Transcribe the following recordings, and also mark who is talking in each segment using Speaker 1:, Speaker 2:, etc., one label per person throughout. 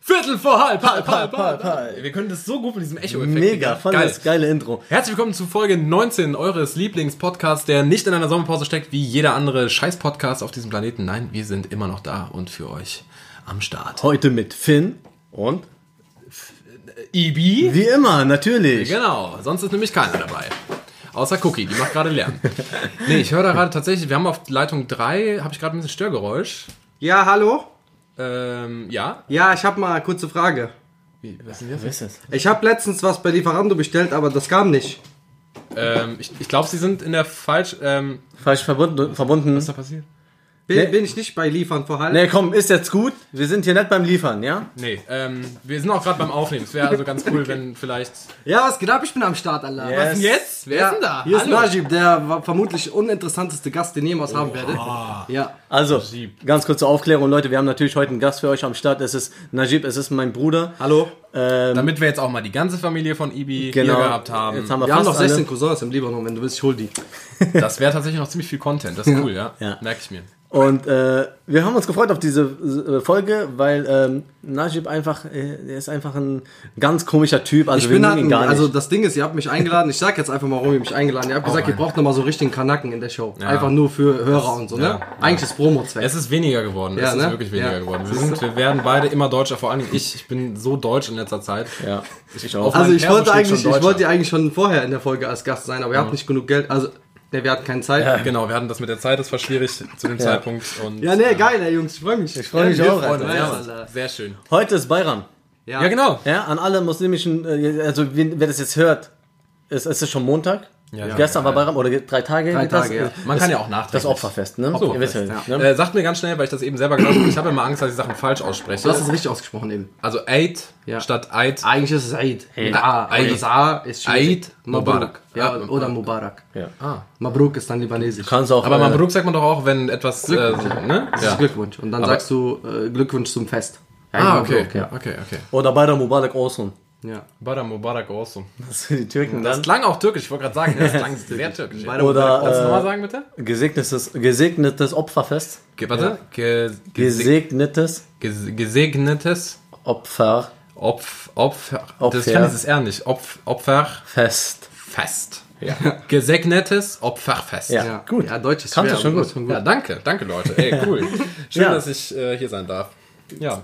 Speaker 1: Viertel vor halb, halb, halb,
Speaker 2: Halb, halb,
Speaker 1: halb,
Speaker 2: halb.
Speaker 1: halb. Wir können das so gut mit diesem Echo-Effekt.
Speaker 2: Mega, voll
Speaker 1: Geil.
Speaker 2: das geile Intro.
Speaker 1: Herzlich willkommen zu Folge 19 eures Lieblingspodcasts, der nicht in einer Sommerpause steckt, wie jeder andere Scheiß-Podcast auf diesem Planeten. Nein, wir sind immer noch da und für euch am Start.
Speaker 2: Heute mit Finn und
Speaker 1: Ibi?
Speaker 2: wie immer, natürlich.
Speaker 1: Genau, sonst ist nämlich keiner dabei. Außer Cookie, die macht gerade Lärm. Nee, ich höre da gerade tatsächlich, wir haben auf Leitung 3, habe ich gerade ein bisschen Störgeräusch.
Speaker 3: Ja, hallo?
Speaker 1: Ähm, ja.
Speaker 3: Ja, ich habe mal eine kurze Frage.
Speaker 1: Wie, was ist denn
Speaker 2: Was ist das?
Speaker 3: Ich habe letztens was bei Lieferando bestellt, aber das kam nicht.
Speaker 1: Ähm, ich ich glaube, sie sind in der falsch. Ähm,
Speaker 2: Falsch verbunden. verbunden.
Speaker 1: was ist da passiert?
Speaker 3: Bin,
Speaker 2: Nee.
Speaker 3: bin ich nicht bei Liefern verhalten?
Speaker 2: Nee, komm, ist jetzt gut. Wir sind hier nicht beim Liefern, ja?
Speaker 1: Nee, ähm, wir sind auch gerade beim Aufnehmen. Es wäre also ganz cool, wenn vielleicht.
Speaker 3: Ja, was geht ab? Ich bin am Start, Alter.
Speaker 2: Yes.
Speaker 3: Was
Speaker 1: Und Jetzt? Wer
Speaker 3: Ja,
Speaker 1: ist denn da?
Speaker 3: Hier ist Najib, der wa- vermutlich uninteressanteste Gast, den ich jemals haben werde. Ja.
Speaker 2: Also, ganz kurze Aufklärung, Leute. Wir haben natürlich heute einen Gast für euch am Start. Es ist Najib, es ist mein Bruder.
Speaker 3: Hallo?
Speaker 1: Damit wir jetzt auch mal die ganze Familie von Ibi
Speaker 2: Genau.
Speaker 1: hier gehabt haben.
Speaker 2: Jetzt haben wir,
Speaker 3: Wir haben
Speaker 2: fast
Speaker 3: noch 16
Speaker 2: alle.
Speaker 3: Cousins im Libanon, wenn du willst, ich hol die.
Speaker 1: Das wäre tatsächlich noch ziemlich viel Content. Das ist cool, ja?
Speaker 2: Ja.
Speaker 1: Merke ich mir.
Speaker 2: Und äh, wir haben uns gefreut auf diese äh, Folge, weil ähm, Najib einfach, äh, er ist einfach ein ganz komischer Typ. Also
Speaker 3: Ich
Speaker 2: wir
Speaker 3: bin
Speaker 2: mögen
Speaker 3: halt,
Speaker 2: ihn
Speaker 3: ein-
Speaker 2: gar nicht. Oh
Speaker 3: also das Ding ist, ihr habt mich eingeladen, ich sag jetzt einfach mal, warum ihr mich eingeladen habt. Ihr habt gesagt, ihr braucht nochmal so richtigen Kanacken in der Show. Einfach nur für Hörer und so, ne?
Speaker 1: ja.
Speaker 3: Eigentlich ist Promo-Zweck.
Speaker 1: Es ist weniger geworden.
Speaker 3: Ja,
Speaker 1: es ist
Speaker 3: ne?
Speaker 1: wirklich weniger
Speaker 3: Ja.
Speaker 1: geworden. Wir, sind, wir werden beide immer deutscher. Vor allem ich. Ich bin so deutsch in letzter Zeit.
Speaker 2: ja, ich auch.
Speaker 1: Auf
Speaker 3: Also
Speaker 1: meinem
Speaker 3: ich
Speaker 1: Perso
Speaker 3: wollte
Speaker 1: steht
Speaker 3: eigentlich,
Speaker 1: schon
Speaker 3: ich
Speaker 1: Deutscher.
Speaker 3: wollte ja eigentlich schon vorher in der Folge als Gast sein, aber ihr habt nicht genug Geld. Also, ne, wir hatten keine Zeit. Ja,
Speaker 1: Genau, wir hatten das mit der Zeit. Das war schwierig zu dem Zeitpunkt. Und
Speaker 3: ne, geil, ey, Jungs, ich freue mich. Ich
Speaker 2: freu mich auch, Alter.
Speaker 1: Ja, Mann. sehr schön.
Speaker 2: Heute ist Bayram.
Speaker 3: Ja,
Speaker 1: Ja, genau.
Speaker 2: Ja, an alle muslimischen, äh, also wen- wer das jetzt hört, ist, ist es schon Montag?
Speaker 1: Ja, ja.
Speaker 2: Gestern war Bayram oder ge- drei Tage?
Speaker 3: Drei
Speaker 2: geht das? äh,
Speaker 3: Tage, ja.
Speaker 1: Man kann ja auch nachdenken.
Speaker 2: Das Opferfest, ne?
Speaker 1: So,
Speaker 2: Ihr wisst
Speaker 1: fest,
Speaker 2: ja,
Speaker 1: ja.
Speaker 2: ne?
Speaker 1: äh, sagt mir ganz schnell, weil ich das eben selber gesagt habe, ich habe immer Angst, dass ich Sachen falsch ausspreche.
Speaker 3: Du hast es richtig ausgesprochen eben.
Speaker 1: also Eid
Speaker 3: Ja.
Speaker 1: statt Eid.
Speaker 3: Eigentlich ist es Eid. Mit A, aber
Speaker 1: Eid.
Speaker 3: das A ist schwierig.
Speaker 1: Eid, Mubarak.
Speaker 3: Mubarak. Ja,
Speaker 1: Ja,
Speaker 3: oder Mubarak.
Speaker 2: Ja.
Speaker 1: Ah.
Speaker 3: Mabruk ist dann libanesisch.
Speaker 2: Kannst auch,
Speaker 1: Aber
Speaker 2: äh,
Speaker 1: Mabruk sagt man doch auch, wenn etwas... Äh, so, ne?
Speaker 3: Das ist Glückwunsch. Und dann
Speaker 1: Aber-
Speaker 3: sagst du äh, Glückwunsch zum Fest. Ja,
Speaker 1: Ah,
Speaker 3: Mabruk,
Speaker 1: okay.
Speaker 3: Ja.
Speaker 1: Okay, okay.
Speaker 2: Oder Bayram Mubarak Osun.
Speaker 3: ja.
Speaker 1: Bada Mubarak awesome.
Speaker 2: Das sind die Türken
Speaker 1: Das
Speaker 2: dann.
Speaker 1: klang auch türkisch, ich wollte gerade sagen, das klang sehr türkisch. Kannst du
Speaker 2: Oder
Speaker 1: nochmal
Speaker 2: äh,
Speaker 1: sagen, bitte?
Speaker 2: gesegnetes, gesegnetes Opferfest.
Speaker 1: Ge warte. Ge gese
Speaker 2: Gesegnetes
Speaker 1: ges gesegnetes
Speaker 2: Opferfest.
Speaker 1: Opf Opfer... Das
Speaker 2: Opfer.
Speaker 1: kann dieses R nicht. Opf Opferfest. Ja. Gesegnetes Opferfest.
Speaker 2: Ja,
Speaker 3: Ja.
Speaker 2: gut.
Speaker 3: Ja, Deutsch ist
Speaker 2: Kannst du
Speaker 3: schwer,
Speaker 2: schon
Speaker 3: aber
Speaker 2: gut.
Speaker 3: ist schon
Speaker 1: Ja, danke, danke Leute. Ey, cool. Schön,
Speaker 2: Ja.
Speaker 1: dass ich äh, hier sein darf. Ja.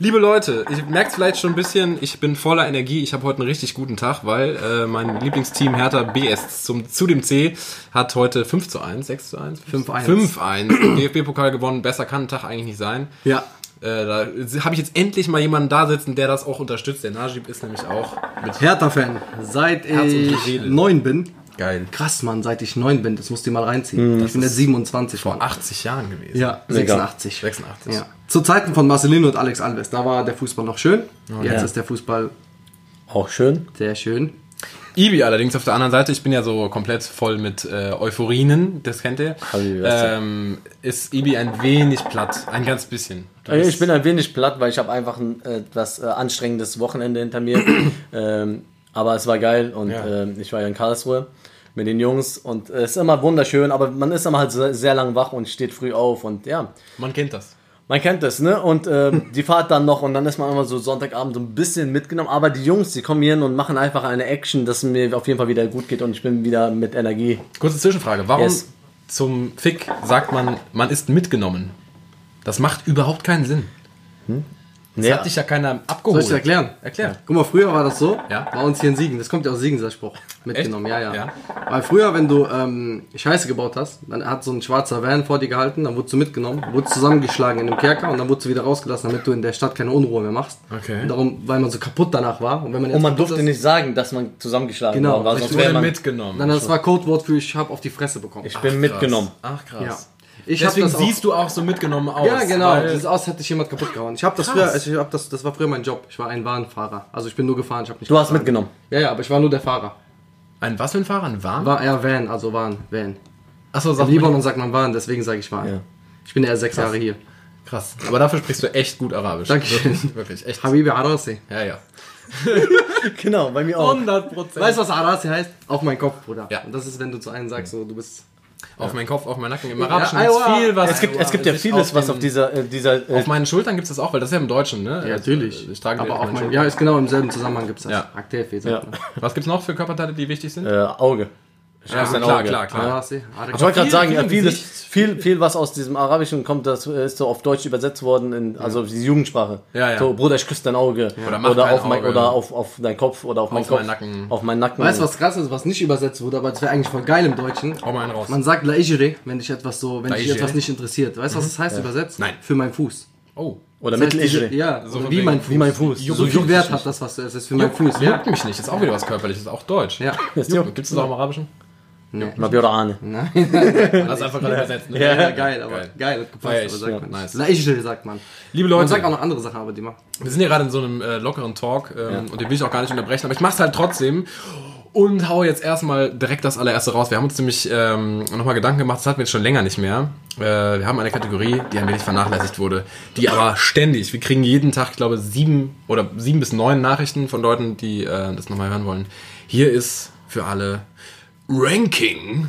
Speaker 1: Liebe Leute, ihr merkt vielleicht schon ein bisschen, ich bin voller Energie. Ich habe heute einen richtig guten Tag, weil äh, mein Lieblingsteam Hertha BS zum, zu dem C hat heute 5 zu 1, 6 zu 1,
Speaker 3: 5 zu 1.
Speaker 1: 5-1. DFB-Pokal gewonnen, besser kann ein Tag eigentlich nicht sein.
Speaker 3: Ja.
Speaker 1: Äh, da habe ich jetzt endlich mal jemanden da sitzen, der das auch unterstützt. Der Najib ist nämlich auch mit
Speaker 3: Hertha-Fan. Seit
Speaker 1: Herz und
Speaker 3: ich
Speaker 1: Seele.
Speaker 3: neun bin.
Speaker 1: geil.
Speaker 3: Krass, Mann, seit ich neun bin. Das musst du dir mal reinziehen. ich bin jetzt 27. Vor
Speaker 1: 80 Jahren gewesen.
Speaker 3: Ja,
Speaker 2: Mega.
Speaker 3: 86.
Speaker 1: 86.
Speaker 3: Ja. Zu Zeiten von Marcelino und Alex Alves, da war der Fußball noch schön. Jetzt
Speaker 2: Ja.
Speaker 3: ist der Fußball
Speaker 2: Auch schön.
Speaker 3: sehr schön.
Speaker 1: Ibi allerdings auf der anderen Seite, ich bin ja so komplett voll mit äh, Euphorinen, das kennt ihr.
Speaker 2: Habibi, was
Speaker 1: Ähm, ist Ibi ein wenig platt, ein ganz bisschen. Du
Speaker 2: Äh,
Speaker 1: bist-
Speaker 2: Ich bin ein wenig platt, weil ich habe einfach ein äh, etwas äh, anstrengendes Wochenende hinter mir. ähm, aber es war geil und
Speaker 1: Ja.
Speaker 2: ähm, ich war ja in Karlsruhe mit den Jungs und äh, es ist immer wunderschön, aber man ist immer halt sehr, sehr lang wach und steht früh auf und ja,
Speaker 1: Man kennt das.
Speaker 2: man kennt das, ne? Und ähm, die Fahrt dann noch und dann ist man immer so Sonntagabend so ein bisschen mitgenommen, aber die Jungs, die kommen hier und machen einfach eine Action, dass mir auf jeden Fall wieder gut geht und ich bin wieder mit Energie.
Speaker 1: Kurze Zwischenfrage, warum
Speaker 2: Yes.
Speaker 1: zum Fick sagt man, man ist mitgenommen? Das macht überhaupt keinen Sinn. Das
Speaker 2: Ja.
Speaker 1: hat dich ja keiner abgeholt.
Speaker 3: Soll ich dir erklären?
Speaker 1: Oh. Erklär.
Speaker 3: Guck mal, früher war das so,
Speaker 1: Ja.
Speaker 3: bei uns hier in Siegen, das kommt ja aus Siegen, dieser Spruch, mitgenommen,
Speaker 1: Echt?
Speaker 3: ja, ja,
Speaker 1: Ja.
Speaker 3: Weil früher, wenn du ähm, Scheiße gebaut hast, dann hat so ein schwarzer Van vor dir gehalten, dann wurdest du mitgenommen, wurdest zusammengeschlagen in einem Kerker und dann wurdest du wieder rausgelassen, damit du in der Stadt keine Unruhe mehr machst.
Speaker 1: Okay.
Speaker 3: Und darum, weil man so kaputt danach war. Und, wenn man jetzt
Speaker 2: Und Oh, man
Speaker 3: kaputt
Speaker 2: durfte
Speaker 3: ist-
Speaker 2: nicht sagen, dass man zusammengeschlagen
Speaker 3: Genau,
Speaker 2: worden war,
Speaker 3: ich
Speaker 2: sonst
Speaker 1: Du
Speaker 2: wäre
Speaker 1: wurdest
Speaker 2: man...
Speaker 1: mitgenommen.
Speaker 3: Nein, das war Codewort für ich hab auf die Fresse bekommen.
Speaker 2: ich bin mitgenommen.
Speaker 1: Ach
Speaker 3: ja.
Speaker 1: krass.
Speaker 3: Ich hab
Speaker 1: Deswegen
Speaker 3: das auch-
Speaker 1: siehst du auch so mitgenommen aus.
Speaker 3: Ja, genau.
Speaker 1: weil-
Speaker 3: Das ist aus, hätte ich jemand kaputt gehauen. Ich habe das früher, also ich hab das, das war früher mein Job. Ich war ein Warenfahrer. Also ich bin nur gefahren, ich habe nicht.
Speaker 2: Du hast
Speaker 3: gefahren.
Speaker 2: mitgenommen.
Speaker 3: Ja, ja, aber ich war nur der Fahrer.
Speaker 1: Ein was für ein Fahrer? Ein Warm?
Speaker 3: War ja Van, also Waren, Van.
Speaker 1: Achso,
Speaker 3: Im
Speaker 1: sag mal.
Speaker 3: Libanon sagt man Waren, deswegen sage ich Waren.
Speaker 2: Ja.
Speaker 3: Ich bin ja erst sechs Jahre hier.
Speaker 1: Krass. Aber dafür sprichst du echt gut Arabisch.
Speaker 3: Dankeschön.
Speaker 1: Wirklich, wirklich echt.
Speaker 3: Habibi Arasi.
Speaker 1: Ja, ja.
Speaker 2: Genau, bei mir auch.
Speaker 1: 100 Prozent.
Speaker 3: Weißt du, was Arasi heißt? Auf meinen Kopf, Bruder.
Speaker 1: Ja.
Speaker 3: Und das ist, wenn du zu einem sagst, so, du bist
Speaker 1: Auf meinen Kopf, auf meinen Nacken. Im Arabischen
Speaker 3: Ja,
Speaker 1: ist
Speaker 3: Aua.
Speaker 1: viel, was.
Speaker 2: Es gibt, es gibt ja
Speaker 3: Es ist
Speaker 2: vieles,
Speaker 3: auf
Speaker 2: was
Speaker 3: den-
Speaker 2: auf dieser, äh, dieser äh,
Speaker 1: also auf meinen Schultern gibt es das auch, weil das ist ja im Deutschen, ne?
Speaker 3: Ja, natürlich.
Speaker 1: Also, ich trage
Speaker 3: aber
Speaker 1: auf
Speaker 3: auch
Speaker 1: meinen
Speaker 3: mein,
Speaker 1: Schultern.
Speaker 3: ja, ist genau im selben Zusammenhang gibt es das.
Speaker 1: Ja.
Speaker 3: Aktuell
Speaker 2: Ja.
Speaker 1: Was gibt's noch für Körperteile, die wichtig sind?
Speaker 2: äh, Auge.
Speaker 1: ja,
Speaker 2: ein
Speaker 1: klar,
Speaker 2: Auge.
Speaker 1: klar, klar.
Speaker 2: Ich wollte gerade
Speaker 1: Viel-
Speaker 2: sagen,
Speaker 1: viel
Speaker 2: ja,
Speaker 1: im
Speaker 2: vieles,
Speaker 1: Gesicht.
Speaker 2: viel, viel, was aus diesem Arabischen kommt, das äh, ist so auf Deutsch übersetzt worden, in, also die Jugendsprache.
Speaker 1: Ja, ja.
Speaker 2: So, Bruder, ich küsse dein Auge.
Speaker 1: Oder mach
Speaker 2: oder
Speaker 1: kein
Speaker 2: auf mein,
Speaker 1: Auge.
Speaker 2: oder auf, auf deinen Kopf oder auf, meinen Kopf.
Speaker 1: meinen Nacken.
Speaker 2: Auf meinen Nacken.
Speaker 3: Weißt du, was krass ist, was nicht übersetzt wurde, aber das wäre eigentlich voll geil im Deutschen?
Speaker 1: Hau mal einen raus.
Speaker 3: Man sagt La Ijere, wenn dich etwas so, wenn
Speaker 1: La
Speaker 3: dich
Speaker 1: Ijere?
Speaker 3: etwas nicht interessiert. Weißt du, was das heißt übersetzt?
Speaker 1: Nein.
Speaker 3: Für meinen Fuß.
Speaker 1: oh.
Speaker 2: Oder
Speaker 3: Das heißt,
Speaker 2: Mittelöschere.
Speaker 3: diese- Ja,
Speaker 1: So
Speaker 3: so
Speaker 1: von
Speaker 3: wie
Speaker 1: wegen
Speaker 3: mein Fuß.
Speaker 2: Wie mein Fuß.
Speaker 3: So
Speaker 1: Juckt
Speaker 3: viel
Speaker 1: mich
Speaker 3: Wert
Speaker 1: nicht.
Speaker 3: hat das, was du es ist für meinen Fuß. ne?
Speaker 1: Juckt mich nicht. Ist auch wieder was Körperliches. Ist auch deutsch.
Speaker 3: Ja.
Speaker 1: Juckt.
Speaker 2: juckt.
Speaker 1: Gibt's das auch im Arabischen?
Speaker 2: Mabiorane.
Speaker 1: Hast einfach gerade übersetzt, ne?
Speaker 3: Ja, geil, aber
Speaker 1: Geil.
Speaker 3: geil, hat gepasst,
Speaker 1: Feier ich,
Speaker 3: aber sagt
Speaker 1: ja,
Speaker 3: man
Speaker 1: nice.
Speaker 3: nicht. La Ijere sagt man.
Speaker 1: Liebe
Speaker 3: Man
Speaker 1: Leute,
Speaker 3: sagt auch noch andere Sachen, aber die macht.
Speaker 1: wir sind ja gerade in so einem äh, lockeren Talk ähm, und den will ich auch gar nicht unterbrechen, aber ich mach's halt trotzdem und hau jetzt erstmal direkt das allererste raus. Wir haben uns nämlich ähm, nochmal Gedanken gemacht, das hatten wir jetzt schon länger nicht mehr. Äh, wir haben eine Kategorie, die ein wenig vernachlässigt wurde, die aber ständig, wir kriegen jeden Tag, ich glaube, sieben oder sieben bis neun Nachrichten von Leuten, die äh, das nochmal hören wollen. Hier ist für alle Ranking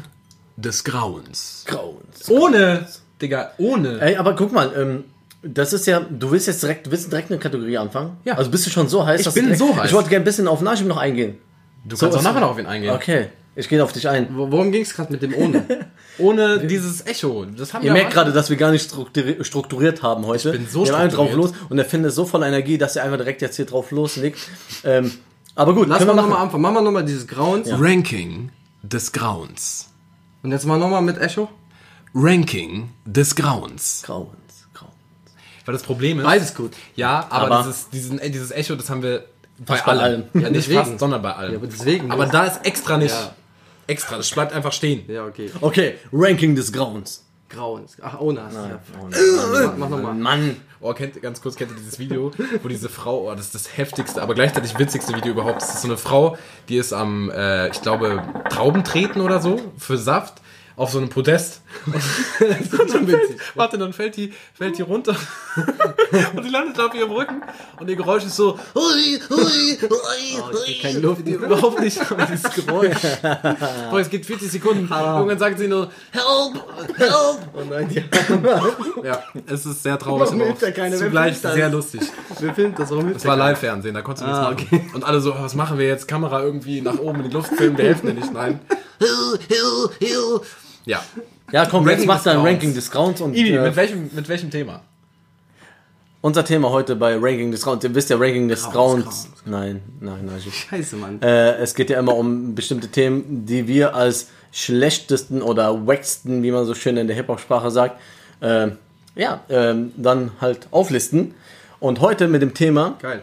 Speaker 1: des Grauens. Äh, Ohne, Digga, ohne.
Speaker 2: Ey, aber guck mal, ähm, das ist ja, du willst jetzt direkt, willst du direkt eine Kategorie anfangen?
Speaker 1: Ja.
Speaker 2: Also bist du schon so heiß?
Speaker 1: Ich
Speaker 2: dass du
Speaker 1: bin
Speaker 2: direkt,
Speaker 1: so heiß.
Speaker 2: Ich wollte gerne ein bisschen auf Najib noch eingehen.
Speaker 1: Du kannst
Speaker 2: so-
Speaker 1: auch nachher noch auf ihn eingehen.
Speaker 2: Okay, ich gehe auf dich ein.
Speaker 3: Wo- Worum ging es gerade mit dem ohne?
Speaker 1: Ohne dieses Echo. Das haben
Speaker 2: Ihr
Speaker 1: wir
Speaker 2: merkt
Speaker 1: am Anfang-
Speaker 2: gerade, dass wir gar nicht strukturi- strukturiert haben heute. Ich
Speaker 1: bin so
Speaker 2: wir haben einfach drauf los
Speaker 1: strukturiert.
Speaker 2: und er findet so voll Energie, dass er einfach direkt jetzt hier drauf loslegt. Ähm, aber gut,
Speaker 3: Lass
Speaker 2: können
Speaker 3: mal
Speaker 2: wir machen.
Speaker 3: nochmal anfangen. Machen wir nochmal dieses Grauens.
Speaker 1: Ranking des Grauens.
Speaker 3: Und jetzt mal nochmal mit Echo.
Speaker 1: Ranking des Grauens.
Speaker 2: Grauens, Grauens.
Speaker 1: Weil das Problem ist.
Speaker 3: Beides gut.
Speaker 1: Ja, aber,
Speaker 2: Aber-
Speaker 1: dieses, diesen, äh, dieses Echo, das haben wir bei
Speaker 2: bei
Speaker 1: allem.
Speaker 2: allem.
Speaker 1: Ja, nicht
Speaker 3: Deswegen.
Speaker 1: fast, sondern bei allem.
Speaker 3: Ja, aber deswegen.
Speaker 1: aber
Speaker 3: das-
Speaker 1: da ist extra nicht.
Speaker 3: Ja.
Speaker 1: Extra, das bleibt einfach stehen.
Speaker 3: Ja, okay.
Speaker 2: Okay, Ranking des Grauens.
Speaker 3: Grauens. Ach, ohne hast du. ja. Mach nochmal.
Speaker 2: Mann,
Speaker 1: Oh, kennt, ganz kurz, kennt ihr dieses Video, wo diese Frau, oh, das ist das heftigste, aber gleichzeitig witzigste Video überhaupt. Das ist so eine Frau, die ist am, äh, ich glaube, Trauben treten oder so, für Saft, auf so einem Podest. Und dann fällt, warte, dann fällt die, fällt die runter und die landet auf ihrem Rücken und ihr Geräusch ist so, hui, hui, hui, hui.
Speaker 3: Keine Luft.
Speaker 1: Überhaupt nicht, aber dieses Geräusch. Boah, es geht 40 Sekunden. Irgendwann sagt sie nur, help, help.
Speaker 2: oh nein, die
Speaker 1: Ja, es ist sehr traurig,
Speaker 2: Warum
Speaker 1: aber
Speaker 2: hilft da
Speaker 1: auch
Speaker 2: keiner? Wer
Speaker 1: zugleich
Speaker 2: filmt das?
Speaker 1: sehr lustig.
Speaker 3: Wir filmen das auch mit.
Speaker 1: Es war Live-Fernsehen, da konntest du nichts
Speaker 3: Ah,
Speaker 1: machen. Und alle so, was machen wir jetzt? Kamera irgendwie nach oben in die Luft filmen, wir helfen dir nicht. Nein. Hill, hill, hill. Ja.
Speaker 2: Ja, komm,
Speaker 1: Ranking
Speaker 2: jetzt mach
Speaker 1: des
Speaker 2: dein
Speaker 1: Grauens.
Speaker 2: Ranking des Grauens und
Speaker 1: Ibi, mit
Speaker 2: äh,
Speaker 1: welchem, mit welchem Thema?
Speaker 2: unser Thema heute bei Ranking des Grauens. Ihr wisst ja, Ranking des
Speaker 3: Grauens,
Speaker 2: Grauens. Nein, nein, nein. Ich,
Speaker 3: Scheiße, Mann.
Speaker 2: äh, es geht ja immer um bestimmte Themen, die wir als schlechtesten oder wacksten, wie man so schön in der Hip-Hop-Sprache sagt, äh, ja, ähm, dann halt auflisten. Und heute mit dem Thema
Speaker 3: Geil.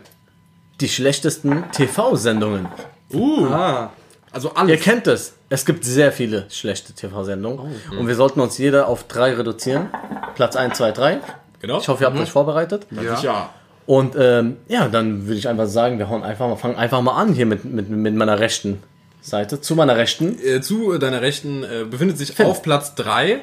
Speaker 2: die schlechtesten TV-Sendungen.
Speaker 1: Uh,
Speaker 3: Ah.
Speaker 1: also
Speaker 2: Ihr
Speaker 1: alles.
Speaker 2: kennt es. Es gibt sehr viele schlechte TV-Sendungen. Und wir sollten uns jeder auf drei reduzieren. Platz 1, 2, 3.
Speaker 1: Genau.
Speaker 2: Ich hoffe, ihr habt euch vorbereitet.
Speaker 3: Ja.
Speaker 1: ja.
Speaker 2: Und ähm, ja, dann würde ich einfach sagen, wir hauen einfach mal, fangen einfach mal an hier mit, mit, mit meiner rechten Seite. Zu meiner rechten.
Speaker 1: Äh, Zu äh, deiner Rechten äh, befindet sich auf Platz 3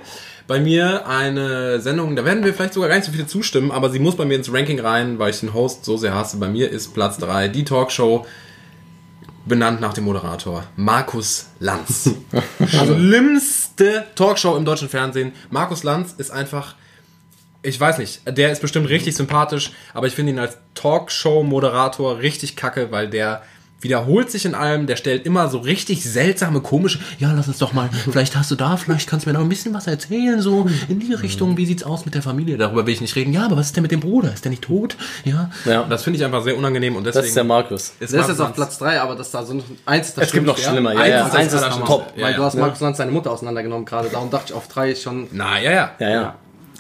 Speaker 1: bei mir eine Sendung, da werden wir vielleicht sogar gar nicht so viele zustimmen, aber sie muss bei mir ins Ranking rein, weil ich den Host so sehr hasse. Bei mir ist Platz 3 die Talkshow, benannt nach dem Moderator Markus Lanz. Also Schlimmste Talkshow im deutschen Fernsehen. Markus Lanz ist einfach, ich weiß nicht, der ist bestimmt richtig sympathisch, aber ich finde ihn als Talkshow-Moderator richtig kacke, weil der wiederholt sich in allem, der stellt immer so richtig seltsame, komische, ja, lass uns doch mal, vielleicht hast du da, vielleicht kannst du mir noch ein bisschen was erzählen, so in die Richtung, wie sieht's aus mit der Familie, darüber will ich nicht reden, ja, aber was ist denn mit dem Bruder, ist der nicht tot, ja,
Speaker 2: Ja.
Speaker 1: das finde ich einfach sehr unangenehm und deswegen
Speaker 2: Das ist der Markus.
Speaker 1: ist
Speaker 3: Das ist jetzt
Speaker 1: Markus
Speaker 3: auf Platz 3, aber das da so ein eins das
Speaker 2: Es gibt noch schlimmer. Ja,
Speaker 1: Eins
Speaker 2: ja.
Speaker 1: ist das
Speaker 2: Eins ist
Speaker 1: Allerschlimmste.
Speaker 2: top.
Speaker 1: Ja,
Speaker 3: Weil
Speaker 1: ja.
Speaker 3: du hast Markus Lanz seine Mutter auseinandergenommen gerade. Darum dachte ich auf 3 ist schon.
Speaker 1: Na, ja, ja.
Speaker 2: Ja, ja.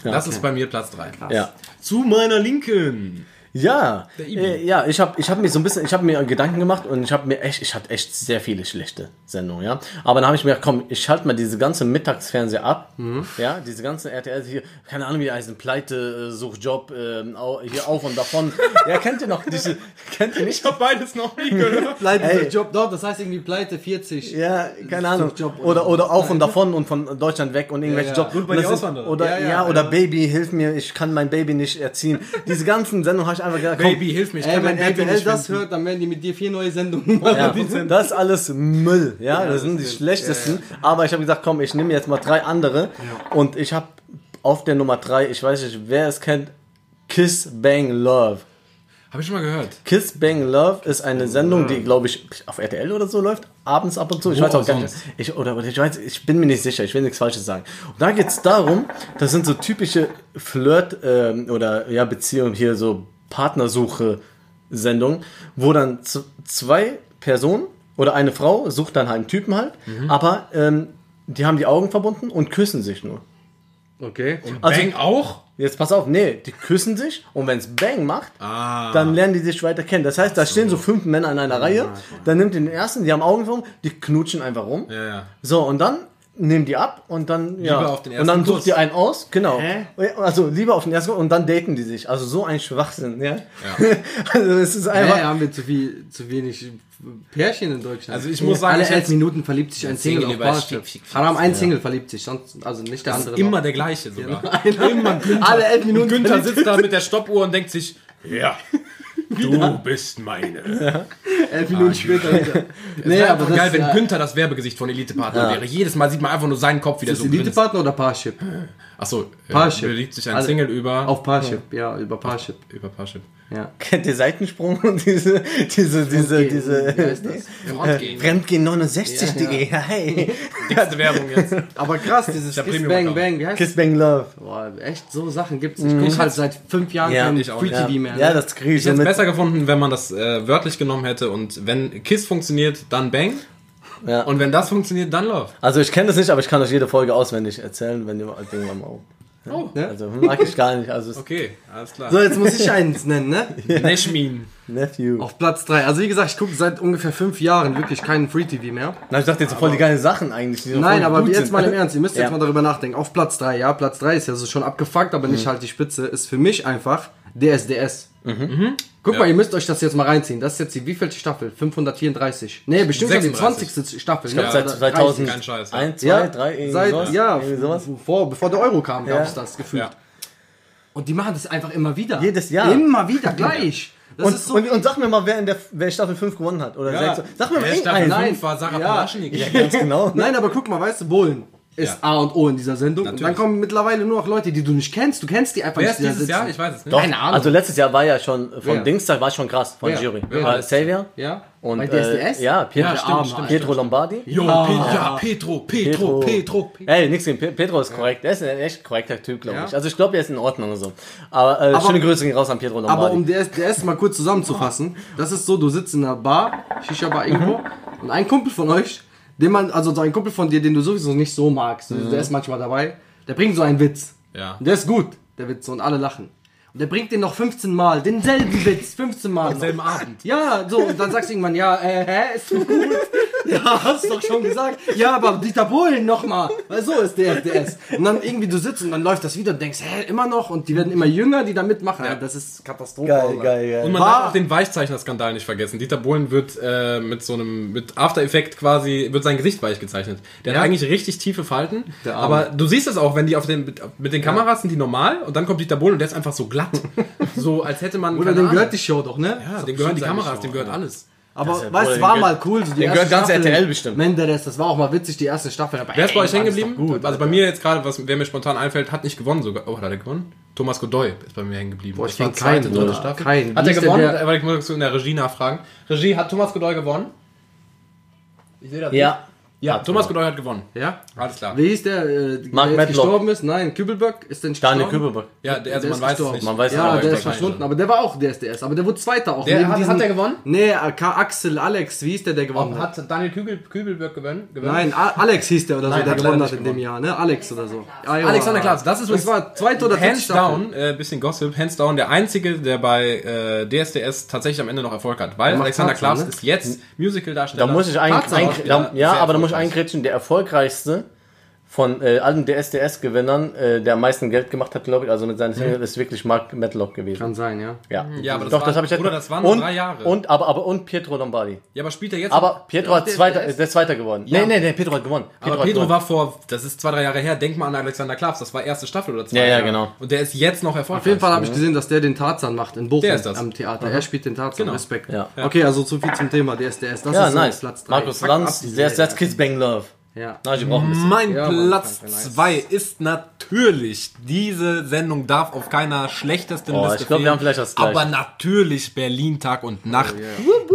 Speaker 1: das ist bei mir Platz 3.
Speaker 2: Ja.
Speaker 1: Zu meiner Linken.
Speaker 2: Ja,
Speaker 1: Ibi.
Speaker 2: äh, ja, ich habe ich hab mir so ein bisschen, ich habe mir Gedanken gemacht und ich habe mir echt, ich hatte echt sehr viele schlechte Sendungen, ja. Aber dann habe ich mir gedacht, komm, ich schalte mal diese ganze Mittagsfernseher ab, ja, diese ganzen RTL hier, keine Ahnung, wie die heißen, Pleite, äh, Suchjob, ähm, au, hier auf und davon. ja, kennt ihr noch diese, kennt ihr nicht?
Speaker 1: habe beides noch nie gehört.
Speaker 3: Pleite
Speaker 2: Ey.
Speaker 3: ist der Job dort, das heißt irgendwie Pleite 40.
Speaker 2: Ja, keine Ahnung.
Speaker 3: Suchjob
Speaker 2: oder,
Speaker 3: oder-
Speaker 2: oder auf und davon und von Deutschland weg und irgendwelche
Speaker 3: ja.
Speaker 2: Jobs.
Speaker 3: Gut bei
Speaker 2: Und das
Speaker 3: die
Speaker 2: ist-
Speaker 3: Auswanderer.
Speaker 2: Oder, ja,
Speaker 3: Ja, ja,
Speaker 2: oder
Speaker 3: ja.
Speaker 2: Baby, hilf mir, ich kann mein Baby nicht erziehen. Diese ganzen Sendungen habe ich ich einfach gedacht, komm,
Speaker 1: Baby, hilf mir, ich
Speaker 3: Ey,
Speaker 1: kann
Speaker 3: wenn
Speaker 1: mein Baby
Speaker 3: RTL
Speaker 1: nicht
Speaker 3: das
Speaker 1: das
Speaker 3: hört, dann werden die mit dir vier neue Sendungen
Speaker 2: ja,
Speaker 3: machen.
Speaker 2: das ist alles Müll, ja, das sind die schlechtesten. Aber ich habe gesagt, komm, ich nehme jetzt mal drei andere. Und ich habe auf der Nummer drei, ich weiß nicht, wer es kennt, Kiss Bang Love.
Speaker 1: Habe ich schon mal gehört.
Speaker 2: Kiss Bang Love ist eine Sendung, die glaube ich auf RTL oder so läuft, abends ab und zu. Ich weiß auch
Speaker 1: auch
Speaker 2: gar nicht. Ich, oder, oder ich, weiß, ich bin mir nicht sicher, ich will nichts Falsches sagen. Und da geht es darum, das sind so typische Flirt- ähm, oder ja, Beziehungen hier, so Partnersuche-Sendungen, wo dann z- zwei Personen oder eine Frau sucht dann halt einen Typen halt, aber ähm, die haben die Augen verbunden und küssen sich nur.
Speaker 3: Okay.
Speaker 2: Also-
Speaker 1: Bang auch?
Speaker 2: Jetzt pass auf, nee, die küssen sich und wenn es Bang macht,
Speaker 1: Ah.
Speaker 2: dann lernen die sich weiter kennen. Das heißt, da stehen so fünf Männer in einer Reihe, dann nimmt den ersten, die haben Augen rum, die knutschen einfach rum.
Speaker 1: Ja, ja.
Speaker 2: So, und dann nehmen die ab und dann, ja,
Speaker 1: Lieber auf den ersten
Speaker 2: und dann
Speaker 1: Kuss.
Speaker 2: sucht die einen aus, genau.
Speaker 3: Hä?
Speaker 2: Also lieber auf den ersten Kuss und dann daten die sich. Also so ein Schwachsinn, ja. also es ist
Speaker 3: Hä,
Speaker 2: einfach,
Speaker 3: haben wir zu, viel, zu wenig Pärchen in Deutschland.
Speaker 1: Also ich muss sagen,
Speaker 3: alle
Speaker 1: ich
Speaker 3: elf
Speaker 1: hätte-
Speaker 3: Minuten verliebt sich ein Single auf
Speaker 1: Single
Speaker 3: Parship.
Speaker 1: über- schick, schick,
Speaker 3: Haram, ein Single verliebt sich, sonst, also nicht der andere.
Speaker 1: Immer der gleiche sogar.
Speaker 3: Immer Alle elf Minuten.
Speaker 1: Und Günther sitzt da mit der Stoppuhr und denkt sich, ja, du bist meine.
Speaker 3: Elf Minuten später. wieder. nee,
Speaker 1: Ah, Wäre
Speaker 3: aber
Speaker 1: einfach
Speaker 3: das
Speaker 1: geil, wenn
Speaker 3: ja,
Speaker 1: Günther das Werbegesicht von Elite-Partner wäre. Jedes Mal sieht man einfach nur seinen Kopf wieder
Speaker 3: Ist
Speaker 1: so drin.
Speaker 3: Elite-Partner oder Parship?
Speaker 1: Achso,
Speaker 3: Parship.
Speaker 1: beliebt äh, sich ein
Speaker 3: Alle-
Speaker 1: Single über,
Speaker 3: Auf Parship, ja, über Parship.
Speaker 1: über Parship.
Speaker 3: Ja.
Speaker 2: kennt ihr Seitensprung und diese, diese, diese, diese,
Speaker 3: Wer ist das?
Speaker 1: Fremdgehen.
Speaker 2: Fremdgehen 69.de, hey.
Speaker 1: Dickste Werbung jetzt.
Speaker 3: Aber krass, dieses
Speaker 1: Der
Speaker 3: Kiss
Speaker 1: Premium
Speaker 3: Bang
Speaker 1: Account.
Speaker 3: Bang, wie heißt
Speaker 2: Kiss Bang Love.
Speaker 3: das? Boah, echt, so Sachen gibt's nicht. Ich guck halt seit fünf Jahren
Speaker 2: Ja,
Speaker 3: kein
Speaker 2: ich
Speaker 1: auch
Speaker 3: Free
Speaker 1: nicht.
Speaker 2: Ja,
Speaker 3: TV mehr. ne?
Speaker 2: ja das kriege ich
Speaker 1: Ich hätte
Speaker 2: so
Speaker 1: es
Speaker 2: mit.
Speaker 1: ne? besser gefunden, wenn man das äh, wörtlich genommen hätte und wenn Kiss funktioniert, dann Bang.
Speaker 2: Ja.
Speaker 1: Und wenn das funktioniert, dann Love.
Speaker 2: Also ich kenne das nicht, aber ich kann euch jede Folge auswendig erzählen, wenn ihr mal irgendwann mal.
Speaker 1: Oh,
Speaker 2: Also mag ich gar nicht. Also es ist
Speaker 1: okay, alles klar.
Speaker 3: So, jetzt muss ich eins nennen, ne?
Speaker 1: Nashmin.
Speaker 2: Nephew.
Speaker 3: Auf Platz 3. Also wie gesagt, ich gucke seit ungefähr fünf Jahren wirklich keinen Free TV mehr.
Speaker 2: Na, ich dachte jetzt so voll die geilen Sachen eigentlich. Die so
Speaker 3: Nein,
Speaker 2: voll
Speaker 3: aber
Speaker 2: gut
Speaker 3: jetzt
Speaker 2: sind.
Speaker 3: mal im Ernst, ihr müsst
Speaker 2: Ja.
Speaker 3: jetzt mal darüber nachdenken. Auf Platz 3, ja, Platz 3 ist ja so schon abgefuckt, aber
Speaker 2: Mhm.
Speaker 3: nicht halt die Spitze, ist für mich einfach DSDS. Mhm.
Speaker 2: Mhm.
Speaker 3: Guck mal, ihr müsst euch das jetzt mal reinziehen. Das ist jetzt die wievielte Staffel? 534. Nee, bestimmt schon die
Speaker 1: 36.
Speaker 3: 20. Staffel.
Speaker 1: glaub,
Speaker 3: ne?
Speaker 2: Seit
Speaker 3: Oder
Speaker 2: 2000,
Speaker 1: Kein Scheiß, ja.
Speaker 2: 1, 2,
Speaker 3: Ja,
Speaker 2: 3, irgendwie
Speaker 3: seit,
Speaker 2: sowas.
Speaker 3: ja,
Speaker 2: irgendwie sowas.
Speaker 3: Vor, bevor der Euro kam, gab
Speaker 2: Ja.
Speaker 3: es das Gefühl.
Speaker 1: Ja.
Speaker 3: Und die machen das einfach immer wieder.
Speaker 2: Jedes Jahr.
Speaker 3: Immer wieder, gleich. Das
Speaker 2: Und,
Speaker 3: ist so
Speaker 2: und, und sag mir mal, wer in der wer Staffel 5 gewonnen hat. Oder
Speaker 1: Ja.
Speaker 2: 6. Sag mir mal
Speaker 1: Wer Staffel
Speaker 2: irgendeinen.
Speaker 3: Nein.
Speaker 1: fünf war Sarah
Speaker 3: Ja.
Speaker 1: Palaschnik.
Speaker 2: Ja, ganz genau.
Speaker 3: Nein, aber guck mal, weißt du, Bohlen ist
Speaker 1: Ja.
Speaker 3: A und O in dieser Sendung. Und dann
Speaker 1: Natürlich.
Speaker 3: kommen mittlerweile nur noch Leute, die du nicht kennst. Du kennst die einfach
Speaker 1: Wer
Speaker 3: nicht.
Speaker 1: ist
Speaker 3: die da
Speaker 1: dieses
Speaker 3: sitzen.
Speaker 1: Jahr? Ich weiß es nicht.
Speaker 2: Doch,
Speaker 3: Keine Ahnung.
Speaker 2: Also letztes Jahr war ja schon, von
Speaker 3: Wer?
Speaker 2: Dienstag war schon krass, von
Speaker 3: Wer?
Speaker 2: Jury.
Speaker 3: Wer?
Speaker 2: Äh, Xavier
Speaker 3: Ja?
Speaker 2: und
Speaker 3: Bei DSDS?
Speaker 2: Äh, ja, Pietro,
Speaker 1: Ja, stimmt,
Speaker 2: Arme,
Speaker 1: stimmt,
Speaker 2: Pietro Lombardi.
Speaker 1: Jo,
Speaker 3: Ah.
Speaker 1: Pe ja, Petro, Petro, Petro, Petro.
Speaker 2: Ey, nix gegen Pe- Pedro ist korrekt. Er ist ein echt korrekter Typ, glaube
Speaker 3: Ja.
Speaker 2: ich. Also ich glaube, er ist in Ordnung so. Aber, äh, schöne Grüße gehen raus an Pedro Lombardi.
Speaker 3: Aber um DS, DS mal kurz zusammenzufassen, das ist so, du sitzt in einer Bar, Shisha Bar irgendwo, und ein Kumpel von euch, den man, also so ein Kumpel von dir, den du sowieso nicht so magst, der ist manchmal dabei, der bringt so einen Witz.
Speaker 1: Ja.
Speaker 3: Und der ist gut, der Witz, und alle lachen. Und der bringt den noch 15 Mal, denselben Witz, 15 Mal.
Speaker 1: Am
Speaker 3: noch.
Speaker 1: selben Abend.
Speaker 3: Ja, so, und dann sagst du irgendwann, ja, äh, hä, ist doch gut. Ja, hast doch schon gesagt. Ja, aber Dieter Bohlen nochmal. Weil so ist der SDS. Und dann irgendwie du sitzt und dann läuft das wieder und denkst, hä, immer noch? Und die werden immer jünger, die da mitmachen. Ja, das ist Katastrophe.
Speaker 2: geil,
Speaker 3: Alter.
Speaker 2: geil, geil.
Speaker 1: Und man
Speaker 3: War-
Speaker 1: darf auch den Weichzeichner-Skandal nicht vergessen. Dieter Bohlen wird äh, mit so einem, mit After Effect quasi, wird sein Gesicht weich gezeichnet. Der hat eigentlich richtig tiefe Falten.
Speaker 3: Der Arme.
Speaker 1: Aber du siehst es auch, wenn die auf den, mit den Kameras sind die normal und dann kommt Dieter Bohlen und der ist einfach so glatt. so als hätte man.
Speaker 3: Oder
Speaker 1: keine
Speaker 3: dem
Speaker 1: Ahnung.
Speaker 3: gehört die Show doch, ne?
Speaker 1: Ja,
Speaker 3: Ist
Speaker 1: dem
Speaker 3: doch
Speaker 1: gehören die
Speaker 3: bestimmt seine
Speaker 1: Kameras,
Speaker 3: Show.
Speaker 1: dem gehört alles.
Speaker 3: Aber
Speaker 2: ja wohl,
Speaker 3: weißt du,
Speaker 2: dem
Speaker 3: war
Speaker 2: gehört-
Speaker 3: mal cool. So die
Speaker 2: dem
Speaker 3: erste
Speaker 2: gehört ganz
Speaker 3: Staffel.
Speaker 2: RTL bestimmt.
Speaker 3: Menderes, das war auch mal witzig, die erste Staffel. Aber
Speaker 1: Wer ist bei
Speaker 3: ey,
Speaker 1: euch hängen
Speaker 3: Mann, ist
Speaker 1: geblieben?
Speaker 3: doch Gut,
Speaker 1: also bei mir jetzt gerade, was wer mir spontan einfällt, hat nicht gewonnen sogar. Oh, hat er gewonnen? Thomas Godoy ist bei mir hängen geblieben.
Speaker 3: ich kenn keinen, Bruder. Keinen.
Speaker 1: Hat
Speaker 3: Wie
Speaker 1: er
Speaker 3: ist
Speaker 1: gewonnen?
Speaker 3: denn der-
Speaker 1: Aber ich muss in der Regie nachfragen. Regie, hat Thomas Godoy gewonnen? Ich sehe das nicht.
Speaker 2: ja.
Speaker 1: Ja, Thomas Godoy hat gewonnen.
Speaker 3: ja?
Speaker 1: Alles klar.
Speaker 3: Wie hieß der, äh,
Speaker 2: Mark
Speaker 3: der jetzt
Speaker 2: Medlock.
Speaker 3: gestorben ist? Nein, Kübelböck ist denn
Speaker 2: Daniel
Speaker 3: gestorben?
Speaker 2: Kübelberg.
Speaker 1: Ja, der, also man
Speaker 3: Der ist
Speaker 1: weiß es
Speaker 3: gestorben.
Speaker 1: nicht.
Speaker 2: Man weiß
Speaker 3: Ja,
Speaker 2: aber
Speaker 3: der
Speaker 2: ich
Speaker 3: ist
Speaker 1: glaub,
Speaker 3: verschwunden,
Speaker 1: nein.
Speaker 3: aber der war auch DSDS, aber der wurde Zweiter auch.
Speaker 1: Der-
Speaker 3: neben
Speaker 1: hat- hat
Speaker 3: diesem-
Speaker 1: der gewonnen?
Speaker 3: Nee, äh, K- Axel, Alex, wie hieß der, der gewonnen hat?
Speaker 1: Hat Daniel Kübel, Kübelberg gewonnen? gewonnen?
Speaker 3: Nein, A Alex hieß der oder so,
Speaker 1: Nein,
Speaker 3: der
Speaker 1: hat
Speaker 3: gewonnen
Speaker 1: leider
Speaker 3: hat in
Speaker 1: nicht
Speaker 3: dem Jahr, ne? Alex oder so. Ah, ja.
Speaker 1: Alexander Klaas, das ist
Speaker 3: Das war zweite oder dritte
Speaker 1: Hands
Speaker 3: Staffel.
Speaker 1: down, äh, bisschen Gossip, Hands down, der einzige, der bei äh, DSDS tatsächlich am Ende noch Erfolg hat. Weil
Speaker 3: macht
Speaker 1: Alexander
Speaker 3: Tarzan,
Speaker 1: Klaas
Speaker 3: ne?
Speaker 1: ist jetzt Musical-Darsteller.
Speaker 2: Da muss ich ein,
Speaker 1: Tarzan
Speaker 2: ein,
Speaker 1: auch wieder
Speaker 2: da, ja,
Speaker 1: sehr
Speaker 2: aber da muss
Speaker 1: erfolgreich.
Speaker 2: ich eingrätschen, der erfolgreichste von äh, allen DSDS-Gewinnern, äh, der am meisten Geld gemacht hat, glaube ich, also mit seinen Singles, ist wirklich Mark Medlock gewesen.
Speaker 3: Kann sein, ja.
Speaker 2: Ja,
Speaker 1: Ja, aber das
Speaker 2: Doch,
Speaker 1: waren-
Speaker 2: das habe ich jetzt-
Speaker 1: Bruder, das waren
Speaker 2: und,
Speaker 1: drei Jahre.
Speaker 2: Und, aber, aber, und Pietro Lombardi.
Speaker 1: Ja, aber spielt er jetzt.
Speaker 2: Aber Pietro hat
Speaker 3: der-
Speaker 2: zweiter,
Speaker 3: der ist-
Speaker 2: der ist zweiter geworden. Nee, nee, nee, Pietro hat gewonnen.
Speaker 1: aber
Speaker 2: hat
Speaker 1: Pedro
Speaker 2: gewonnen.
Speaker 1: war vor, das ist zwei, drei Jahre her, denk mal an Alexander Klavs, das war erste Staffel oder zwei.
Speaker 2: Ja, ja,
Speaker 1: Jahre.
Speaker 2: genau.
Speaker 1: Und der ist jetzt noch erfolgreich.
Speaker 3: Auf jeden Fall habe ich gesehen, dass der den Tarzan macht in Bochum
Speaker 1: Der ist das. Mhm. Genau.
Speaker 3: am Theater. Er spielt den Tarzan. Respekt.
Speaker 2: Ja.
Speaker 3: Okay, also zu viel zum Thema DSDS. Das
Speaker 2: ja,
Speaker 3: ist so
Speaker 2: nice.
Speaker 3: Platz 3.
Speaker 2: Markus Lanz, der ist jetzt Kids Bang Love.
Speaker 3: Ja.
Speaker 2: Na, ich brauche ein bisschen.
Speaker 1: Mein
Speaker 3: Ja, Mann,
Speaker 1: Platz
Speaker 3: danke, nice.
Speaker 1: 2 ist natürlich, diese Sendung darf auf keiner schlechtesten
Speaker 2: Oh,
Speaker 1: Liste
Speaker 2: ich glaub, wir
Speaker 1: fehlen,
Speaker 2: haben vielleicht das Gleiche.
Speaker 1: Aber natürlich Berlin Tag und Nacht.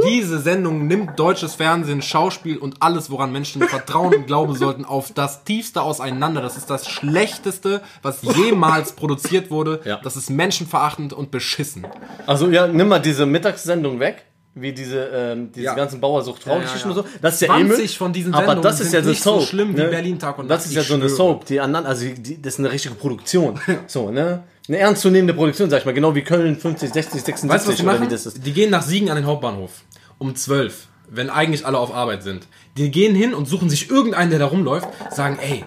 Speaker 1: Diese Sendung nimmt deutsches Fernsehen, Schauspiel und alles, woran Menschen vertrauen und glauben sollten, auf das tiefste auseinander. Das ist das Schlechteste, was jemals produziert wurde.
Speaker 2: Ja.
Speaker 1: Das ist menschenverachtend und beschissen.
Speaker 2: Also ja, nimm mal diese Mittagssendung weg, wie diese, ähm, diese
Speaker 1: Ja.
Speaker 2: ganzen Bauersucht Frau-Geschichten
Speaker 3: Ja, ja, ja.
Speaker 2: und so. Das ist ja eh
Speaker 1: 20
Speaker 2: Müll.
Speaker 1: von diesen
Speaker 2: Aber
Speaker 1: Sendungen
Speaker 2: das ist
Speaker 1: sind
Speaker 2: ja so
Speaker 1: nicht
Speaker 2: Soap,
Speaker 1: so schlimm wie
Speaker 2: ne?
Speaker 1: Berlin Tag und
Speaker 2: Das
Speaker 1: Nacht,
Speaker 2: ist ja
Speaker 1: ich
Speaker 2: so eine
Speaker 1: schwöre.
Speaker 2: Soap, die anderen, also die, das ist eine richtige Produktion. So, ne? Eine ernstzunehmende Produktion, sag ich mal, genau wie Köln 50, 60, 76
Speaker 1: Weißt du, was die
Speaker 2: oder
Speaker 1: machen?
Speaker 2: wie das ist.
Speaker 1: Die gehen nach Siegen an den Hauptbahnhof. Um 12. Wenn eigentlich alle auf Arbeit sind. Die gehen hin und suchen sich irgendeinen, der da rumläuft, sagen, ey,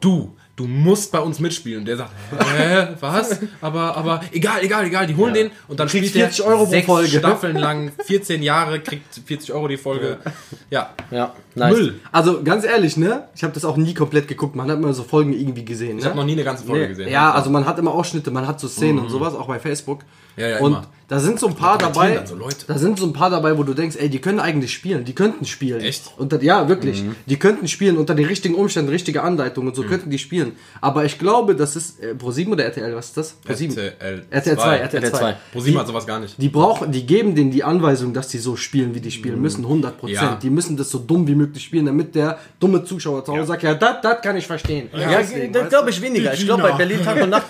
Speaker 1: du, du musst bei uns mitspielen. Und der sagt, hä, was? Aber, aber, egal, egal, egal. Die holen den und dann
Speaker 3: Kriegst
Speaker 1: spielt der
Speaker 3: 40 Euro pro
Speaker 1: sechs
Speaker 3: Folge.
Speaker 1: Staffeln lang, 14 Jahre, kriegt 40 Euro die Folge. Ja.
Speaker 2: Ja, nice.
Speaker 1: Müll.
Speaker 3: Also ganz ehrlich, ne? Ich habe das auch nie komplett geguckt. Man hat immer so Folgen irgendwie gesehen. Ne?
Speaker 1: Ich habe noch nie eine ganze Folge gesehen. Mhm.
Speaker 3: Ja, also man hat immer Ausschnitte, man hat so Szenen und sowas, auch bei Facebook.
Speaker 1: Ja, ja,
Speaker 3: und
Speaker 1: immer.
Speaker 3: da sind so ein paar
Speaker 1: kommentieren
Speaker 3: dabei,
Speaker 1: dann so Leute.
Speaker 3: da sind so ein paar dabei, wo du denkst, ey, die können eigentlich spielen, die könnten spielen.
Speaker 1: Echt? Mhm.
Speaker 3: Und dann- ja, wirklich, die könnten spielen unter den richtigen Umständen, richtige Anleitung und so könnten die spielen. Aber ich glaube, das ist äh, Pro 7 oder RTL, was ist das? Pro 7.
Speaker 1: RTL
Speaker 3: RTL 2, RTL 2.
Speaker 2: RTL 2.
Speaker 1: ProSieben hat sowas gar nicht.
Speaker 3: Die brauchen, die geben denen die Anweisung, dass die so spielen, wie die spielen müssen, 100 Prozent.
Speaker 1: Mhm. Ja.
Speaker 3: Die müssen das so dumm wie möglich spielen, damit der dumme Zuschauer zu Hause sagt, ja, das, das kann ich verstehen.
Speaker 2: Ja, da glaube ich weniger.
Speaker 3: Genau.
Speaker 2: Ich glaube bei Berlin Tag und Nacht,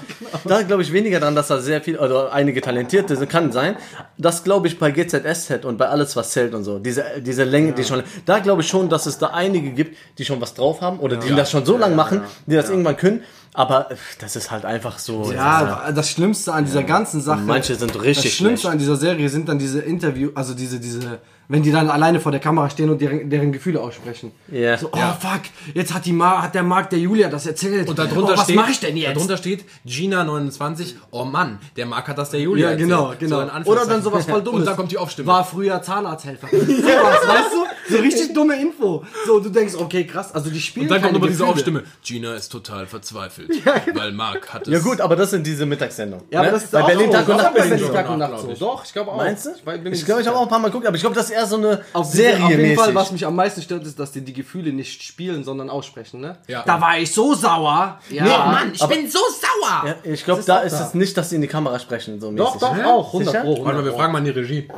Speaker 2: da glaube ich weniger dran, dass da sehr viel, oder einige Talentierte, sind, kann sein. Das glaube ich bei GZSZ und bei alles, was zählt und so. Diese, diese Länge, die schon, da glaube ich schon, dass es da einige gibt, die schon was drauf haben oder die das schon so lange machen, die das irgendwann können. Aber äh, das ist halt einfach so.
Speaker 3: Ja, das Schlimmste an dieser ganzen Sache.
Speaker 2: Manche sind richtig
Speaker 3: Das Schlimmste
Speaker 2: schlecht.
Speaker 3: an dieser Serie sind dann diese Interview, also diese, diese, wenn die dann alleine vor der Kamera stehen und deren, deren Gefühle aussprechen.
Speaker 2: Ja.
Speaker 3: So, oh
Speaker 1: Ja.
Speaker 3: fuck, jetzt hat die Ma, hat der Marc der Julia das erzählt.
Speaker 1: Und darunter
Speaker 3: oh, was
Speaker 1: steht,
Speaker 3: mache ich denn jetzt?
Speaker 1: Darunter steht Gina 29. Oh Mann, der Mark hat das der Julia.
Speaker 3: ja, genau,
Speaker 1: erzählt.
Speaker 3: genau.
Speaker 1: So in
Speaker 3: Oder
Speaker 1: Anführungszeichen.
Speaker 3: dann sowas voll Dummes.
Speaker 1: Und dann kommt die Aufstimme.
Speaker 3: War früher Zahnarzthelfer. Sowas, weißt du? So richtig dumme Info. So, du denkst, okay, krass, also die spielen
Speaker 1: dann kommt
Speaker 3: keine
Speaker 1: immer diese
Speaker 3: Gefühle. genau.
Speaker 1: Aufstimme. Gina ist total verzweifelt, weil Mark hat es.
Speaker 2: Ja gut, aber das sind diese Mittagssendungen. ne?
Speaker 3: Ja, aber das ist
Speaker 2: bei
Speaker 3: auch
Speaker 2: Berlin
Speaker 3: so.
Speaker 2: Tag und
Speaker 3: Das
Speaker 2: Nacht.
Speaker 3: hat bei
Speaker 2: ist es
Speaker 3: Berlin
Speaker 2: so.
Speaker 3: Tag und
Speaker 1: Nacht,
Speaker 3: Nacht so.
Speaker 1: glaub ich.
Speaker 3: Doch, ich glaube auch.
Speaker 2: Meinst du?
Speaker 3: Ich, bin mir
Speaker 2: Ich
Speaker 3: nicht
Speaker 2: glaube, ich
Speaker 3: sicher.
Speaker 2: habe auch ein paar Mal geguckt, aber ich glaube, das ist eher so eine
Speaker 3: Auf jeden,
Speaker 2: Serie.
Speaker 3: auf jeden Fall, was mich am meisten stört, ist, dass die die Gefühle nicht spielen, sondern aussprechen, ne?
Speaker 1: Ja.
Speaker 3: Da war ich so sauer. Ja.
Speaker 1: ich bin so sauer.
Speaker 2: Ja, ich glaube, da ist es nicht, dass sie in die Kamera sprechen. So
Speaker 3: Doch,
Speaker 2: mäßig.
Speaker 3: doch, auch. 100
Speaker 2: Sicher?
Speaker 3: Pro.
Speaker 1: Warte
Speaker 3: 100
Speaker 1: mal, wir fragen mal in die Regie.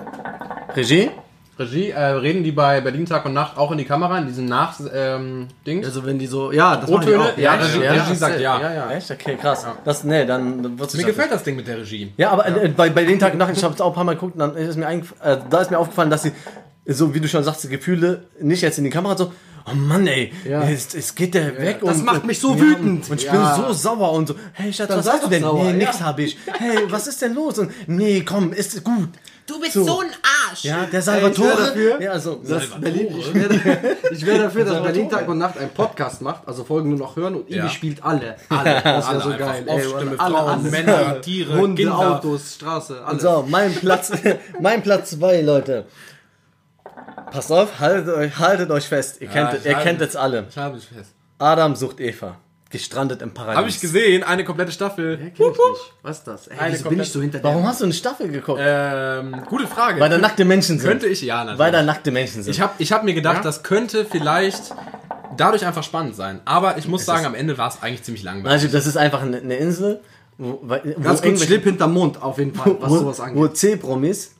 Speaker 2: Regie?
Speaker 1: Regie, äh, reden die bei Berlin Tag und Nacht auch in die Kamera, in diesen Nach-Dings? Ähm, Dings?
Speaker 3: Also wenn die so, ja, das machen die
Speaker 1: O-Töne?
Speaker 3: auch.
Speaker 1: Ja, Regie,
Speaker 2: ja,
Speaker 1: Regie sagt ja.
Speaker 3: ja, ja.
Speaker 2: Echt? Okay, krass. Das, nee, dann dann wird's
Speaker 1: Mir
Speaker 2: nicht
Speaker 1: gefällt das Ding mit der Regie.
Speaker 2: Ja, aber äh, bei, bei den Tag und Nacht, ich habe es auch ein paar Mal geguckt, und dann ist mir eingef- äh, da ist mir aufgefallen, dass sie, so wie du schon sagst, die Gefühle nicht jetzt in die Kamera so, oh Mann, ey, es, es geht der weg.
Speaker 3: Das
Speaker 2: und,
Speaker 3: macht mich so wütend.
Speaker 2: Und ich
Speaker 3: Ja.
Speaker 2: bin so sauer und so, hey Schatz, was
Speaker 3: sei
Speaker 2: hast du
Speaker 3: doch
Speaker 2: denn?
Speaker 3: sauer,
Speaker 2: nee,
Speaker 3: ja.
Speaker 2: nix habe ich. Hey, was ist denn los? Und nee, komm, ist gut.
Speaker 4: Du bist
Speaker 2: So.
Speaker 4: so, ein Arsch.
Speaker 2: Ja, der
Speaker 3: ich wär
Speaker 2: Salvatore.
Speaker 3: dafür.
Speaker 2: ja, so.
Speaker 3: Das Berlin, ich wäre ich wär dafür, dass Berlin Tag und Nacht einen Podcast macht, also Folgen nur noch hören und Ibi
Speaker 1: Ja.
Speaker 3: spielt alle. Alle, das wäre so
Speaker 1: Alle einfach.
Speaker 3: geil.
Speaker 1: Aufstimme,
Speaker 3: alle,
Speaker 1: Frauen,
Speaker 3: alles.
Speaker 1: Männer, Tiere,
Speaker 3: Hunde,
Speaker 1: Kinder.
Speaker 3: Autos, Straße, alles.
Speaker 2: So, mein Platz, mein Platz 2, Leute. Passt auf, haltet euch, haltet euch fest. Ihr kennt,
Speaker 1: Ja,
Speaker 2: ihr
Speaker 1: ich
Speaker 2: kennt
Speaker 1: halte-
Speaker 2: jetzt alle.
Speaker 1: Ich habe mich fest.
Speaker 2: Adam sucht Eva. Gestrandet im Paradies.
Speaker 1: Habe ich gesehen, eine komplette
Speaker 3: Ja,
Speaker 1: Staffel.
Speaker 3: kenn ich nicht. Was ist das? Ey, wieso bin
Speaker 1: komplett-
Speaker 3: ich so hinter
Speaker 2: Warum
Speaker 3: dir?
Speaker 2: hast du eine Staffel geguckt?
Speaker 1: Ähm, gute Frage.
Speaker 2: Weil da nackte Menschen sind.
Speaker 1: Könnte ich, ja, natürlich.
Speaker 2: Weil da nackte Menschen sind.
Speaker 1: Ich habe ich hab mir gedacht, das könnte vielleicht dadurch einfach spannend sein. Aber ich muss sagen, am Ende war es eigentlich ziemlich langweilig.
Speaker 2: also, das ist einfach eine, eine Insel, wo, weil- wo
Speaker 3: Ganz kurz,
Speaker 2: irgendwelche-
Speaker 3: Schlipp hinterm Mond auf jeden Fall, was sowas
Speaker 2: wo, wo
Speaker 3: angeht.
Speaker 2: C-Promis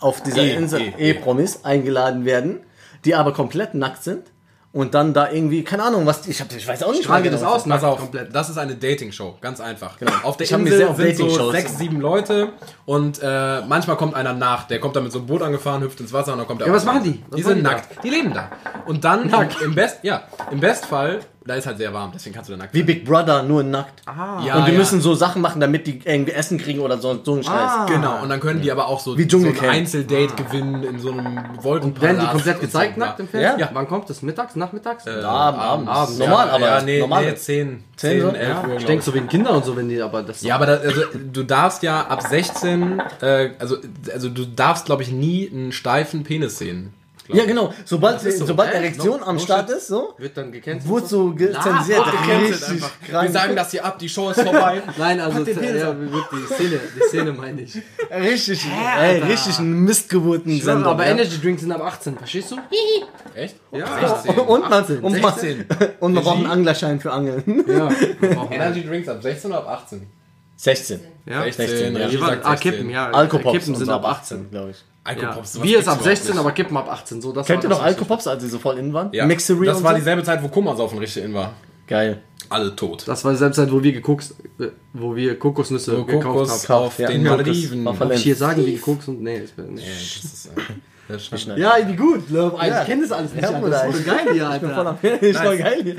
Speaker 2: auf dieser
Speaker 1: E,
Speaker 2: Insel
Speaker 1: E, E.
Speaker 2: E-Promis eingeladen werden, die aber komplett nackt sind und dann da irgendwie, keine Ahnung, was, ich, hab, ich weiß auch nicht,
Speaker 3: Frage des
Speaker 2: genau was-
Speaker 3: Aus,
Speaker 1: Pass auf,
Speaker 3: komplett.
Speaker 1: das ist eine Dating-Show, ganz einfach.
Speaker 2: Genau.
Speaker 1: Auf der
Speaker 2: Ich hab mich
Speaker 1: Insel
Speaker 2: sehr auf
Speaker 1: sind so
Speaker 2: Dating-Shows-
Speaker 1: sechs, sieben Leute und äh, manchmal kommt einer nach. Der kommt dann mit so einem Boot angefahren, hüpft ins Wasser und dann kommt er.
Speaker 3: Ja,
Speaker 1: auch
Speaker 3: was machen
Speaker 1: nach.
Speaker 3: die? Was
Speaker 1: die
Speaker 3: machen
Speaker 1: sind
Speaker 3: die da?
Speaker 1: nackt. Die leben da. Und dann im, im Best, ja, im Bestfall Da ist halt sehr warm, deswegen kannst du da nackt
Speaker 2: Wie Big Brother, nur nackt.
Speaker 3: Ah,
Speaker 1: Ja,
Speaker 2: und die
Speaker 1: ja.
Speaker 2: müssen so Sachen machen, damit die irgendwie Essen kriegen oder so, so einen Scheiß.
Speaker 3: Ah.
Speaker 1: Genau, und dann können die aber auch so,
Speaker 2: Wie
Speaker 1: so
Speaker 2: Dschungeldcamp.
Speaker 1: ein Einzeldate gewinnen in so einem Wolkenpalast.
Speaker 3: Werden die komplett
Speaker 1: und
Speaker 3: gezeigt
Speaker 1: so.
Speaker 3: nackt im
Speaker 2: Ja.
Speaker 3: Fernsehen? Wann kommt das? Mittags, nachmittags?
Speaker 1: Äh,
Speaker 2: Abend, Abend.
Speaker 1: abends,
Speaker 2: Normal,
Speaker 1: ja,
Speaker 2: aber
Speaker 1: Ja, nee,
Speaker 2: normal.
Speaker 1: nee 10,
Speaker 2: 10
Speaker 1: 10,
Speaker 2: so?
Speaker 1: 11 Uhr,
Speaker 3: ich
Speaker 1: glaub
Speaker 3: denke so wegen Kindern und so, wenn die, aber das
Speaker 1: Ja, aber da, also, du darfst ja ab 16, äh, also, also du darfst, glaube ich, nie einen steifen Penis sehen. glaub
Speaker 2: Ja,
Speaker 1: ich.
Speaker 2: genau. Sobald,
Speaker 3: ist so.
Speaker 2: sobald
Speaker 3: Hä?
Speaker 2: Erektion
Speaker 3: No-
Speaker 2: am
Speaker 3: no
Speaker 2: Start
Speaker 3: shit.
Speaker 2: ist, so,
Speaker 3: wird dann gecancelt.
Speaker 2: wurde so ge- zensiert. Richtig
Speaker 1: Wir
Speaker 2: krank.
Speaker 1: sagen das hier ab, die Show ist vorbei.
Speaker 3: Nein, also
Speaker 2: Pack den Penis
Speaker 3: ja,
Speaker 2: ab.
Speaker 3: wird die Szene, die Szene meine ich.
Speaker 2: Richtig, ey, richtig ein Mistgeburten Sendung.
Speaker 3: aber
Speaker 2: ja.
Speaker 3: Energy Drinks sind ab 18, verstehst du?
Speaker 1: Echt?
Speaker 3: Ja.
Speaker 2: und man, und, man,
Speaker 1: 16.
Speaker 2: und man braucht einen Anglerschein für Angeln.
Speaker 3: Ja.
Speaker 1: Energy Drinks ab 16 oder ab 18?
Speaker 2: 16.
Speaker 3: ja.
Speaker 2: 16, ja.
Speaker 1: Regie
Speaker 3: Wir waren,
Speaker 1: sagt
Speaker 3: ah,
Speaker 1: 16.
Speaker 3: Kippen, ja.
Speaker 2: Alkopops
Speaker 3: Kippen sind
Speaker 2: und so
Speaker 3: ab 18.
Speaker 2: glaube ich.
Speaker 3: Ja.
Speaker 1: Alkopops. sowas
Speaker 3: Bier ist
Speaker 1: gibt's
Speaker 3: ab 16,
Speaker 1: überhaupt
Speaker 3: aber
Speaker 1: nicht.
Speaker 3: Kippen ab 18. So, das
Speaker 2: Kennt ihr
Speaker 3: war
Speaker 2: noch
Speaker 3: das Wichtige.
Speaker 2: Alkopops, als sie so voll innen waren?
Speaker 1: Ja.
Speaker 2: Mixery
Speaker 1: Das
Speaker 2: und
Speaker 1: war
Speaker 2: so?
Speaker 1: dieselbe Zeit, wo Kummersaufen richtig in war.
Speaker 2: Geil.
Speaker 1: Alle tot.
Speaker 3: Das war dieselbe Zeit, wo wir geguckt, äh, wo wir Kokosnüsse
Speaker 1: So
Speaker 3: gekauft
Speaker 1: Kokos
Speaker 3: haben.
Speaker 1: auf
Speaker 2: Ja,
Speaker 1: den
Speaker 2: Kokos.
Speaker 1: Malediven.
Speaker 2: War
Speaker 3: Darf
Speaker 2: verletzt.
Speaker 3: ich hier sagen, wie geguckt und nee, ist, nee.
Speaker 1: Das ist, äh, das ist schon-
Speaker 3: Ja, wie gut, Love. Island. Ich kenne das alles nicht.
Speaker 2: Ja,
Speaker 3: Alter.
Speaker 2: Bruder,
Speaker 3: Das ist voll geil hier,
Speaker 2: Ich bin voll
Speaker 3: Alter.
Speaker 2: am Ich war geil hier.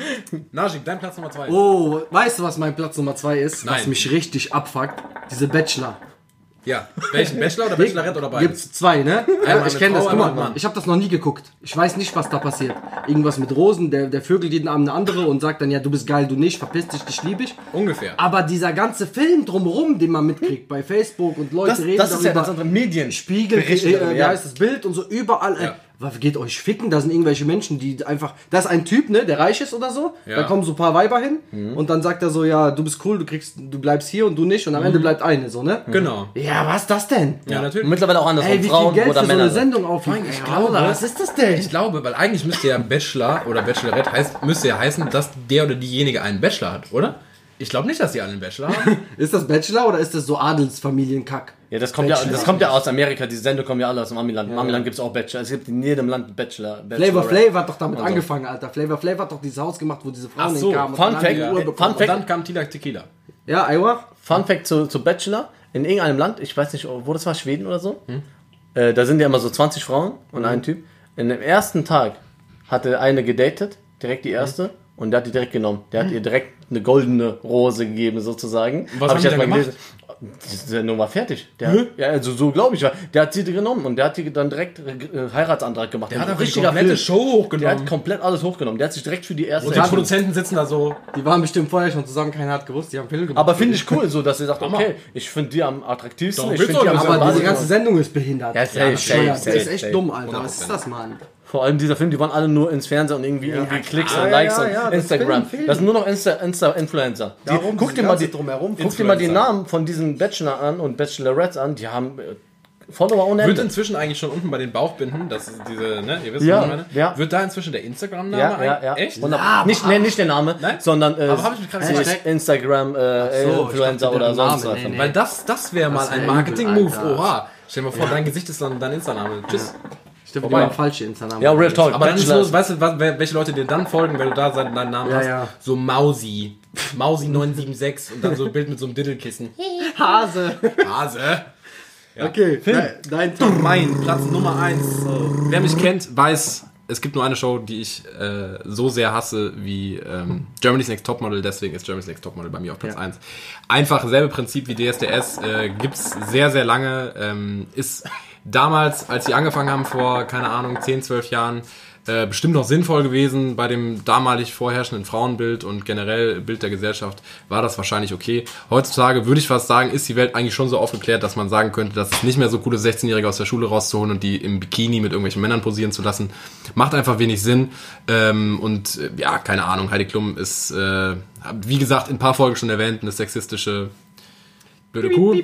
Speaker 1: Najib, dein Platz Nummer 2.
Speaker 3: Oh, weißt du, was mein Platz Nummer 2 ist? Was
Speaker 1: Nein.
Speaker 3: mich richtig abfuckt? Diese Bachelor.
Speaker 1: Ja. Welchen? Bachelor oder Bachelorette oder beides?
Speaker 3: Gibt's zwei, ne?
Speaker 1: Einmal
Speaker 3: ich
Speaker 1: eine Frau,
Speaker 3: kenne das. Guck mal,
Speaker 1: einmal ein Mann.
Speaker 3: ich habe das noch nie geguckt. Ich weiß nicht, was da passiert. Irgendwas mit Rosen, der, der vögelt jeden Abend eine andere und sagt dann, ja, du bist geil, du nicht, verpiss dich, dich lieb ich.
Speaker 1: Ungefähr.
Speaker 3: Aber dieser ganze Film drumherum, den man mitkriegt bei Facebook und Leute
Speaker 2: Das,
Speaker 3: reden
Speaker 2: das ist ja
Speaker 3: darüber,
Speaker 2: das andere Medien.
Speaker 3: Spiegel,
Speaker 2: Berichte
Speaker 3: äh,
Speaker 2: darüber,
Speaker 3: wie
Speaker 2: ja.
Speaker 3: heißt das Bild und so überall. Äh,
Speaker 1: Ja.
Speaker 3: was geht euch ficken? Da sind irgendwelche Menschen, die einfach. Da ist ein Typ, ne, der reich ist oder so.
Speaker 1: Ja. Mhm.
Speaker 3: Da kommen so ein paar Weiber hin und dann sagt er so, ja, du bist cool, du kriegst, du bleibst hier und du nicht und am Ende bleibt eine so, ne?
Speaker 1: Genau.
Speaker 3: Ja, was ist das denn?
Speaker 1: Mhm. Ja, natürlich.
Speaker 2: Und mittlerweile auch anders. um
Speaker 3: Ey, wie viel
Speaker 2: Frauen
Speaker 3: Geld
Speaker 2: oder
Speaker 3: für so
Speaker 2: Männer.
Speaker 3: eine Sendung aufhängen? Ich ne?
Speaker 1: glaube,
Speaker 3: was ist das denn?
Speaker 1: Ich glaube, weil eigentlich müsste ja Bachelor oder Bachelorette heißt, müsste ja heißen, dass der oder diejenige einen Bachelor hat, oder? Ich glaube nicht, dass die alle einen Bachelor haben.
Speaker 3: Ist das Bachelor oder ist das so Adelsfamilienkack?
Speaker 2: ja, das kommt ja, das kommt ja aus Amerika. Die Sendung kommen ja alle aus dem Amiland. Im Amiland gibt es auch Bachelor. Es gibt in jedem Land Bachelor.
Speaker 3: Flavor
Speaker 2: Bachelorette.
Speaker 3: Flav hat doch damit
Speaker 2: Also.
Speaker 3: angefangen, Alter. Flavor Flav hat doch dieses Haus gemacht, wo diese Frauen
Speaker 1: Ach so,
Speaker 3: hinkamen. und
Speaker 2: Fun
Speaker 3: dann haben die
Speaker 2: Fact,
Speaker 3: Uhr
Speaker 2: äh,
Speaker 3: bekommen.
Speaker 2: Fun
Speaker 1: Und dann kam Tila Tequila.
Speaker 3: Ja, Iowa?
Speaker 2: Fun Fact zu, zu Bachelor. In irgendeinem Land, ich weiß nicht, wo das war, Schweden oder so. Äh, da sind ja immer so 20 Frauen und ein Typ. In dem ersten Tag hatte eine gedatet, direkt die erste. Und der hat die direkt genommen. Der hat ihr direkt eine goldene Rose gegeben, sozusagen.
Speaker 1: was haben die
Speaker 2: erst
Speaker 1: dann
Speaker 2: mal
Speaker 1: gemacht?
Speaker 2: Die Sendung war fertig. Der, ja, also so glaube ich. Der hat sie genommen und der hat die dann direkt äh, Heiratsantrag gemacht.
Speaker 1: Der hat
Speaker 2: Ein
Speaker 1: einfach die komplette
Speaker 2: Film.
Speaker 1: Show
Speaker 2: Der hat
Speaker 1: hochgenommen.
Speaker 2: komplett alles hochgenommen. Der hat sich direkt für die erste
Speaker 1: Und die Produzenten sitzen da so.
Speaker 3: Die waren bestimmt vorher schon zusammen, keiner hat gewusst, die haben Film gemacht.
Speaker 2: Aber finde ich cool, so dass ihr sagt,
Speaker 1: Hammer.
Speaker 2: okay, ich finde die am attraktivsten.
Speaker 1: Doch,
Speaker 2: ich
Speaker 1: willst
Speaker 2: finde
Speaker 1: du
Speaker 2: die
Speaker 1: auch
Speaker 2: am
Speaker 1: nicht
Speaker 3: Aber diese
Speaker 2: sympathischsten.
Speaker 3: ganze Sendung ist behindert.
Speaker 2: Ja, safe,
Speaker 3: bescheuert.
Speaker 2: safe,
Speaker 3: das ist
Speaker 2: safe,
Speaker 3: echt
Speaker 2: safe.
Speaker 3: dumm, Alter. Was ist das, Mann?
Speaker 2: Vor allem dieser Film, die waren alle nur ins Fernsehen und irgendwie, irgendwie Klicks
Speaker 3: ja,
Speaker 2: und Likes
Speaker 3: ja,
Speaker 2: und
Speaker 3: ja, das
Speaker 2: Instagram.
Speaker 3: Film, Film.
Speaker 2: Das sind nur noch Insta, Insta Influencer. Die,
Speaker 3: Darum,
Speaker 2: guck dir
Speaker 3: diese
Speaker 2: mal
Speaker 3: ganze
Speaker 2: die
Speaker 3: Drumherum.
Speaker 2: Guck dir mal die
Speaker 1: Influencer.
Speaker 2: Namen von diesen Bachelor an und Bachelorettes an, die haben äh, Follower ohne
Speaker 1: Wird
Speaker 2: Ende.
Speaker 1: inzwischen eigentlich schon unten bei den Bauchbinden, das ist diese, ne, ihr wisst,
Speaker 2: Ja,
Speaker 1: was ich meine.
Speaker 2: ja.
Speaker 1: Wird da inzwischen der Instagram-Name
Speaker 2: Ja, ja, ja.
Speaker 1: ein- Echt?
Speaker 2: Wunderbar.
Speaker 3: Ah,
Speaker 2: nicht, nee, nicht der Name,
Speaker 1: Nein?
Speaker 2: sondern äh,
Speaker 1: Aber hab ich mich gerade
Speaker 2: sie ist
Speaker 1: versteckt?
Speaker 2: Instagram äh,
Speaker 3: Ach so, ich
Speaker 2: Influencer
Speaker 3: dachte,
Speaker 2: oder
Speaker 3: der
Speaker 2: sonst
Speaker 3: Name,
Speaker 2: was.
Speaker 3: nee, nee.
Speaker 1: Weil das, das wäre mal
Speaker 3: Das wär
Speaker 1: ein
Speaker 3: übel,
Speaker 1: Marketing-Move.
Speaker 3: Alter.
Speaker 1: Oha. Stell dir mal vor, dein Gesicht ist dann dein Insta-Name. Tschüss.
Speaker 3: Stimmt, die
Speaker 1: Vorbei.
Speaker 3: waren falsche Instagram.
Speaker 2: Ja, Real Talk.
Speaker 1: Aber dann ist
Speaker 2: Bachelor-
Speaker 1: los, weißt du, was, wer- welche Leute dir dann folgen, wenn du da seinen, deinen Namen
Speaker 3: Ja,
Speaker 1: hast?
Speaker 3: ja.
Speaker 1: So Mausi. Mausi 976 und dann so ein Bild mit so einem Diddelkissen.
Speaker 3: Hase.
Speaker 1: Hase.
Speaker 3: Okay, dein, dein Top.
Speaker 1: Mein Platz Nummer 1. Wer mich kennt, weiß, es gibt nur eine Show, die ich äh, so sehr hasse wie ähm, Germany's Next Topmodel. Deswegen ist Germany's Next Topmodel bei mir auf Platz 1. Einfach selbe Prinzip wie DSDS. Äh, gibt's sehr, sehr lange. Ähm, ist damals, als sie angefangen haben, vor, keine Ahnung, 10, 12 Jahren, äh, bestimmt noch sinnvoll gewesen. Bei dem damalig vorherrschenden Frauenbild und generell Bild der Gesellschaft war das wahrscheinlich okay. Heutzutage würde ich fast sagen, ist die Welt eigentlich schon so aufgeklärt, dass man sagen könnte, dass es nicht mehr so cool ist, 16-Jährige aus der Schule rauszuholen und die im Bikini mit irgendwelchen Männern posieren zu lassen. Macht einfach wenig Sinn. Ähm, und äh, ja, keine Ahnung, Heidi Klum ist, äh, wie gesagt, in ein paar Folgen schon erwähnt, eine sexistische blöde Kuh.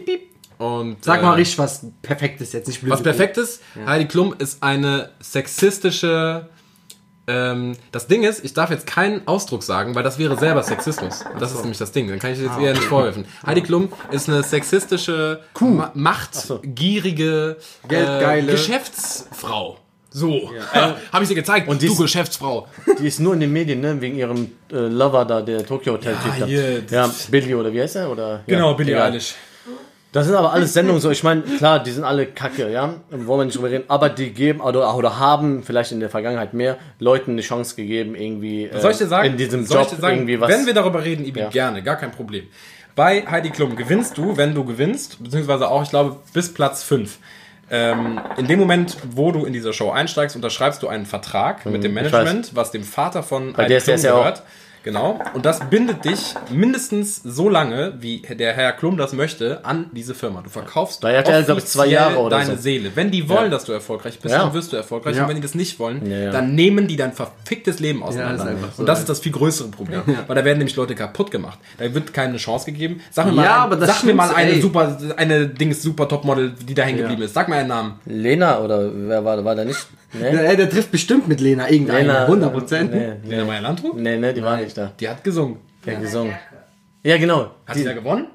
Speaker 1: Und,
Speaker 3: Sag mal
Speaker 1: äh,
Speaker 3: richtig was Perfektes jetzt, nicht blöd.
Speaker 1: was perfekt ist, Heidi Klum ist eine sexistische. Ähm, das Ding ist, ich darf jetzt keinen Ausdruck sagen, weil das wäre selber Sexismus. Das ist nämlich das Ding. Dann kann ich jetzt eher nicht vorwerfen. Heidi Klum ist eine sexistische, ma machtgierige, äh,
Speaker 3: Geldgeile.
Speaker 1: Geschäftsfrau. So, habe ich dir gezeigt. Und
Speaker 2: die
Speaker 1: du
Speaker 2: ist-
Speaker 1: Geschäftsfrau.
Speaker 2: Die ist nur in den Medien, ne? wegen ihrem äh, Lover da, der Tokyo Hotel Typ
Speaker 1: hier,
Speaker 2: da. Ja,
Speaker 1: das-
Speaker 2: Genau,
Speaker 3: Genau,
Speaker 2: Billy oder wie heißt er? Oder, ja, egal. Das sind aber alles Sendungen so. Ich meine, klar, die sind alle kacke, ja. Wollen wir nicht drüber reden. Aber die geben oder, oder haben vielleicht in der Vergangenheit mehr Leuten eine Chance gegeben, irgendwie äh,
Speaker 1: Soll ich dir sagen,
Speaker 2: in diesem
Speaker 1: soll ich
Speaker 2: Job
Speaker 1: dir sagen,
Speaker 2: irgendwie was.
Speaker 1: wenn wir darüber reden, Ibi,
Speaker 2: Ja.
Speaker 1: gerne, gar kein Problem. Bei Heidi Klum gewinnst du, wenn du gewinnst, beziehungsweise auch, ich glaube, bis Platz 5. Ähm, in dem Moment, wo du in dieser Show einsteigst, unterschreibst du einen Vertrag mit dem
Speaker 2: Mhm, ich
Speaker 1: Management, was dem Vater von
Speaker 2: Bei DSDS ja auch.
Speaker 1: gehört. Genau. Und das bindet dich mindestens so lange, wie der Herr Klum das möchte, an diese Firma. Du verkaufst
Speaker 2: Bei RTL, glaub ich, zwei Jahre oder
Speaker 1: deine
Speaker 2: so.
Speaker 1: Seele. Wenn die wollen, dass du erfolgreich bist,
Speaker 2: Ja.
Speaker 1: dann wirst du erfolgreich.
Speaker 3: Ja.
Speaker 1: Und wenn die das nicht wollen,
Speaker 2: Ja, ja.
Speaker 1: dann nehmen die dein verficktes Leben aus.
Speaker 3: Ja, das ist
Speaker 1: Auseinander.
Speaker 3: einfach so,
Speaker 1: und das
Speaker 3: ja.
Speaker 1: ist das viel größere Problem. Weil da werden nämlich Leute kaputt gemacht. Da wird keine Chance gegeben. Sag mir mal,
Speaker 3: Ja,
Speaker 1: ein-
Speaker 3: aber das
Speaker 1: sag mir mal
Speaker 3: stimmt,
Speaker 1: eine
Speaker 3: ey.
Speaker 1: super, eine Dings super Topmodel, die da hängen geblieben ist. Sag mir einen Namen.
Speaker 2: Lena oder wer war, war da nicht? Nee,
Speaker 3: Ey, der trifft bestimmt mit Lena irgendeine,
Speaker 2: Lena, äh,
Speaker 3: 100 Prozent.
Speaker 2: nee,
Speaker 1: Lena Meyer Landrut?
Speaker 2: nee, nee, die war nicht da.
Speaker 1: Die hat gesungen.
Speaker 2: Die hat gesungen. Ja, genau.
Speaker 1: Hat sie
Speaker 2: Die,
Speaker 1: da gewonnen?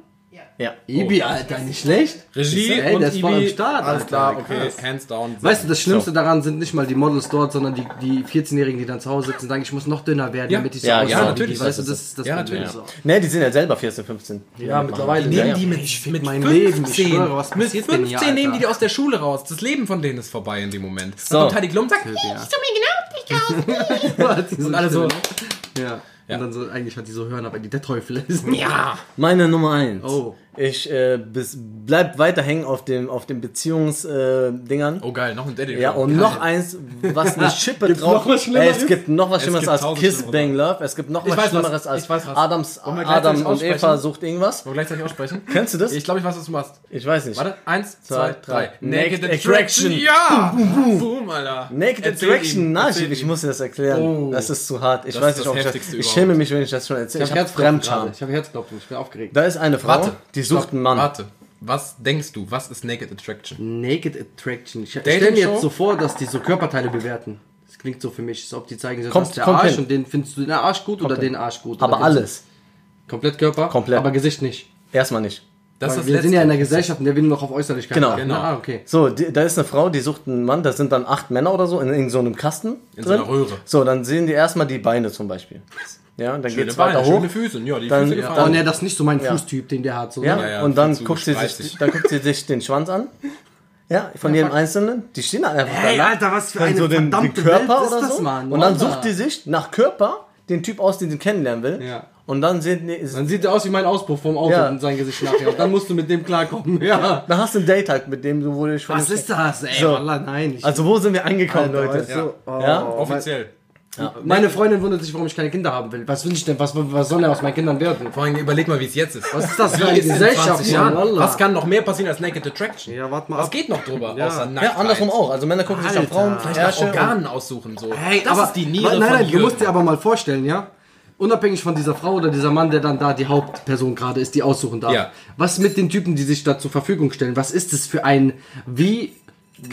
Speaker 2: ja.
Speaker 3: Ibi, Alter, nicht schlecht.
Speaker 1: Regie
Speaker 3: Ey,
Speaker 1: und
Speaker 3: der ist voll am
Speaker 1: Ibi.
Speaker 3: Start,
Speaker 1: Alles
Speaker 3: Alter,
Speaker 1: klar, okay,
Speaker 3: krass.
Speaker 1: hands down.
Speaker 3: Weißt du, das Schlimmste daran sind nicht mal die Models dort, sondern die, die 14-Jährigen, die dann zu Hause sitzen und sagen, ich muss noch dünner werden,
Speaker 1: Ja.
Speaker 3: damit ich so
Speaker 2: Ja,
Speaker 3: aussehe
Speaker 2: ja,
Speaker 3: wie die.
Speaker 1: natürlich.
Speaker 3: Weißt du, das ist das
Speaker 1: Ja,
Speaker 3: Problem.
Speaker 1: natürlich.
Speaker 3: So.
Speaker 2: Nee, die sind ja selber 14, 15.
Speaker 3: Ja, mittlerweile.
Speaker 1: Nehmen
Speaker 2: Ja, ja.
Speaker 1: die mit,
Speaker 3: Ich fick
Speaker 1: mit
Speaker 3: mein
Speaker 1: 15,
Speaker 3: Leben, ich schwöre, was
Speaker 1: mit
Speaker 3: passiert denn
Speaker 1: 15
Speaker 3: hier,
Speaker 1: nehmen die
Speaker 3: Alter?
Speaker 1: die aus der Schule raus. Das Leben von denen ist vorbei in dem Moment.
Speaker 2: So.
Speaker 1: So. Und Heidi Klum sagt, ich tu mir genau nicht auf.
Speaker 3: Und
Speaker 1: alle so-
Speaker 3: Ja. Und dann so, eigentlich hat die so Hörner, weil die der Teufel ist.
Speaker 1: Ja.
Speaker 2: Meine Nummer eins.
Speaker 3: Oh.
Speaker 2: Ich äh, bis, bleib weiter hängen auf dem auf den Beziehungsdingern. Äh, Dingern.
Speaker 1: Oh geil, noch ein Daddy.
Speaker 2: Ja, und noch eins, was eine Schippe
Speaker 3: Gibt's
Speaker 2: drauf.
Speaker 3: noch was
Speaker 2: Ey,
Speaker 3: Schlimmeres?
Speaker 2: es gibt noch was Schlimmeres
Speaker 1: gibt
Speaker 2: als
Speaker 1: tausend
Speaker 2: Kiss
Speaker 1: Schlimmeres.
Speaker 2: Bang Love. Es gibt noch was
Speaker 1: weiß was,
Speaker 2: Schlimmeres als
Speaker 1: ich weiß was.
Speaker 2: Adams,
Speaker 1: Wollen wir gleichzeitig
Speaker 2: Adam und
Speaker 1: aussprechen?
Speaker 2: Eva sucht irgendwas.
Speaker 1: Wollen wir gleichzeitig aussprechen?
Speaker 2: Kennst du das?
Speaker 1: Ich glaube, ich weiß, was du machst.
Speaker 2: Ich weiß nicht.
Speaker 1: Warte, eins, zwei, drei.
Speaker 2: drei. Naked Attraction.
Speaker 1: Ja! Boom, boom, boom, Alter.
Speaker 2: Naked
Speaker 1: Erzähl
Speaker 2: Attraction,
Speaker 1: ihm,
Speaker 2: na,
Speaker 1: erzähl
Speaker 2: ich, ich
Speaker 1: ihm.
Speaker 2: muss dir das erklären.
Speaker 1: Oh.
Speaker 2: Das ist zu hart. Ich
Speaker 1: Das
Speaker 2: weiß
Speaker 1: ist
Speaker 2: nicht,
Speaker 1: das
Speaker 2: ob ich das.
Speaker 1: Heftigste
Speaker 2: Ich
Speaker 1: überhaupt.
Speaker 2: schäme mich, wenn ich das schon erzähle. Ich,
Speaker 3: Ich
Speaker 2: hab habe
Speaker 3: habe
Speaker 2: Fremdscham.
Speaker 3: Fremdscham. Ich habe Herzklopfen, ich bin aufgeregt.
Speaker 2: Da ist eine Frau,
Speaker 1: Warte.
Speaker 2: die sucht einen Mann.
Speaker 1: Warte, was denkst du? Was ist Naked Attraction?
Speaker 3: Naked Attraction. Ich
Speaker 1: Dating
Speaker 3: stelle mir
Speaker 1: Show?
Speaker 3: jetzt so vor, dass die so Körperteile bewerten. Das klingt so für mich, als ob die zeigen, so,
Speaker 2: Kommt-
Speaker 3: das ist der
Speaker 2: kommt
Speaker 3: Arsch
Speaker 2: hin.
Speaker 3: und den findest du den Arsch gut oder
Speaker 2: hin.
Speaker 3: den Arsch gut.
Speaker 2: Aber
Speaker 3: Oder findest
Speaker 2: alles.
Speaker 3: du- Komplett Körper?
Speaker 2: Komplett.
Speaker 3: Aber Gesicht nicht.
Speaker 2: Erstmal nicht.
Speaker 1: Das
Speaker 3: Weil wir sind ja in der Gesellschaft, in der wir nur noch auf Äußerlichkeiten
Speaker 2: Genau.
Speaker 3: achten.
Speaker 1: Genau.
Speaker 3: Ah, okay.
Speaker 2: So, die, da ist eine Frau, die sucht einen Mann, da sind dann acht Männer oder so in, irgendeinem so einem Kasten.
Speaker 1: In so
Speaker 2: drin.
Speaker 1: einer Röhre.
Speaker 2: So, dann sehen die erstmal die Beine zum Beispiel. Ja, und dann
Speaker 1: Schöne
Speaker 2: geht's weiter
Speaker 1: Beine,
Speaker 2: hoch.
Speaker 1: schöne Füße. Ja, die
Speaker 2: Dann-
Speaker 1: Füße
Speaker 2: ja,
Speaker 1: gefallen.
Speaker 3: Oh
Speaker 2: dann-
Speaker 3: ne, das ist nicht so mein Fußtyp, den der hat. So,
Speaker 2: Ja,
Speaker 3: ne?
Speaker 1: Ähm, Ja, ja,
Speaker 2: und dann
Speaker 1: viel zu
Speaker 2: guckt, sie sich,
Speaker 1: spreizig.
Speaker 2: dann guckt sie sich den Schwanz an. Ja, von jedem Einzelnen. Die stehen dann einfach da.
Speaker 3: was für
Speaker 2: Dann so den, den Körper oder so. und dann
Speaker 3: Alter.
Speaker 2: sucht die sich nach Körper den Typ aus, den sie kennenlernen will.
Speaker 3: Ja.
Speaker 2: Und dann sehen die,
Speaker 3: Dann sieht er aus wie mein Auspuff vom Auto
Speaker 2: Ja.
Speaker 3: in sein Gesicht nachher. Und dann musst du mit dem klarkommen. Ja.
Speaker 2: dann hast du ein Date halt mit dem, du wurde schon.
Speaker 3: Was ist das, ey?
Speaker 2: So.
Speaker 3: Wallah, nein. Ich,
Speaker 2: Also wo sind wir angekommen,
Speaker 3: Alter,
Speaker 2: Leute?
Speaker 3: weißt du, oh.
Speaker 2: Ja?
Speaker 1: Offiziell.
Speaker 3: meine Freundin wundert sich, warum ich keine Kinder haben will. Was will ich denn? Was, was soll denn aus meinen Kindern werden?
Speaker 1: Vor allem überleg mal, wie es jetzt ist.
Speaker 3: Was ist das für
Speaker 1: Wie
Speaker 3: eine
Speaker 1: ist in
Speaker 3: Gesellschaft,
Speaker 1: 20 Jahren?
Speaker 3: Mann? Wallah.
Speaker 1: Was kann noch mehr passieren als Naked Attraction?
Speaker 3: Ja, warte mal
Speaker 1: Was
Speaker 3: ab.
Speaker 1: geht noch drüber? Außer
Speaker 2: ja,
Speaker 1: Nacktheit.
Speaker 2: andersrum auch. Also Männer gucken sich
Speaker 3: Alter.
Speaker 2: nach Frauen,
Speaker 1: Vielleicht
Speaker 2: Ärsche
Speaker 1: nach
Speaker 2: und-
Speaker 1: Organen aussuchen. So.
Speaker 3: Hey,
Speaker 1: das
Speaker 3: aber,
Speaker 1: ist die Niere
Speaker 3: Nein, nein,
Speaker 1: von
Speaker 3: du
Speaker 1: Jürgen.
Speaker 3: musst dir aber mal vorstellen, ja? Unabhängig von dieser Frau oder dieser Mann, der dann da die Hauptperson gerade ist, die aussuchen darf.
Speaker 1: Ja.
Speaker 3: Was mit den Typen, die sich da zur Verfügung stellen? Was ist es für ein, wie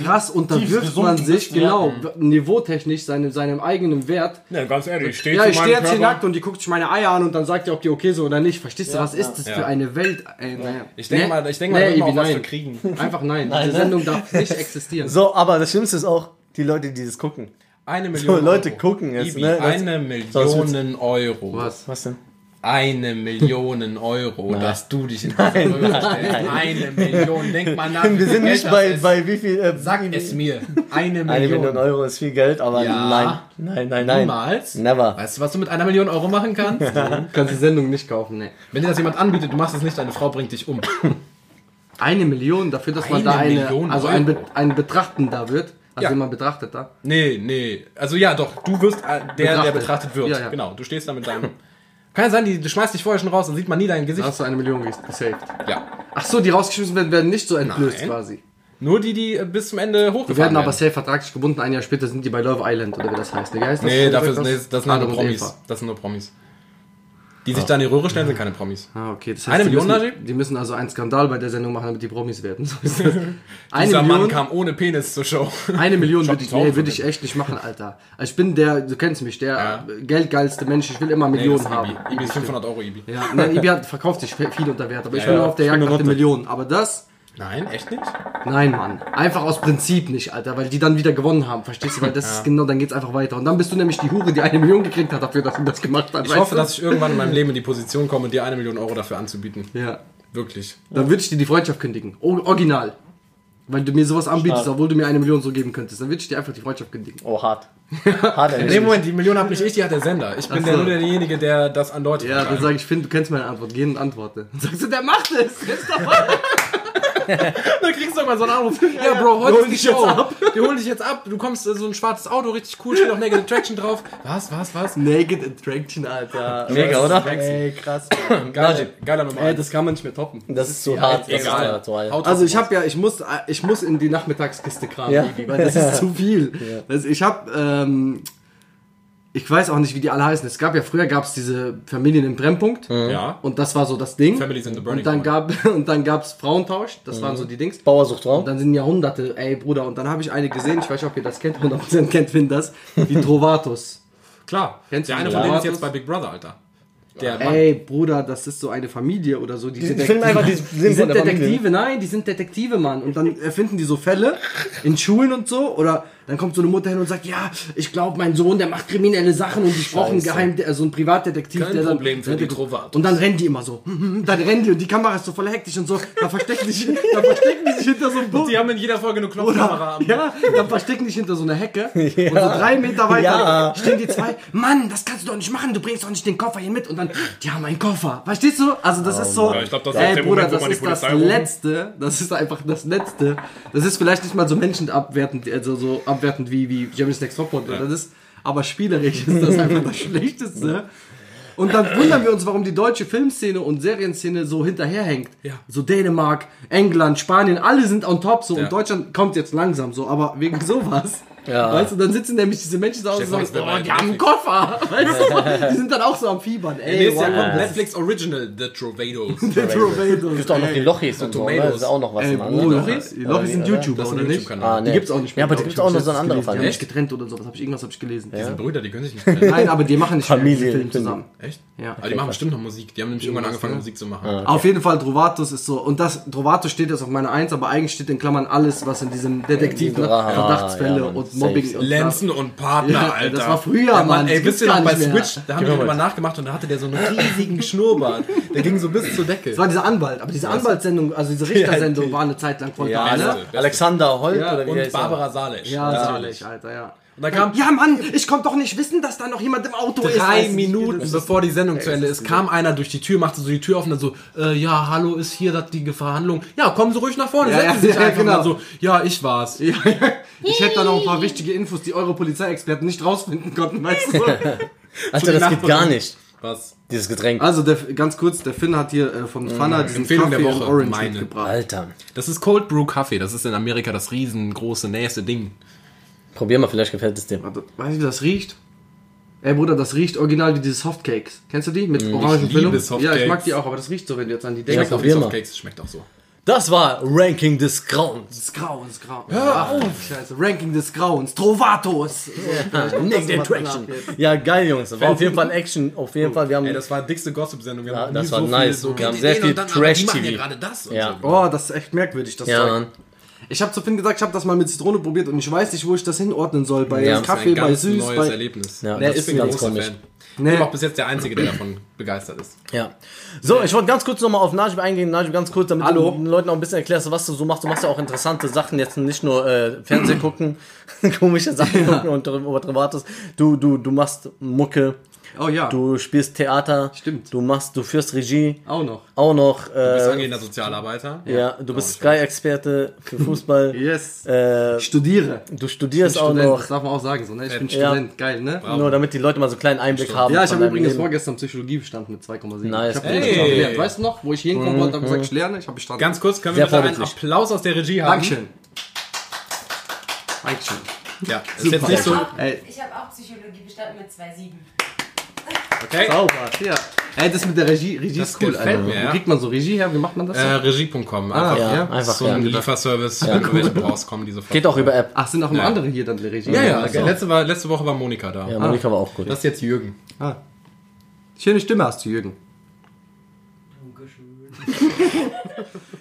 Speaker 3: krass unterwirft man sich, genau,
Speaker 1: Mhm.
Speaker 3: niveautechnisch seinem, seinem eigenen Wert?
Speaker 1: Ja, ganz ehrlich, ich stehe
Speaker 3: Ja, ich stehe jetzt hier nackt und die guckt sich meine Eier an und dann sagt ihr, ob die okay sind oder nicht. Verstehst du, was ist das
Speaker 1: ja.
Speaker 3: für eine Welt? Ey, naja.
Speaker 1: Ich denke
Speaker 3: Nee,
Speaker 1: mal, ich denke mal,
Speaker 3: nee,
Speaker 1: nee,
Speaker 3: Ne? Ibi,
Speaker 1: was wir
Speaker 3: nein.
Speaker 1: kriegen.
Speaker 3: Einfach nein. Diese
Speaker 1: ne?
Speaker 3: Sendung darf nicht existieren.
Speaker 2: So, aber das Schlimmste ist auch, die Leute, die das gucken.
Speaker 1: Eine Million
Speaker 2: Leute
Speaker 1: Euro.
Speaker 2: gucken jetzt,
Speaker 1: Ibi,
Speaker 2: ne? Das-
Speaker 1: eine Millionen Euro.
Speaker 3: Was?
Speaker 2: Was denn?
Speaker 1: Eine Million Euro, dass du dich in diese Röhre stellst. Eine Million. Denk mal nach. wie
Speaker 2: Wir
Speaker 1: viel
Speaker 2: sind
Speaker 1: Geld
Speaker 2: nicht
Speaker 1: das
Speaker 2: bei,
Speaker 1: ist.
Speaker 2: bei wie viel. Äh,
Speaker 1: Sag es mir. Eine Million.
Speaker 2: eine Million Euro ist viel Geld, aber
Speaker 1: Ja.
Speaker 2: nein. Nein, nein, nein.
Speaker 1: Niemals.
Speaker 2: Never.
Speaker 1: Weißt du, was du mit einer Million Euro machen kannst?
Speaker 3: Du kannst die Sendung nicht kaufen, ne.
Speaker 1: Wenn dir das jemand anbietet, du machst es nicht, deine Frau bringt dich um.
Speaker 3: Eine Million dafür, dass man
Speaker 1: Eine
Speaker 3: da eine,
Speaker 1: Million
Speaker 3: also ein,
Speaker 1: Euro.
Speaker 3: Be ein Betrachtender wird. Also
Speaker 1: Ja.
Speaker 3: jemand betrachtet da.
Speaker 1: Nee, nee. Also ja, doch. Du wirst äh, der, der
Speaker 3: Betrachtet.
Speaker 1: betrachtet wird.
Speaker 3: Ja, ja.
Speaker 1: Genau. Du stehst da mit deinem... Kann ja sein, die, du schmeißt dich vorher schon raus, dann sieht man nie dein
Speaker 3: Da
Speaker 1: Gesicht.
Speaker 3: hast du eine Million ges- gesaved.
Speaker 1: Ja.
Speaker 3: Ach so, die rausgeschmissen werden, werden nicht so entblößt
Speaker 1: Nein.
Speaker 3: quasi.
Speaker 1: Nur die, die äh, bis zum Ende hochgefahren
Speaker 3: Die werden aber safe vertraglich gebunden. Ein Jahr später sind die bei Love Island oder wie das heißt. Ne, wie heißt das?
Speaker 1: Nee,
Speaker 3: Wie
Speaker 1: dafür
Speaker 3: heißt
Speaker 1: sind, nee, das sind
Speaker 3: Adam
Speaker 1: nur
Speaker 3: und
Speaker 1: Promis.
Speaker 3: Eva.
Speaker 1: Das sind nur Promis. Die sich da in die Röhre stellen, sind keine Promis.
Speaker 3: Ah, okay. Das heißt,
Speaker 1: Eine
Speaker 3: die
Speaker 1: Million,
Speaker 3: müssen,
Speaker 1: Najib?
Speaker 3: die müssen also einen Skandal bei der Sendung machen, damit die Promis werden. So ist das.
Speaker 1: Dieser
Speaker 3: eine
Speaker 1: Mann
Speaker 3: Million,
Speaker 1: kam ohne Penis zur Show.
Speaker 3: eine Million würde ich,
Speaker 1: Job-
Speaker 3: nee, würde ich echt nicht machen, Alter. Also ich bin der, du kennst mich, der
Speaker 1: Ja.
Speaker 3: geldgeilste Mensch. Ich will immer Millionen
Speaker 1: das ist
Speaker 3: haben.
Speaker 1: Ibi. Ibi ist 500 Euro Ibi.
Speaker 3: Ja, nein, Ibi hat, verkauft sich viel unter Wert, aber ich
Speaker 1: Ja,
Speaker 3: bin
Speaker 1: ja.
Speaker 3: nur auf der Jagd nach den Millionen. Aber das,
Speaker 1: Nein, echt nicht?
Speaker 3: nein, Mann. Einfach aus Prinzip nicht, Alter, weil die dann wieder gewonnen haben, verstehst du? Weil das ist genau, dann geht's einfach weiter. Und dann bist du nämlich die Hure, die eine Million gekriegt hat dafür, dass sie das gemacht hat.
Speaker 1: Ich hoffe, dass ich irgendwann in meinem Leben in die Position komme, dir eine Million Euro dafür anzubieten.
Speaker 3: Ja.
Speaker 1: Wirklich.
Speaker 3: Dann würde ich dir die Freundschaft kündigen. O original. Weil du mir sowas anbietest,
Speaker 2: Stark.
Speaker 3: obwohl du mir eine Million so geben könntest. Dann würde ich dir einfach die Freundschaft kündigen.
Speaker 2: Oh, hart. Hart,
Speaker 1: In dem
Speaker 2: ehrlich.
Speaker 1: Moment, die Million hat nicht ich, die hat der Sender. Ich bin
Speaker 3: Ach
Speaker 1: der,
Speaker 3: so.
Speaker 1: nur derjenige, der das andeutet.
Speaker 3: Ja, dann sage ich, Finn, du kennst meine Antwort. Geh und antworte. Dann sagst du, der macht es. Jetzt doch Dann kriegst du doch mal so einen Anruf.
Speaker 1: Ja, Bro, heute
Speaker 3: holen
Speaker 1: ist die
Speaker 3: dich jetzt
Speaker 1: Show.
Speaker 3: ab.
Speaker 1: Wir holen dich jetzt ab. Du kommst äh, so ein schwarzes Auto, richtig cool, steht auch Naked Attraction drauf. Was, was, was?
Speaker 3: Naked Attraction, Alter.
Speaker 2: Mega, oder?
Speaker 3: Ey, krass.
Speaker 1: Geiler, geiler Nummer.
Speaker 3: Ey,
Speaker 1: eins.
Speaker 3: das kann man nicht mehr toppen.
Speaker 2: Das ist zu hart. Das ist
Speaker 1: Egal.
Speaker 2: zu hart.
Speaker 1: Haut
Speaker 3: Also
Speaker 1: drauf.
Speaker 3: ich habe ja, ich muss, äh, ich muss in die Nachmittagskiste kramen,
Speaker 2: Ja.
Speaker 3: irgendwie, weil das ist zu viel. Also ich habe, ähm, ich weiß auch nicht, wie die alle heißen. Es gab ja früher gab es diese Familien im Brennpunkt
Speaker 1: Ja.
Speaker 3: und das war so das Ding.
Speaker 1: Families in the Burning
Speaker 3: und dann
Speaker 1: Point.
Speaker 3: gab und dann gab's Frauentausch. Das waren so die Dings.
Speaker 2: Bauersucht Raum.
Speaker 3: Und dann sind Jahrhunderte, ey Bruder. Und dann habe ich eine gesehen. Ich weiß nicht, ob ihr das kennt. 100% kennt Finn das. Die Trovatos.
Speaker 1: Klar.
Speaker 3: Kennst
Speaker 1: der
Speaker 3: du
Speaker 1: eine
Speaker 3: die
Speaker 1: von denen ist
Speaker 3: Latos?
Speaker 1: jetzt bei Big Brother, Alter. Der Mann.
Speaker 3: Ey, Bruder, das ist so eine Familie oder so. Die, sind
Speaker 2: finden
Speaker 3: Detektive.
Speaker 2: einfach, die sind
Speaker 3: die
Speaker 2: von
Speaker 3: sind
Speaker 2: der Familie.
Speaker 3: Detektive, nein, die sind Detektive, Mann. Und dann erfinden die so Fälle in Schulen und so. Oder dann kommt so eine Mutter hin und sagt, ja, ich glaube, mein Sohn, der macht kriminelle Sachen und ich brauche einen Geheim, also einen Privatdetektiv.
Speaker 1: Kein
Speaker 3: der
Speaker 1: Problem für
Speaker 3: dann,
Speaker 1: die Trovatos.
Speaker 3: Und dann rennen die immer so. Dann rennen die und die Kamera ist so voll hektisch und so. Da verstecken die sich, da verstecken die sich hinter so einem Buch.
Speaker 1: Die haben in jeder Folge eine Klopfkamera
Speaker 3: Oder,
Speaker 1: am
Speaker 3: ja, dann verstecken dich hinter so einer Hecke und so drei Meter weiter
Speaker 2: Ja.
Speaker 3: stehen die zwei. Mann, das kannst du doch nicht machen, du bringst doch nicht den Koffer hier mit und dann, die haben einen Koffer. Verstehst du? Also das ist so,
Speaker 1: Oh Ja, ich glaub, das ist
Speaker 3: ey,
Speaker 1: auch der
Speaker 3: Bruder,
Speaker 1: Moment, wo
Speaker 3: das
Speaker 1: man die
Speaker 3: ist das
Speaker 1: Polizei ruft.
Speaker 3: Letzte, das ist einfach das Letzte. Das ist vielleicht nicht mal so menschenabwertend, also so abwertend wie, wie James Next Topmodel oder das, aber spielerisch ist das einfach das Schlechteste. Und dann wundern wir uns, warum die deutsche Filmszene und Serienszene so hinterherhängt.
Speaker 1: Ja.
Speaker 3: So Dänemark, England, Spanien, alle sind on top so
Speaker 1: Ja.
Speaker 3: und Deutschland kommt jetzt langsam so, aber wegen sowas.
Speaker 2: Ja.
Speaker 3: Weißt du, dann sitzen nämlich diese Menschen da und
Speaker 1: Stell dir
Speaker 3: sagen,
Speaker 1: vor, es wär
Speaker 3: oh,
Speaker 1: mal
Speaker 3: die haben einen Koffer. Weißt du? Die sind dann auch so am Fiebern.
Speaker 1: Nee,
Speaker 3: Ey,
Speaker 1: ist ja
Speaker 3: wow.
Speaker 1: kommt Netflix Original, The Trovados.
Speaker 3: Der Torpedo.
Speaker 2: Gibt auch noch die Lochis und so, oder?
Speaker 1: Tomatoes.
Speaker 2: Das ist auch noch was.
Speaker 3: Ey,
Speaker 2: im
Speaker 3: Bro,
Speaker 2: anderen.
Speaker 3: Lochis? Die Lochis sind YouTuber,
Speaker 1: Das ist ein
Speaker 3: oder nicht? Ah.
Speaker 1: YouTube-Kanal.
Speaker 3: Die gibt's auch nicht
Speaker 2: Ja, aber da
Speaker 3: glaub ich.
Speaker 2: gibt's auch
Speaker 3: Hab
Speaker 2: noch
Speaker 3: ich
Speaker 2: so einen
Speaker 3: letztens
Speaker 2: anderen
Speaker 3: gelesen. Die haben
Speaker 2: Fall.
Speaker 3: sich getrennt oder sowas. Hab ich, irgendwas habe ich gelesen.
Speaker 1: Diese Brüder, die können sich nicht mehr.
Speaker 3: Nein, aber die machen nicht mehr
Speaker 2: Familie.
Speaker 3: diesen Film zusammen.
Speaker 1: Echt? Ja. Aber die machen bestimmt noch Musik. Die haben nämlich irgendwann angefangen, Musik zu machen.
Speaker 3: Auf jeden Fall, Trovatos ist so. Und das, Trovatos steht jetzt auf meiner Eins, aber eigentlich steht in Klammern alles, was in diesem Detektiv, ne?
Speaker 2: Ah,
Speaker 3: Verdachtsfälle
Speaker 2: ja, Mann.
Speaker 3: und
Speaker 2: Safe,
Speaker 3: Mobbing
Speaker 2: safe.
Speaker 3: und
Speaker 1: Lenzen und Partner,
Speaker 3: Ja,
Speaker 1: Alter.
Speaker 3: das war früher,
Speaker 1: ja,
Speaker 3: Mann, das
Speaker 1: Ey, wisst
Speaker 3: gibt's
Speaker 1: ihr noch,
Speaker 3: gar
Speaker 1: bei
Speaker 3: nicht mehr.
Speaker 1: Switch, da haben wir mal nachgemacht und da hatte der so einen riesigen Schnurrbart. Der ging so bis zur Decke.
Speaker 3: Das war dieser Anwalt, aber diese Anwaltssendung, also diese Richtersendung war eine Zeit lang voll
Speaker 2: Ja,
Speaker 3: geil,
Speaker 1: Beste,
Speaker 3: ne?
Speaker 2: also
Speaker 1: beste.
Speaker 2: Alexander Holt
Speaker 3: Ja,
Speaker 2: oder wie der
Speaker 1: Und
Speaker 2: ist er?
Speaker 1: Barbara Salesch.
Speaker 3: Ja,
Speaker 1: Natürlich.
Speaker 3: sicherlich, Alter, ja.
Speaker 1: also- Und dann kam
Speaker 3: Ja, Mann, ich konnte doch nicht wissen, dass da noch jemand im Auto ist.
Speaker 1: drei
Speaker 3: Weißt du,
Speaker 1: Minuten,
Speaker 3: das-
Speaker 1: bevor die Sendung zu Ende ist, kam einer durch die Tür, machte so die Tür auf und dann so, äh, ja, hallo, ist hier das die Verhandlung? Ja, kommen Sie ruhig nach vorne,
Speaker 3: Ja,
Speaker 1: setzen
Speaker 3: ja,
Speaker 1: Sie sich
Speaker 3: ja,
Speaker 1: einfach. Und dann
Speaker 3: genau.
Speaker 1: so, ja, ich war's.
Speaker 3: Ja, ja. Ich hätte da noch ein paar wichtige Infos, die eure Polizeiexperten nicht rausfinden konnten, weißt du?
Speaker 2: Alter, das geht gar nicht.
Speaker 1: Was?
Speaker 2: Dieses Getränk.
Speaker 3: Also, der, ganz kurz, der Finn hat hier äh, von Pfanner diesen
Speaker 1: Mhm. Empfehlung der
Speaker 3: Kaffee und
Speaker 1: Woche,
Speaker 3: Orange
Speaker 1: meine.
Speaker 3: mitgebracht.
Speaker 2: Alter.
Speaker 1: Das ist Cold Brew Kaffee, das ist in Amerika das riesengroße, nächste Ding.
Speaker 2: Probier mal, vielleicht gefällt es dir.
Speaker 3: Warte, weißt du, wie das riecht? Ey, Bruder, das riecht original wie diese Softcakes. Kennst du die? Mit orangen
Speaker 1: Mhm, liebe
Speaker 3: Füllung? Ja,
Speaker 1: Softcakes.
Speaker 3: ich mag die auch, aber das riecht so, wenn du jetzt an die denkst.
Speaker 1: Schmeckt
Speaker 2: Ja,
Speaker 1: auch wie
Speaker 2: probier mal.
Speaker 1: Softcakes, schmeckt auch so.
Speaker 2: Das war Ranking des Grauens.
Speaker 3: Des Grauens, Grau. Hör auf! Scheiße, Ranking des Grauens, Trovatos!
Speaker 2: Nick
Speaker 3: mal
Speaker 2: der
Speaker 3: danach
Speaker 2: Traction.
Speaker 3: jetzt.
Speaker 2: Ja, geil, Jungs. Das war auf jeden Fall Action. Auf jeden Fall, wir haben.
Speaker 1: Ey, das war dickste Gossip-Sendung. Wir
Speaker 2: Ja,
Speaker 1: noch
Speaker 2: das
Speaker 1: nie
Speaker 2: war nice.
Speaker 1: so
Speaker 2: Wir haben
Speaker 1: viele
Speaker 2: sehr
Speaker 1: Ideen
Speaker 2: viel
Speaker 1: und dann, aber die machen
Speaker 2: Trash-TV.
Speaker 1: Ja gerade das und
Speaker 2: Ja.
Speaker 1: so.
Speaker 3: Oh, das ist echt merkwürdig, das
Speaker 2: ja,
Speaker 3: Zeug.
Speaker 2: Mann.
Speaker 3: Ich habe zu Finn gesagt, ich habe das mal mit Zitrone probiert und ich weiß nicht, wo ich das hinordnen soll. Bei
Speaker 2: Ja.
Speaker 1: Das ist ein
Speaker 3: Kaffee, bei
Speaker 1: ganz
Speaker 3: Süß,
Speaker 1: neues
Speaker 3: bei...
Speaker 1: Erlebnis.
Speaker 2: Ja,
Speaker 1: Nee,
Speaker 2: das
Speaker 1: ich
Speaker 2: ist
Speaker 1: bin ein
Speaker 2: ganz
Speaker 1: großer
Speaker 2: komisch.
Speaker 1: Fan.
Speaker 3: Nee.
Speaker 1: Ich bin auch bis jetzt der Einzige, der davon begeistert ist.
Speaker 2: Ja. So, ich wollte ganz kurz nochmal auf Najib eingehen. Najib, ganz kurz, damit
Speaker 3: Hallo.
Speaker 2: du den Leuten auch ein bisschen erklärst, was du so machst. Du machst ja auch interessante Sachen, jetzt nicht nur äh, Fernsehen gucken, komische Sachen gucken und darüber Privates. Du, du, du machst Mucke,
Speaker 3: Oh ja,
Speaker 2: du spielst Theater.
Speaker 3: Stimmt.
Speaker 2: Du machst, du führst Regie.
Speaker 3: auch noch.
Speaker 2: Auch noch.
Speaker 1: Du bist
Speaker 2: Äh,
Speaker 1: angehender Sozialarbeiter.
Speaker 2: ja, du bist
Speaker 3: Oh,
Speaker 2: Sky-Experte für Fußball.
Speaker 3: Yes.
Speaker 2: äh,
Speaker 3: Ich studiere.
Speaker 2: du studierst auch
Speaker 3: Student,
Speaker 2: noch.
Speaker 3: das darf man auch sagen so, ne? Ich bin
Speaker 2: Ja.
Speaker 3: Student, geil, ne?
Speaker 2: Nur damit die Leute mal so einen kleinen Einblick haben.
Speaker 3: Ja, ich
Speaker 2: von
Speaker 3: habe
Speaker 2: deinem
Speaker 3: übrigens
Speaker 2: Leben.
Speaker 3: vorgestern Psychologie bestanden mit 2,7.
Speaker 2: Nice.
Speaker 3: Ich habe
Speaker 2: Ey.
Speaker 3: hey. gelernt. Weißt du noch, wo ich hinkommen wollte, habe gesagt, ich lerne, ich habe bestanden.
Speaker 1: Mhm. Ganz kurz, können
Speaker 2: Sehr
Speaker 1: wir bitte einen
Speaker 2: vorbildlich.
Speaker 1: Applaus aus der Regie haben?
Speaker 3: Dankeschön. Dankeschön.
Speaker 1: Ja, ist jetzt nicht so.
Speaker 3: Ey.
Speaker 4: Ich habe auch Psychologie bestanden mit 2,7.
Speaker 1: Okay.
Speaker 3: Sauber, ja. Ey, das mit der Regie, Regie
Speaker 1: Das
Speaker 3: ist cool,
Speaker 1: gefällt
Speaker 3: Alter.
Speaker 1: mir, ja.
Speaker 3: Wie kriegt man so Regie her? Wie macht man das?
Speaker 1: Äh, Regie.com. Einfach,
Speaker 3: ja,
Speaker 1: ja.
Speaker 2: einfach,
Speaker 1: so ein
Speaker 2: ja.
Speaker 1: Lieferservice, wenn du welche brauchst, kommen diese
Speaker 2: Geht auch über App.
Speaker 3: Ach, sind auch noch
Speaker 1: Ja.
Speaker 3: andere hier dann die Regie?
Speaker 1: Ja, ja,
Speaker 3: Also.
Speaker 1: letzte, war, letzte Woche war Monika da.
Speaker 2: Ja, Monika war auch gut.
Speaker 1: Das ist jetzt Jürgen.
Speaker 3: Ah. Schöne Stimme hast du, Jürgen.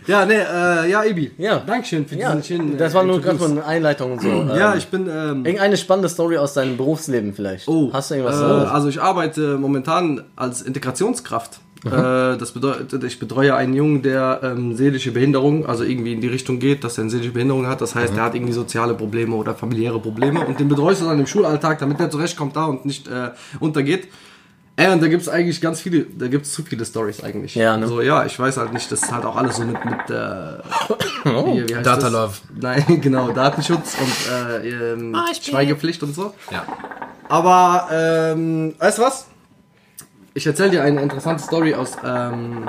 Speaker 3: ja, ne, äh, ja, Ibi.
Speaker 2: Ja.
Speaker 3: Dankeschön für
Speaker 2: Ja,
Speaker 3: diesen schönen. äh,
Speaker 2: das war nur
Speaker 3: Introduce.
Speaker 2: ganz mal eine Einleitung und so. Ähm,
Speaker 3: Ja, ich bin. Ähm,
Speaker 2: Irgendeine spannende Story aus deinem Berufsleben vielleicht.
Speaker 3: oh,
Speaker 2: Hast du irgendwas?
Speaker 3: Äh,
Speaker 2: so?
Speaker 3: also ich arbeite momentan als Integrationskraft
Speaker 2: Mhm.
Speaker 3: Äh, das bedeutet, ich betreue einen Jungen, der ähm, seelische Behinderung, also irgendwie in die Richtung geht, dass er eine seelische Behinderung hat. Das
Speaker 2: Mhm.
Speaker 3: heißt, er hat irgendwie soziale Probleme oder familiäre Probleme und den betreust du dann im Schulalltag, damit er zurechtkommt da und nicht äh, untergeht. Ey, und da gibt's eigentlich ganz viele, da gibt's zu viele Stories eigentlich.
Speaker 2: Ja, ne?
Speaker 3: So, ja, ich weiß halt nicht, das ist halt auch alles so mit, mit äh,
Speaker 2: Oh,
Speaker 3: hier, wie heißt
Speaker 1: Data
Speaker 3: das?
Speaker 1: Love.
Speaker 3: Nein, genau, Datenschutz und äh, ähm, Schweigepflicht und so.
Speaker 1: Ja.
Speaker 3: Aber, ähm, weißt du was? Ich erzähle dir eine interessante Story aus, ähm,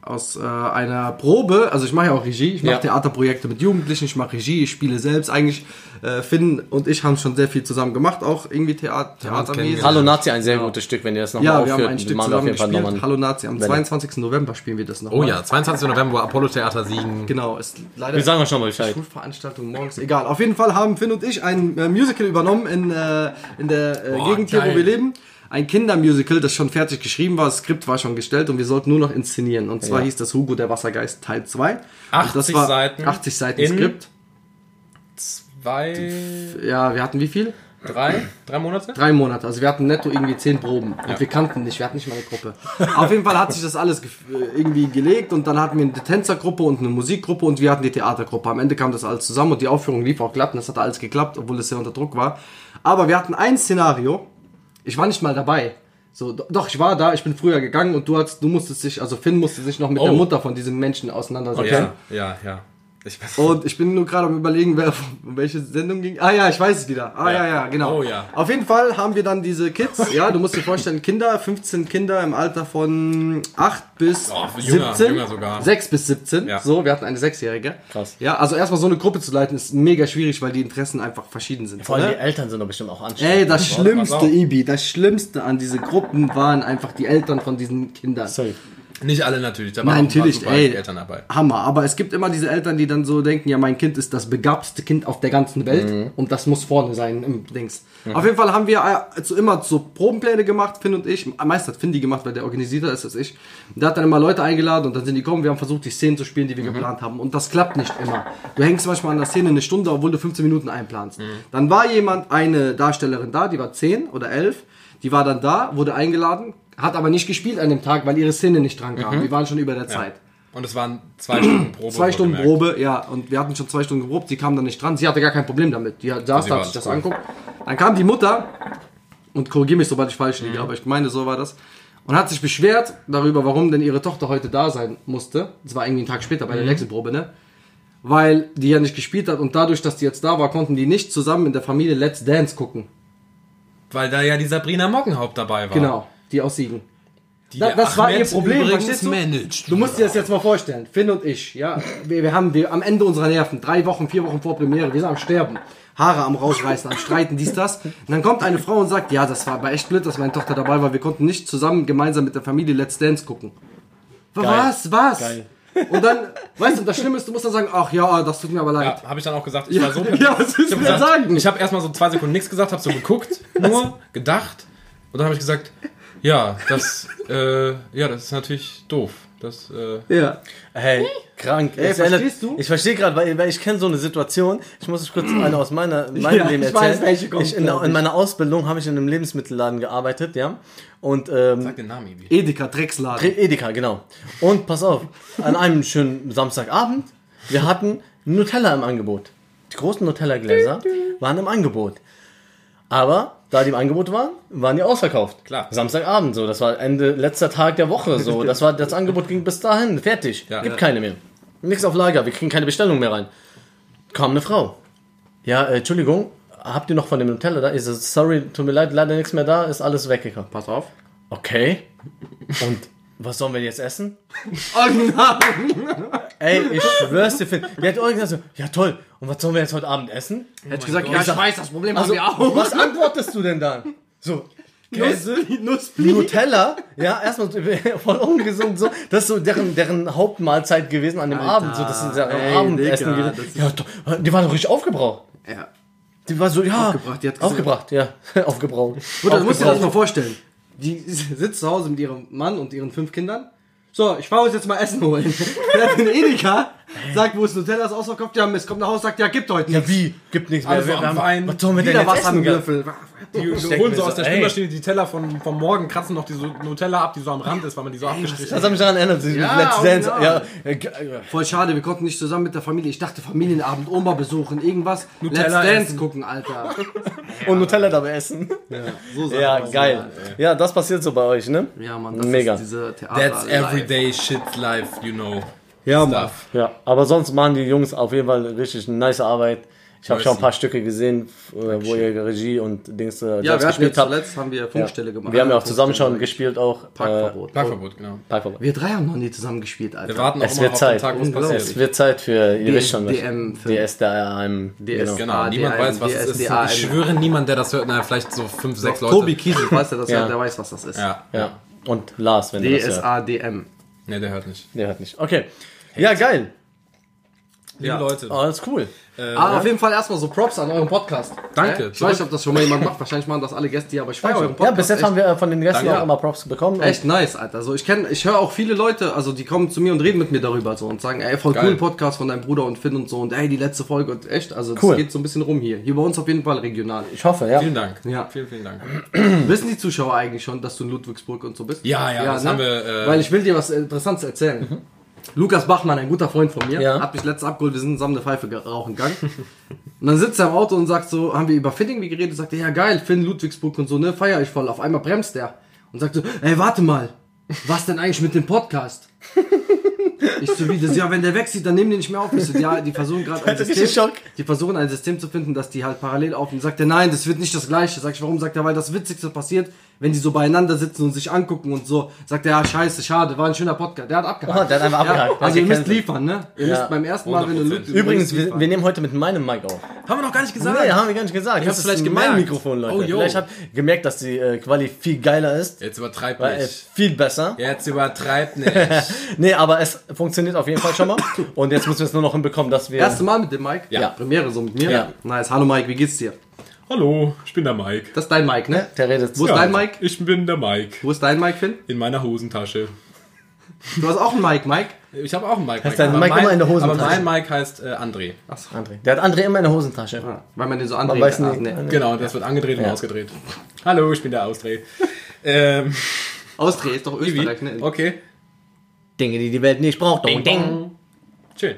Speaker 3: aus äh, einer Probe. Also ich mache ja auch Regie, ich mache
Speaker 2: Ja.
Speaker 3: Theaterprojekte mit Jugendlichen, ich mache Regie, ich spiele selbst. Eigentlich äh, Finn und ich haben schon sehr viel zusammen gemacht, auch irgendwie Theater,
Speaker 1: haben uns
Speaker 3: Theatermäßig.
Speaker 1: kennengelernt.
Speaker 2: Hallo Nazi, ein sehr gutes Stück, wenn ihr das nochmal
Speaker 3: Ja, wir
Speaker 2: aufführt.
Speaker 3: haben ein Stück
Speaker 2: machen wir auf
Speaker 3: zusammen
Speaker 2: jeden Fall
Speaker 3: gespielt.
Speaker 2: nochmal.
Speaker 3: Hallo Nazi, am 22. November spielen wir das nochmal.
Speaker 1: Oh ja, 22. November, Apollo Theater Siegen.
Speaker 3: Genau, ist leider
Speaker 2: Wir sagen euch nochmal Bescheid.
Speaker 3: Schulveranstaltung morgens. Egal. Auf jeden Fall haben Finn und ich ein äh, Musical übernommen in, äh, in der äh,
Speaker 1: Boah,
Speaker 3: Gegend hier,
Speaker 1: geil.
Speaker 3: wo wir leben. Ein Kindermusical, das schon fertig geschrieben war, das Skript war schon gestellt und wir sollten nur noch inszenieren. Und zwar
Speaker 2: Ja.
Speaker 3: hieß das Hugo der Wassergeist Teil 2. Und
Speaker 1: 80 Seiten
Speaker 3: 80 Seiten
Speaker 1: in-
Speaker 3: Skript.
Speaker 1: Zwei,
Speaker 3: Ja, wir hatten wie viel?
Speaker 1: drei, drei Monate?
Speaker 3: Drei Monate. Also wir hatten netto irgendwie zehn Proben. Und wir kannten nicht, wir hatten nicht mal eine Gruppe. Auf jeden Fall hat sich das alles gef- äh, irgendwie gelegt und dann hatten wir eine Tänzergruppe und eine Musikgruppe und wir hatten die Theatergruppe. Am Ende kam das alles zusammen und die Aufführung lief auch glatt und das hat alles geklappt, obwohl es sehr unter Druck war. Aber wir hatten ein Szenario. Ich war nicht mal dabei. So, do- doch, ich war da, ich bin früher gegangen und du hast, du musstest dich, also Finn musste sich noch mit der Mutter von diesem Menschen auseinandersetzen.
Speaker 1: Ja, ja, ja. Ich weiß
Speaker 3: Und ich bin nur gerade am überlegen, wer, um welche Sendung ging. Ah ja, ich weiß es wieder. Ah ja, ja, genau.
Speaker 1: Oh ja.
Speaker 3: Auf jeden Fall haben wir dann diese Kids. Ja, du musst dir vorstellen, Kinder, 15 Kinder im Alter von 8 bis
Speaker 1: Oh, jünger,
Speaker 3: 17.
Speaker 1: jünger sogar.
Speaker 3: 6 bis 17.
Speaker 1: Ja.
Speaker 3: So, wir hatten eine Sechsjährige.
Speaker 2: Krass.
Speaker 3: Ja, also erstmal so eine Gruppe zu leiten ist mega schwierig, weil die Interessen einfach verschieden sind.
Speaker 2: Vor allem
Speaker 3: ne?
Speaker 2: die Eltern sind doch bestimmt auch anstrengend.
Speaker 3: Ey, das
Speaker 1: pass
Speaker 3: Schlimmste,
Speaker 1: auf.
Speaker 3: Ibi, das Schlimmste an diese Gruppen waren einfach die Eltern von diesen Kindern.
Speaker 2: Sorry.
Speaker 1: Nicht alle natürlich. Da
Speaker 3: Nein,
Speaker 1: waren auch ein paar
Speaker 3: natürlich,
Speaker 1: super
Speaker 3: ey.
Speaker 1: Eltern dabei.
Speaker 3: Hammer, aber es gibt immer diese Eltern, die dann so denken, ja, mein Kind ist das begabteste Kind auf der ganzen Welt und das muss vorne sein im Dings. Auf jeden Fall haben wir äh, zu, immer so Probenpläne gemacht, Finn und ich. Meist hat Finn die gemacht, weil der Organisierter ist als ich. Der hat dann immer Leute eingeladen und dann sind die gekommen. Wir haben versucht, die Szenen zu spielen, die wir geplant haben und das klappt nicht immer. Du hängst manchmal an der Szene eine Stunde, obwohl du 15 Minuten einplanst. Dann war jemand, eine Darstellerin da, die war 10 oder 11, die war dann da, wurde eingeladen, hat aber nicht gespielt an dem Tag, weil ihre Szene nicht dran kam. Die waren schon über der Zeit.
Speaker 1: Und es waren zwei Stunden Probe.
Speaker 3: Zwei Stunden
Speaker 1: wohlgemerkt.
Speaker 3: Probe, ja. Und wir hatten schon zwei Stunden geprobt. Sie kam dann nicht dran. Sie hatte gar kein Problem damit. Die saß
Speaker 1: Sie
Speaker 3: da,
Speaker 1: war
Speaker 3: hat sich das
Speaker 1: cool.
Speaker 3: anguckt. Dann kam die Mutter und korrigiere mich, sobald ich falsch
Speaker 1: Mhm.
Speaker 3: liege, aber ich meine, so war das. Und hat sich beschwert darüber, warum denn ihre Tochter heute da sein musste. Das war irgendwie einen Tag später bei
Speaker 1: Mhm.
Speaker 3: der nächsten Probe, ne? Weil die ja nicht gespielt hat und dadurch, dass die jetzt da war, konnten die nicht zusammen in der Familie Let's Dance gucken.
Speaker 1: Weil da ja die Sabrina Mockenhaupt dabei war.
Speaker 3: Genau, die aus Siegen.
Speaker 1: Die
Speaker 3: Da-
Speaker 1: der
Speaker 3: das war
Speaker 1: Ahmed
Speaker 3: ihr Problem,
Speaker 1: Übrigens
Speaker 3: verstehst du?
Speaker 1: managed.
Speaker 3: Du musst dir das jetzt mal vorstellen, Finn und ich, ja, wir, wir haben wir, am Ende unserer Nerven, drei Wochen, vier Wochen vor Premiere, wir sind am Sterben, Haare am rausreißen, am Streiten, dies, das. Und dann kommt eine Frau und sagt, ja, das war aber echt blöd, dass meine Tochter dabei war, wir konnten nicht zusammen gemeinsam mit der Familie Let's Dance gucken. Was, was?
Speaker 2: Geil.
Speaker 3: Und dann, weißt du, das Schlimme ist, du musst dann sagen, ach ja, das tut mir aber leid.
Speaker 1: Ja, habe ich dann auch gesagt, ich
Speaker 3: Ja,
Speaker 1: war so
Speaker 3: ja, was willst du
Speaker 1: hab
Speaker 3: denn
Speaker 1: gesagt,
Speaker 3: sagen?
Speaker 1: Ich habe erstmal so zwei Sekunden nichts gesagt, habe so geguckt, nur gedacht und dann habe ich gesagt, ja, das äh, ja, das ist natürlich doof. Das äh,
Speaker 3: Ja.
Speaker 2: Hey, krank.
Speaker 3: Ey,
Speaker 2: Es erinnert-
Speaker 3: verstehst du?
Speaker 2: Ich verstehe gerade, weil, weil ich kenne so eine Situation. Ich muss euch kurz eine aus meiner, meinem
Speaker 3: Ja,
Speaker 2: Leben
Speaker 3: ich
Speaker 2: erzählen.
Speaker 3: weiß, welche kommt,
Speaker 2: ich in,
Speaker 3: glaub ich.
Speaker 2: in meiner Ausbildung habe ich in einem Lebensmittelladen gearbeitet, ja. Und ähm,
Speaker 1: sag den Namen irgendwie.
Speaker 3: Edeka, Drecksladen.
Speaker 2: Edeka, genau. Und pass auf, an einem schönen Samstagabend, wir hatten Nutella im Angebot. Die großen Nutella-Gläser waren im Angebot. Aber da die im Angebot waren, waren die ausverkauft.
Speaker 1: Klar.
Speaker 2: Samstagabend so, das war Ende letzter Tag der Woche so, das war das Angebot ging bis dahin, fertig.
Speaker 1: Ja.
Speaker 2: Gibt
Speaker 1: Ja.
Speaker 2: keine mehr. Nichts auf Lager, wir kriegen keine Bestellung mehr rein. Kam eine Frau. Ja, äh, Entschuldigung, habt ihr noch von dem Nutella da? Ich so, sorry, tut mir leid, leider nichts mehr da, ist alles weggegangen.
Speaker 3: Pass auf.
Speaker 2: Okay. Und was sollen wir jetzt essen?
Speaker 3: Oh nein!
Speaker 2: Ey, ich schwör's dir, Finn. Die hat auch gesagt so, ja toll, und was sollen wir jetzt heute Abend essen?
Speaker 3: Hätte ich gesagt, ja, ich weiß, das Problem
Speaker 2: Also,
Speaker 3: haben wir auch.
Speaker 2: was antwortest du denn dann? So,
Speaker 3: Käse, Nussblie.
Speaker 2: Nutella, ja, erstmal voll ungesund so. Das ist so deren, deren Hauptmahlzeit gewesen an dem Abend. So, das ist deren
Speaker 3: ey,
Speaker 2: Abendessen
Speaker 3: Digga,
Speaker 2: gewesen. Ja, to- die war doch richtig aufgebraucht.
Speaker 3: Ja.
Speaker 2: Die war so, ja.
Speaker 3: Aufgebracht, die hat gesagt-
Speaker 2: Aufgebracht, ja. aufgebraucht.
Speaker 3: Gut, dann musst du dir das
Speaker 2: Aufgebraucht.
Speaker 3: mal vorstellen. Die sitzt zu Hause mit ihrem Mann und ihren fünf Kindern. So, ich fahr uns jetzt mal Essen holen. Fährt in Edeka, sagt, wo ist Nutella, ist ausverkauft, ja Mist, kommt nach Hause, sagt, ja, gibt heute nichts.
Speaker 2: Ja, wie? Gibt nichts
Speaker 3: Also,
Speaker 2: mehr.
Speaker 1: Alles Also am Wein.
Speaker 2: was sollen wir denn
Speaker 3: Wieder
Speaker 2: jetzt
Speaker 3: was am
Speaker 2: essen? gell?
Speaker 3: Löffel.
Speaker 1: Die
Speaker 2: Ich denk
Speaker 1: holen
Speaker 2: mir
Speaker 1: so
Speaker 2: so,
Speaker 1: aus der
Speaker 2: ey.
Speaker 1: Spülmaschine die Teller von, vom Morgen, kratzen noch diese Nutella ab, die so am Rand ist, weil man die so abgestrichen
Speaker 2: Das
Speaker 1: hat.
Speaker 2: hat mich daran erinnert. dieses
Speaker 3: Ja,
Speaker 2: Let's
Speaker 3: oh
Speaker 2: Dance.
Speaker 3: original.
Speaker 2: Ja, äh, g- äh,
Speaker 3: Voll schade, wir konnten nicht zusammen mit der Familie. Ich dachte Familienabend, Oma besuchen, irgendwas.
Speaker 1: Nutella
Speaker 3: Let's Dance
Speaker 1: essen.
Speaker 3: gucken, Alter.
Speaker 2: Und Nutella dabei essen.
Speaker 3: So Sachen
Speaker 2: Ja,
Speaker 3: passieren,
Speaker 2: geil.
Speaker 3: Alter.
Speaker 2: Ja, das passiert so bei euch, ne?
Speaker 3: Ja, Mann, das
Speaker 2: Mega.
Speaker 3: ist diese Theater.
Speaker 1: That's everyday shit life, you know.
Speaker 3: Ja, Mann.
Speaker 1: Stuff.
Speaker 2: Ja, aber sonst machen die Jungs auf jeden Fall richtig nice Arbeit. Ich habe schon ein paar Stücke gesehen, f- äh, wo ihr Regie und Dings äh,
Speaker 3: Ja,
Speaker 2: selbst
Speaker 3: wir hatten ja
Speaker 2: gespielt habt.
Speaker 3: zuletzt haben wir Funkstelle gemacht.
Speaker 2: Wir haben ja auch
Speaker 3: Funkstelle
Speaker 2: zusammen schon
Speaker 3: gemacht.
Speaker 2: gespielt, auch.
Speaker 3: Parkverbot.
Speaker 1: Parkverbot, genau.
Speaker 2: Äh, Parkverbot.
Speaker 3: wir drei haben noch nie zusammen gespielt, Alter.
Speaker 1: Wir warten auch
Speaker 2: Es
Speaker 1: immer
Speaker 2: wird
Speaker 1: auf
Speaker 2: Zeit.
Speaker 1: den Tag, wo es
Speaker 3: Unglaublich.
Speaker 2: Es
Speaker 1: passiert.
Speaker 2: wird Zeit für ihr wisst schon was.
Speaker 3: DM für-
Speaker 2: DS da ähm, genau.
Speaker 3: DS.
Speaker 1: Genau,
Speaker 3: ADM,
Speaker 1: niemand weiß, was es ist.
Speaker 3: DSDAM.
Speaker 1: Ich schwöre, niemand, der das hört, naja, vielleicht so fünf, sechs Leute.
Speaker 3: Tobi Kiesel, weißt du, das
Speaker 2: Ja.
Speaker 3: ja. der weiß, was das ist.
Speaker 1: Ja. ja.
Speaker 2: Ja. Und Lars, wenn du das hörst.
Speaker 3: DSADM.
Speaker 1: Ne, der hört nicht.
Speaker 2: Der hört nicht. Okay. Ja, geil.
Speaker 1: Liebe Leute,
Speaker 2: Alles cool.
Speaker 3: Aber auf jeden Fall erstmal so Props an euren Podcast.
Speaker 1: Danke.
Speaker 3: Ich weiß nicht, ob das schon mal jemand macht. Wahrscheinlich machen das alle Gäste hier, aber ich feiere euren
Speaker 2: Ja,
Speaker 3: Podcast.
Speaker 2: bis jetzt
Speaker 3: echt.
Speaker 2: haben wir äh, von den Gästen
Speaker 1: Danke.
Speaker 2: auch immer Props bekommen.
Speaker 3: Echt nice, Alter. So, ich kenne, ich höre auch viele Leute, also die kommen zu mir und reden mit mir darüber so und sagen, ey, voll
Speaker 1: Geil.
Speaker 3: cool Podcast von deinem Bruder und Finn und so und ey, die letzte Folge und echt, also das
Speaker 2: Cool.
Speaker 3: geht so ein bisschen rum hier. Hier bei uns auf jeden Fall regional.
Speaker 2: Ich hoffe, ja.
Speaker 1: vielen Dank.
Speaker 3: Ja.
Speaker 1: Vielen, vielen Dank.
Speaker 3: Wissen die Zuschauer eigentlich schon, dass du in Ludwigsburg und so bist?
Speaker 1: Hm. Ja, ja, das haben wir, äh, Mhm.
Speaker 3: Weil ich will dir was Interessantes erzählen. Lukas Bachmann, ein guter Freund von mir,
Speaker 2: Ja.
Speaker 3: hat mich letztens abgeholt, wir sind zusammen eine Pfeife ge- rauchen gegangen. und dann sitzt er im Auto und sagt so, haben wir über Finn irgendwie geredet, sagt er, ja geil, Finn, Ludwigsburg und so, ne, feier ich voll. Auf einmal bremst er und sagt so, ey, warte mal, was denn eigentlich mit dem Podcast? Ich so wie das, ja, wenn der wegzieht, dann nehmen die nicht mehr auf. Ich so, ja, die versuchen gerade ein
Speaker 2: hatte richtig
Speaker 3: System,
Speaker 2: Schock.
Speaker 3: die versuchen ein System zu finden, dass die halt parallel aufnehmen. Sagt er, nein, das wird nicht das Gleiche. Sag ich, warum? Sagt er, weil das Witzigste passiert, wenn die so beieinander sitzen und sich angucken und so. Sagt er, ja, scheiße, schade, war ein schöner Podcast. Der hat abgehakt.
Speaker 2: Oh, der hat einfach abgehakt.
Speaker 3: Ja, also ihr müsst
Speaker 2: Gecancelt.
Speaker 3: liefern, ne? Ihr müsst beim ersten Mal, wenn du
Speaker 1: 100%.
Speaker 2: Übrigens, wir, wir nehmen heute mit meinem Mic auf.
Speaker 1: Haben wir noch gar nicht gesagt.
Speaker 2: Nee, haben wir gar nicht gesagt.
Speaker 1: hab's
Speaker 2: das
Speaker 1: vielleicht
Speaker 2: ist
Speaker 1: gemerkt.
Speaker 2: mein Mikrofon, Leute.
Speaker 1: Oh, yo.
Speaker 2: vielleicht habt ihr gemerkt, dass die äh, Quali viel geiler ist.
Speaker 1: Jetzt übertreib
Speaker 2: Weil, äh,
Speaker 1: nicht.
Speaker 2: viel besser.
Speaker 1: Jetzt übertreib nicht.
Speaker 2: Nee, aber es funktioniert auf jeden Fall schon mal. Und jetzt müssen wir es nur noch hinbekommen, dass wir.
Speaker 3: Erste Mal mit dem Mike?
Speaker 1: Ja.
Speaker 3: Premiere so mit mir?
Speaker 2: Ja.
Speaker 3: Nice. Hallo Mike, wie geht's dir?
Speaker 1: Hallo, ich bin der Mike.
Speaker 3: Das ist dein Mike, ne?
Speaker 2: Der redet
Speaker 3: Wo ist dein Mike?
Speaker 1: Ich bin der Mike.
Speaker 3: Wo ist dein Mike, Finn?
Speaker 1: In meiner Hosentasche.
Speaker 3: Du hast auch einen Mike, Mike.
Speaker 1: Ich habe auch einen Mike.
Speaker 2: dein
Speaker 1: aber
Speaker 2: Mike
Speaker 1: mein-
Speaker 2: immer in der Hosentasche?
Speaker 1: Aber mein Mike heißt äh, André.
Speaker 2: André. Der hat André immer in der Hosentasche.
Speaker 3: Ah, Weil man den so
Speaker 2: Man
Speaker 3: andreht.
Speaker 2: weiß
Speaker 3: Ah,
Speaker 2: nicht.
Speaker 3: nee.
Speaker 1: Genau, das wird angedreht und ausgedreht. Hallo, ich bin der Ausdreh. ähm,
Speaker 3: Ausdreh ist doch Österreich, ne?
Speaker 1: okay,
Speaker 2: Dinge, die die Welt nicht braucht. Ding, ding.
Speaker 1: schön.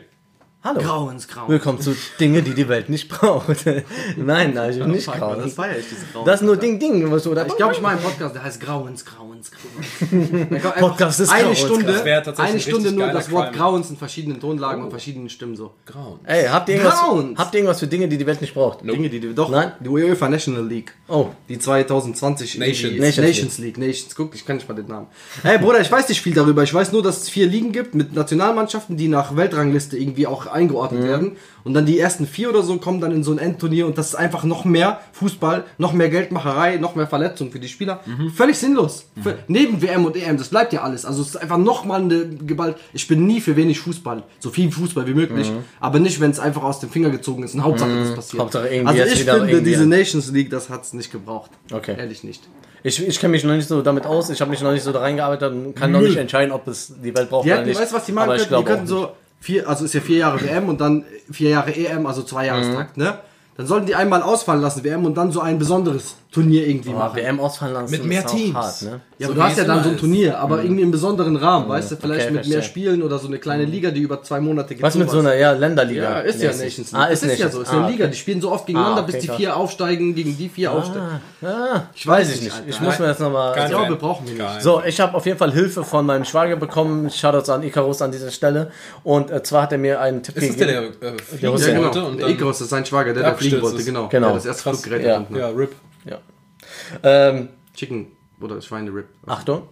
Speaker 2: Hallo.
Speaker 3: Grauensgrau.
Speaker 2: Willkommen zu Dinge, die die Welt nicht braucht. nein, nein, ich bin nicht grau.
Speaker 3: Das feier ich, diese Grau.
Speaker 2: Das ist nur Ding, Ding. Was du, oder?
Speaker 3: ich glaube, ich mache einen Podcast, der heißt Grauens, Grauens, Grauens.
Speaker 2: Podcast ist
Speaker 3: eine
Speaker 2: Grauens,
Speaker 1: Das
Speaker 3: Stunde,
Speaker 1: wär tatsächlich ein
Speaker 3: eine Stunde
Speaker 1: richtig
Speaker 3: nur
Speaker 1: geiler
Speaker 3: das Wort
Speaker 1: Crime.
Speaker 3: Grauens in verschiedenen Tonlagen und verschiedenen Stimmen so.
Speaker 1: Grauen.
Speaker 2: Ey, habt ihr, irgendwas,
Speaker 3: Grauens.
Speaker 2: habt ihr irgendwas für Dinge, die die Welt nicht braucht?
Speaker 3: Dinge, die du doch.
Speaker 2: Nein.
Speaker 3: Die UEFA National League.
Speaker 2: Oh,
Speaker 3: Die 2020
Speaker 1: Nations.
Speaker 3: die
Speaker 2: Nations
Speaker 3: Nations, League. Nations, guck, ich kann nicht mal den Namen. Hey Bruder, ich weiß nicht viel darüber. Ich weiß nur, dass es vier Ligen gibt mit Nationalmannschaften, die nach Weltrangliste irgendwie auch
Speaker 2: Mhm.
Speaker 3: eingeordnet werden. Und dann die ersten vier oder so kommen dann in so ein Endturnier und das ist einfach noch mehr Fußball, noch mehr Geldmacherei, noch mehr Verletzungen für die Spieler. Völlig sinnlos. Für, neben WM und EM, das bleibt ja alles. Also es ist einfach nochmal eine Gewalt. Ich bin nie für wenig Fußball. So viel Fußball wie möglich.
Speaker 2: Mhm.
Speaker 3: Aber nicht, wenn es einfach aus dem Finger gezogen ist. Und Hauptsache, das passiert.
Speaker 2: Hauptsache irgendwie
Speaker 3: also
Speaker 2: jetzt
Speaker 3: ich
Speaker 2: wieder
Speaker 3: finde,
Speaker 2: irgendwie
Speaker 3: diese
Speaker 2: ein-
Speaker 3: Nations League, das hat's nicht gebraucht.
Speaker 2: Okay.
Speaker 3: Ehrlich nicht.
Speaker 2: ich, ich kenne mich noch nicht so damit aus. Ich habe mich noch nicht so da reingearbeitet und kann noch nicht entscheiden, ob es die Welt braucht
Speaker 3: Die
Speaker 2: oder
Speaker 3: hätten,
Speaker 2: nicht.
Speaker 3: weißt du, was die machen
Speaker 2: Aber ich
Speaker 3: könnten? Die
Speaker 2: glaube
Speaker 3: könnten
Speaker 2: auch
Speaker 3: so vier, also ist ja vier Jahre WM und dann vier Jahre EM, also zwei Jahrestakt,
Speaker 2: Mhm.
Speaker 3: ne? Dann sollten die einmal ausfallen lassen, WM, und dann so ein besonderes Turnier irgendwie
Speaker 2: nicht. Aber
Speaker 3: machen.
Speaker 2: WM ausfallen lassen
Speaker 1: Mit mehr
Speaker 2: ist
Speaker 1: Teams.
Speaker 2: auch hart, ne?
Speaker 3: Ja,
Speaker 1: So
Speaker 3: aber du
Speaker 1: wie
Speaker 3: hast ja
Speaker 1: es
Speaker 3: dann
Speaker 1: immer
Speaker 3: so ein
Speaker 1: ist.
Speaker 3: Turnier, aber irgendwie im besonderen Rahmen, weißt du, vielleicht
Speaker 2: Mhm. Okay,
Speaker 3: mit mehr
Speaker 2: verstehe. Mhm.
Speaker 3: Spielen oder so eine kleine Liga, die über zwei Monate geht.
Speaker 2: Was mit so
Speaker 3: sowas.
Speaker 2: einer ja, Länderliga?
Speaker 3: Ja, ist ja
Speaker 2: mäßig.
Speaker 3: Nations League.
Speaker 2: Ah, ist
Speaker 3: das ist ja
Speaker 2: Nations.
Speaker 3: so, ist eine
Speaker 2: ah,
Speaker 3: Liga, die spielen so oft gegeneinander,
Speaker 2: Ah, okay,
Speaker 3: bis die
Speaker 2: klar.
Speaker 3: vier aufsteigen, gegen die vier aufsteigen.
Speaker 2: Ah, ich
Speaker 3: weiß
Speaker 2: weiß ich
Speaker 3: nicht,
Speaker 2: nicht.
Speaker 3: Alter.
Speaker 2: Ich muss mir das nochmal.
Speaker 3: Ja, aber brauchen wir nicht.
Speaker 2: So, ich habe auf jeden Fall Hilfe von meinem Schwager bekommen. Shoutouts an Icarus an dieser Stelle. Und äh, zwar hat er mir einen Tipp
Speaker 1: Ist das der, der äh, fliegen
Speaker 2: Russe.
Speaker 3: Ja,
Speaker 1: wollte
Speaker 3: genau.
Speaker 1: und
Speaker 3: Der
Speaker 1: dann,
Speaker 3: Icarus ist sein Schwager, der da fliegen
Speaker 1: abgestürzt
Speaker 3: wollte,
Speaker 1: ist.
Speaker 3: genau.
Speaker 2: Genau.
Speaker 3: Der das erste
Speaker 1: Krass.
Speaker 3: Fluggerät
Speaker 2: Ja.
Speaker 3: hat.
Speaker 1: Ja, RIP.
Speaker 2: ähm,
Speaker 3: Chicken oder Schweinerib.
Speaker 2: Achtung,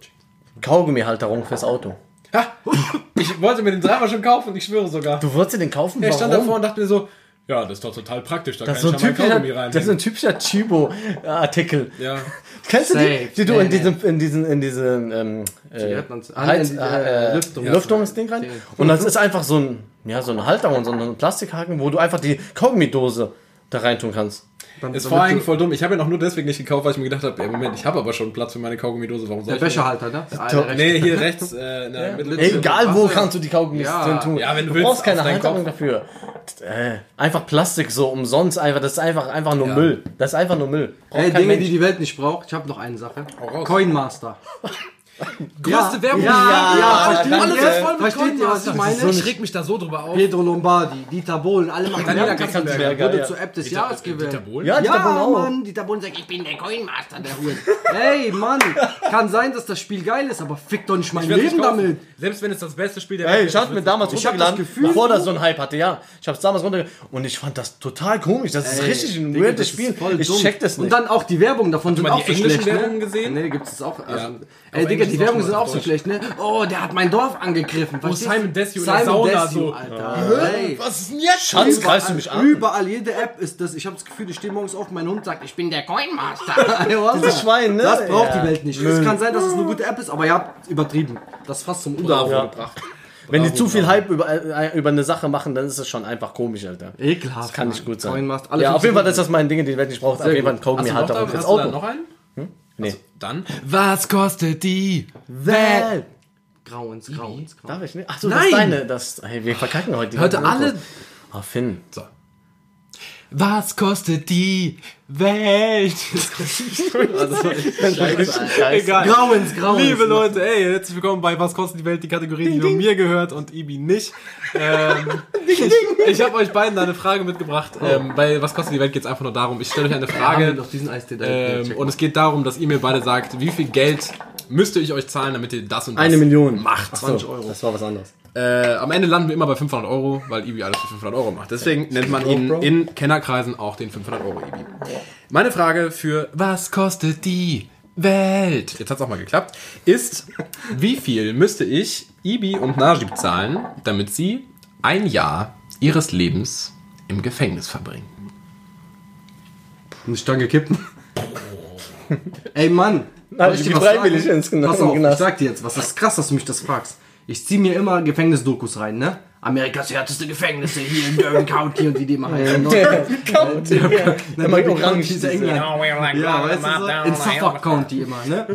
Speaker 2: Kaugummihalterung fürs Auto.
Speaker 1: Ha, ich wollte mir den Driver schon kaufen, ich schwöre sogar.
Speaker 2: Du wolltest dir den kaufen?
Speaker 1: ich stand
Speaker 2: Warum?
Speaker 1: davor und dachte mir so, ja, das ist doch total praktisch, da
Speaker 2: Das ist, so
Speaker 1: kann
Speaker 2: ein
Speaker 1: ich ja mein
Speaker 2: typischer,
Speaker 1: Kaugummi
Speaker 2: das ist ein
Speaker 1: reinhängen.
Speaker 2: typischer Chibo-Artikel.
Speaker 1: Ja,
Speaker 2: Kennst du die,
Speaker 3: Safe.
Speaker 2: die du
Speaker 3: Nee,
Speaker 2: in diesem, in diesem, in diesem ähm, äh,
Speaker 3: Zigaretten und-
Speaker 2: Heiz,
Speaker 3: Ah, nee,
Speaker 2: äh,
Speaker 3: äh,
Speaker 2: äh,
Speaker 3: Lüftung.
Speaker 2: Lüftungsding rein. Und das ist einfach so ein, ja, so ein Halter und so ein Plastikhaken, wo du einfach die Kaugummi-Dose da reintun kannst.
Speaker 3: Dann,
Speaker 1: Ist
Speaker 3: damit
Speaker 1: vor allem
Speaker 3: du-
Speaker 1: voll dumm. Ich habe ihn auch nur deswegen nicht gekauft, weil ich mir gedacht habe, ey, Moment, ich habe aber schon Platz für meine Kaugummidose. Warum soll
Speaker 3: Der
Speaker 1: ich? denn-
Speaker 3: Becherhalter, ne? Der
Speaker 2: Top.
Speaker 3: eine rechte.
Speaker 1: Nee, hier rechts. Äh, in der Mitte.
Speaker 2: Ey, egal wo
Speaker 3: Wasser.
Speaker 2: kannst du die Kaugummis
Speaker 3: Ja.
Speaker 2: drin tun.
Speaker 1: Ja, wenn du
Speaker 2: du
Speaker 1: willst,
Speaker 2: brauchst keine
Speaker 1: auf deinen
Speaker 2: Handhabung
Speaker 1: Kopf.
Speaker 2: dafür. Äh, einfach Plastik so umsonst einfach. Das ist einfach einfach nur Müll. Das ist einfach nur Müll. Braucht
Speaker 3: Ey,
Speaker 2: kein
Speaker 3: Dinge,
Speaker 2: Mensch.
Speaker 3: die die Welt nicht braucht. Ich habe noch eine Sache.
Speaker 1: raus.
Speaker 3: Coinmaster.
Speaker 1: Größte Werbung.
Speaker 3: Ja, ja,
Speaker 2: Ja,
Speaker 3: versteht
Speaker 2: danke.
Speaker 3: ihr?
Speaker 1: Alles voll mit
Speaker 3: Versteht ihr, was ich meine?
Speaker 1: Ich reg mich da so drüber auf.
Speaker 3: Pedro Lombardi, Dieter Bohlen, alle machen
Speaker 1: Daniela
Speaker 3: Werbung.
Speaker 1: Katzenberger,
Speaker 3: wurde
Speaker 2: ja.
Speaker 3: zur App des Jahres gewählt.
Speaker 1: Dieter Bohlen?
Speaker 2: ja, die
Speaker 3: Ja,
Speaker 2: ja, auch.
Speaker 3: Mann, Dieter Bohlen sagt, ich bin der Coinmaster der Ruhe. Ey, Mann, kann sein, dass das Spiel geil ist, aber fick doch nicht mein
Speaker 1: Ich werd's nicht
Speaker 3: Leben
Speaker 1: kaufen.
Speaker 3: damit.
Speaker 1: Selbst wenn es das beste Spiel der
Speaker 2: Ey,
Speaker 1: Welt
Speaker 2: ich hab's mir damals
Speaker 3: hab das
Speaker 2: runtergeladen,
Speaker 3: Gefühl-
Speaker 2: bevor das so ein Hype hatte, ja. Ich hab's damals runtergeladen und ich fand das total komisch. Das ist
Speaker 3: Ey,
Speaker 2: richtig ein
Speaker 3: Digga,
Speaker 2: weirdes
Speaker 3: das ist
Speaker 2: Spiel.
Speaker 3: voll
Speaker 2: Ich
Speaker 3: dumm.
Speaker 2: check das nicht.
Speaker 3: Und dann auch die Werbung davon sind
Speaker 1: mal die
Speaker 3: auch so
Speaker 1: englischen
Speaker 3: schlecht.
Speaker 1: Werbungen
Speaker 3: ne?
Speaker 1: gesehen?
Speaker 3: Nee, gibt's das auch. Also, Ey,
Speaker 1: Englisch
Speaker 3: Digga, die
Speaker 1: ist auch
Speaker 3: Werbung
Speaker 1: schon
Speaker 3: sind
Speaker 1: was
Speaker 3: auch so
Speaker 1: Deutsch.
Speaker 3: schlecht, ne? Oh, der hat mein Dorf angegriffen. Oh,
Speaker 1: Simon Desue in der Sauna so.
Speaker 3: Alter. Ey.
Speaker 2: was ist denn jetzt? Schatz, greifst du mich an?
Speaker 3: Überall, jede App ist das. Ich habe das Gefühl, ich stehe morgens auf, mein Hund sagt, ich bin der Coinmaster. Ey, was?
Speaker 2: Dieses Schwein, ne?
Speaker 3: Das braucht
Speaker 2: Ja.
Speaker 3: die Welt nicht. Es kann sein, dass es eine gute App ist, aber ihr habt übertrieben. Das ist fast zum Unterhaufen
Speaker 2: Ja.
Speaker 3: gebracht.
Speaker 2: Wenn die zu viel Hype über, äh, über eine Sache machen, dann ist das schon einfach komisch, Alter.
Speaker 3: Ekelhaft.
Speaker 2: Das kann
Speaker 3: Mann.
Speaker 2: nicht gut sein.
Speaker 3: Coinmaster, alle
Speaker 2: ja,
Speaker 3: fünf
Speaker 2: auf jeden Fall,
Speaker 3: Sekunden.
Speaker 2: das ist das mein Ding, die Welt nicht braucht. Auf jeden Fall ein Kaugummi
Speaker 1: Hast
Speaker 2: halt
Speaker 1: du noch,
Speaker 2: darauf.
Speaker 1: da,
Speaker 2: Das
Speaker 1: hast du da
Speaker 2: Auto.
Speaker 1: noch einen?
Speaker 2: Nee.
Speaker 1: Dann. Was Also, kostet die?
Speaker 2: Well.
Speaker 3: Grau ins Grau ins Grau.
Speaker 2: Darf ich nicht? Achso, das
Speaker 1: Nein!
Speaker 2: ist deine. Das, hey, wir verkacken heute. die
Speaker 1: Hörte
Speaker 2: ganze
Speaker 1: alle-
Speaker 2: Info. Ah, Finn.
Speaker 1: So. Was kostet die Welt?
Speaker 2: Also,
Speaker 1: Egal.
Speaker 3: Grau ins Grau.
Speaker 1: Liebe Leute, ey, herzlich willkommen bei Was kostet die Welt, die Kategorie, die nur mir gehört und Ibi nicht. Ähm, ich ich habe euch beiden da eine Frage mitgebracht. Ähm, bei Was kostet die Welt geht es einfach nur darum, ich stelle euch eine
Speaker 3: Frage.
Speaker 1: Frage
Speaker 3: Doch diesen Eistee da.
Speaker 2: Äh,
Speaker 1: ähm, und es geht darum, dass ihr mir beide sagt, wie viel Geld müsst ihr ich euch zahlen, damit ihr das und das
Speaker 2: Eine Million.
Speaker 1: macht.
Speaker 2: Achso, Das war was anderes.
Speaker 1: Äh, am Ende landen wir immer bei 500 Euro, weil Ibi alles für 500 Euro macht. Deswegen nennt man ihn in Kennerkreisen auch den 500 Euro Ibi. Meine Frage für Was kostet die Welt? Jetzt hat's auch mal geklappt. Ist, wie viel müsste ich Ibi und Najib zahlen, damit sie ein Jahr ihres Lebens im Gefängnis verbringen?
Speaker 3: Eine Stange kippen. Ey Mann.
Speaker 2: Hab
Speaker 3: soll
Speaker 2: ich
Speaker 3: dir
Speaker 2: die
Speaker 3: was
Speaker 2: freiwillig
Speaker 3: sagen?
Speaker 2: ins Gena-
Speaker 3: Pass auf, ich
Speaker 2: Knast.
Speaker 3: sag dir jetzt was. Das ist krass, dass du mich das fragst. Ich zieh mir immer Gefängnisdokus rein, ne? Amerikas härteste Gefängnisse hier in Durham County und wie die immer heißen.
Speaker 2: Immer
Speaker 3: Durham
Speaker 2: orange.
Speaker 3: ist England. Ja, weißt du so? In Suffolk County immer, ne?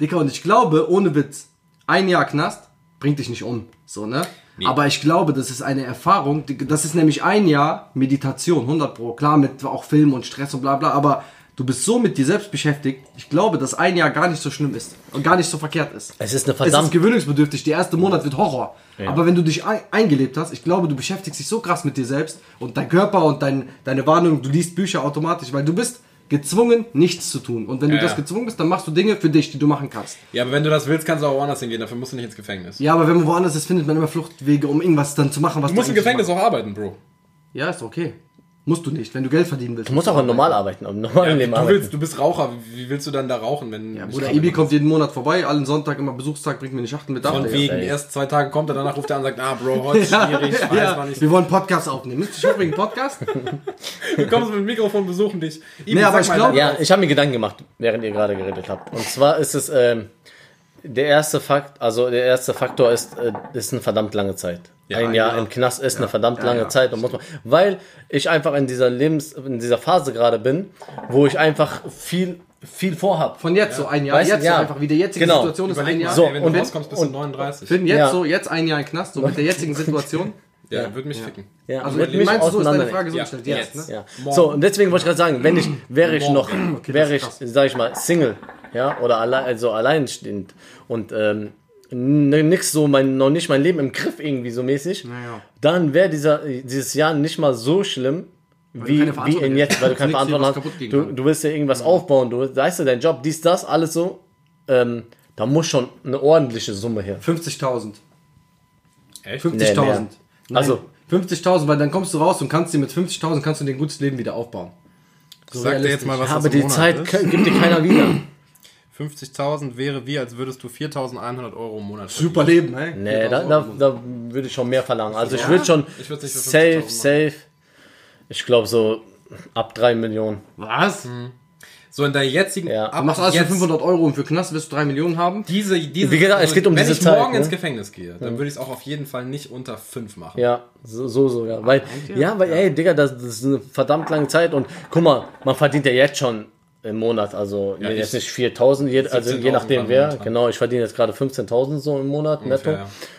Speaker 3: Dicker, und ich glaube, ohne Witz, ein Jahr Knast bringt dich nicht um. So, ne? Aber ich glaube, das ist eine Erfahrung. die- Das ist nämlich ein Jahr Meditation, 100 Pro. Klar, mit auch Film und Stress und bla bla, aber du bist so mit dir selbst beschäftigt. Ich glaube, dass ein Jahr gar nicht so schlimm ist und gar nicht so verkehrt ist.
Speaker 2: Es ist eine
Speaker 3: Es
Speaker 2: verdammt
Speaker 3: ist gewöhnungsbedürftig. Der erste Monat wird Horror.
Speaker 2: Ja.
Speaker 3: Aber wenn du dich ein eingelebt hast, ich glaube, du beschäftigst dich so krass mit dir selbst und dein Körper und dein, deine Wahrnehmung, du liest Bücher automatisch, weil du bist gezwungen, nichts zu tun. Und wenn du
Speaker 1: Ja,
Speaker 3: das
Speaker 1: ja.
Speaker 3: gezwungen bist, dann machst du Dinge für dich, die du machen kannst.
Speaker 1: Ja, aber wenn du das willst, kannst du auch woanders hingehen. Dafür musst du nicht ins Gefängnis.
Speaker 3: Ja, aber wenn man woanders ist, findet man immer Fluchtwege, um irgendwas dann zu machen, was
Speaker 1: Du musst im
Speaker 3: eigentlich
Speaker 1: Gefängnis auch arbeiten, Bro.
Speaker 3: machst. Ja, ist okay. Musst du nicht, wenn du Geld verdienen willst.
Speaker 2: Du musst auch normal arbeiten, im normalen
Speaker 1: Du,
Speaker 2: Leben arbeiten.
Speaker 1: willst, du bist Raucher. Wie willst du dann da rauchen, wenn...
Speaker 3: Ja, Bruder Ibi kommt jeden Monat vorbei, allen Sonntag immer Besuchstag, bringt mir eine Schachtel mit ab.
Speaker 1: Von
Speaker 3: Digga.
Speaker 1: wegen,
Speaker 2: ey.
Speaker 1: erst zwei Tage kommt er, danach ruft er an und sagt, ah Bro, heute schwierig, weiß
Speaker 3: Ja,
Speaker 1: man nicht.
Speaker 3: wir wollen Podcast aufnehmen. Müsst ihr schon wegen Podcast?
Speaker 1: Du kommst mit dem Mikrofon, besuchen dich. Ibi,
Speaker 3: Nee,
Speaker 1: sag
Speaker 3: aber ich
Speaker 1: mal,
Speaker 3: glaub-
Speaker 2: Ja, ich habe mir Gedanken gemacht, während ihr gerade geredet habt. Und zwar ist es ähm, der erste Fakt, also der erste Faktor ist, äh, ist eine verdammt lange Zeit. ein Jahr im Knast ist eine verdammt lange
Speaker 3: ja.
Speaker 2: Zeit, und muss man, weil ich einfach in dieser Lebens, in dieser Phase gerade bin, wo ich einfach viel, viel vorhab.
Speaker 3: Von jetzt so ein Jahr.
Speaker 2: Weißt du,
Speaker 3: jetzt so
Speaker 2: ja.
Speaker 3: einfach, wie der jetzige
Speaker 2: Genau.
Speaker 3: Situation ist ein
Speaker 1: Überleg
Speaker 3: Jahr.
Speaker 1: mal,
Speaker 2: So,
Speaker 1: ey, wenn
Speaker 2: und-
Speaker 1: du rauskommst, bist du
Speaker 2: und-
Speaker 1: 39.
Speaker 3: Bin jetzt
Speaker 2: Ja.
Speaker 3: so, jetzt ein Jahr in den Knast, so mit der jetzigen Situation.
Speaker 1: ja, würde mich ficken.
Speaker 2: ja,
Speaker 3: Also
Speaker 2: wird
Speaker 3: meinst du, so ist deine
Speaker 2: auseinander-
Speaker 3: Frage so
Speaker 1: Ja,
Speaker 3: gestellt? Jetzt,
Speaker 1: jetzt.
Speaker 3: ne?
Speaker 2: Ja. So, und deswegen wollte ich gerade sagen, wenn ich, wäre ich noch, wäre ich, sag ich mal, Single, ja, oder allein, also alleinstehend und ähm, n- nix so, mein, noch nicht mein Leben im Griff irgendwie so mäßig,
Speaker 3: ja.
Speaker 2: dann wäre dieser, dieses Jahr nicht mal so schlimm, wie, wie
Speaker 3: keine Verantwortung
Speaker 2: in jetzt, weil du keine
Speaker 3: Nix hier,
Speaker 2: Verantwortung
Speaker 3: was
Speaker 2: hast.
Speaker 3: kaputt gehen genau.
Speaker 2: Du,
Speaker 3: kann.
Speaker 2: du willst ja irgendwas aufbauen, du weißt ja dein Job, dies, das, alles so, ähm, da muss schon eine ordentliche Summe her.
Speaker 3: 50.000.
Speaker 1: Echt?
Speaker 3: 50.000.
Speaker 2: Nee,
Speaker 3: Nein,
Speaker 2: Also-
Speaker 3: 50.000, weil dann kommst du raus und kannst dir mit 50.000 kannst du dir ein gutes Leben wieder aufbauen. So
Speaker 1: Sag dir jetzt
Speaker 3: realistisch.
Speaker 1: mal, was
Speaker 2: Ja, aber
Speaker 1: das im
Speaker 2: die
Speaker 1: Monat
Speaker 2: Zeit
Speaker 1: ist.
Speaker 2: ke- gibt dir keiner wieder.
Speaker 1: 50.000 wäre wie, als würdest du 4.100 Euro im Monat verdienen.
Speaker 3: Super Leben, hey?
Speaker 2: Nee, da, da, da würde ich schon mehr verlangen. Also ich würde schon
Speaker 1: Ich würd's nicht für
Speaker 2: safe,
Speaker 1: 50.000
Speaker 2: safe. Ich glaube so ab 3 Millionen.
Speaker 3: Was?
Speaker 1: So in der jetzigen
Speaker 2: Ja.
Speaker 1: ab
Speaker 3: Du machst alles für
Speaker 1: jetzt-
Speaker 3: 500 Euro und für Knast wirst du 3 Millionen haben.
Speaker 1: Diese, diese,
Speaker 2: Wie gesagt, es geht um
Speaker 1: wenn
Speaker 2: diese
Speaker 1: ich morgen
Speaker 2: Zeit, ne?
Speaker 1: ins Gefängnis gehe, dann würde ich es auch auf jeden Fall nicht unter 5 machen.
Speaker 2: Ja, so, so sogar. Weil, ja, weil, ey, Digga, das, das ist eine verdammt lange Zeit und guck mal, man verdient ja jetzt schon im Monat, also
Speaker 1: Ja,
Speaker 2: jetzt
Speaker 1: ich-
Speaker 2: nicht 4000, je, also je
Speaker 1: 17.000
Speaker 2: nachdem
Speaker 1: gerade
Speaker 2: wer.
Speaker 1: momentan.
Speaker 2: Genau, ich verdiene jetzt gerade 15.000 so im Monat netto.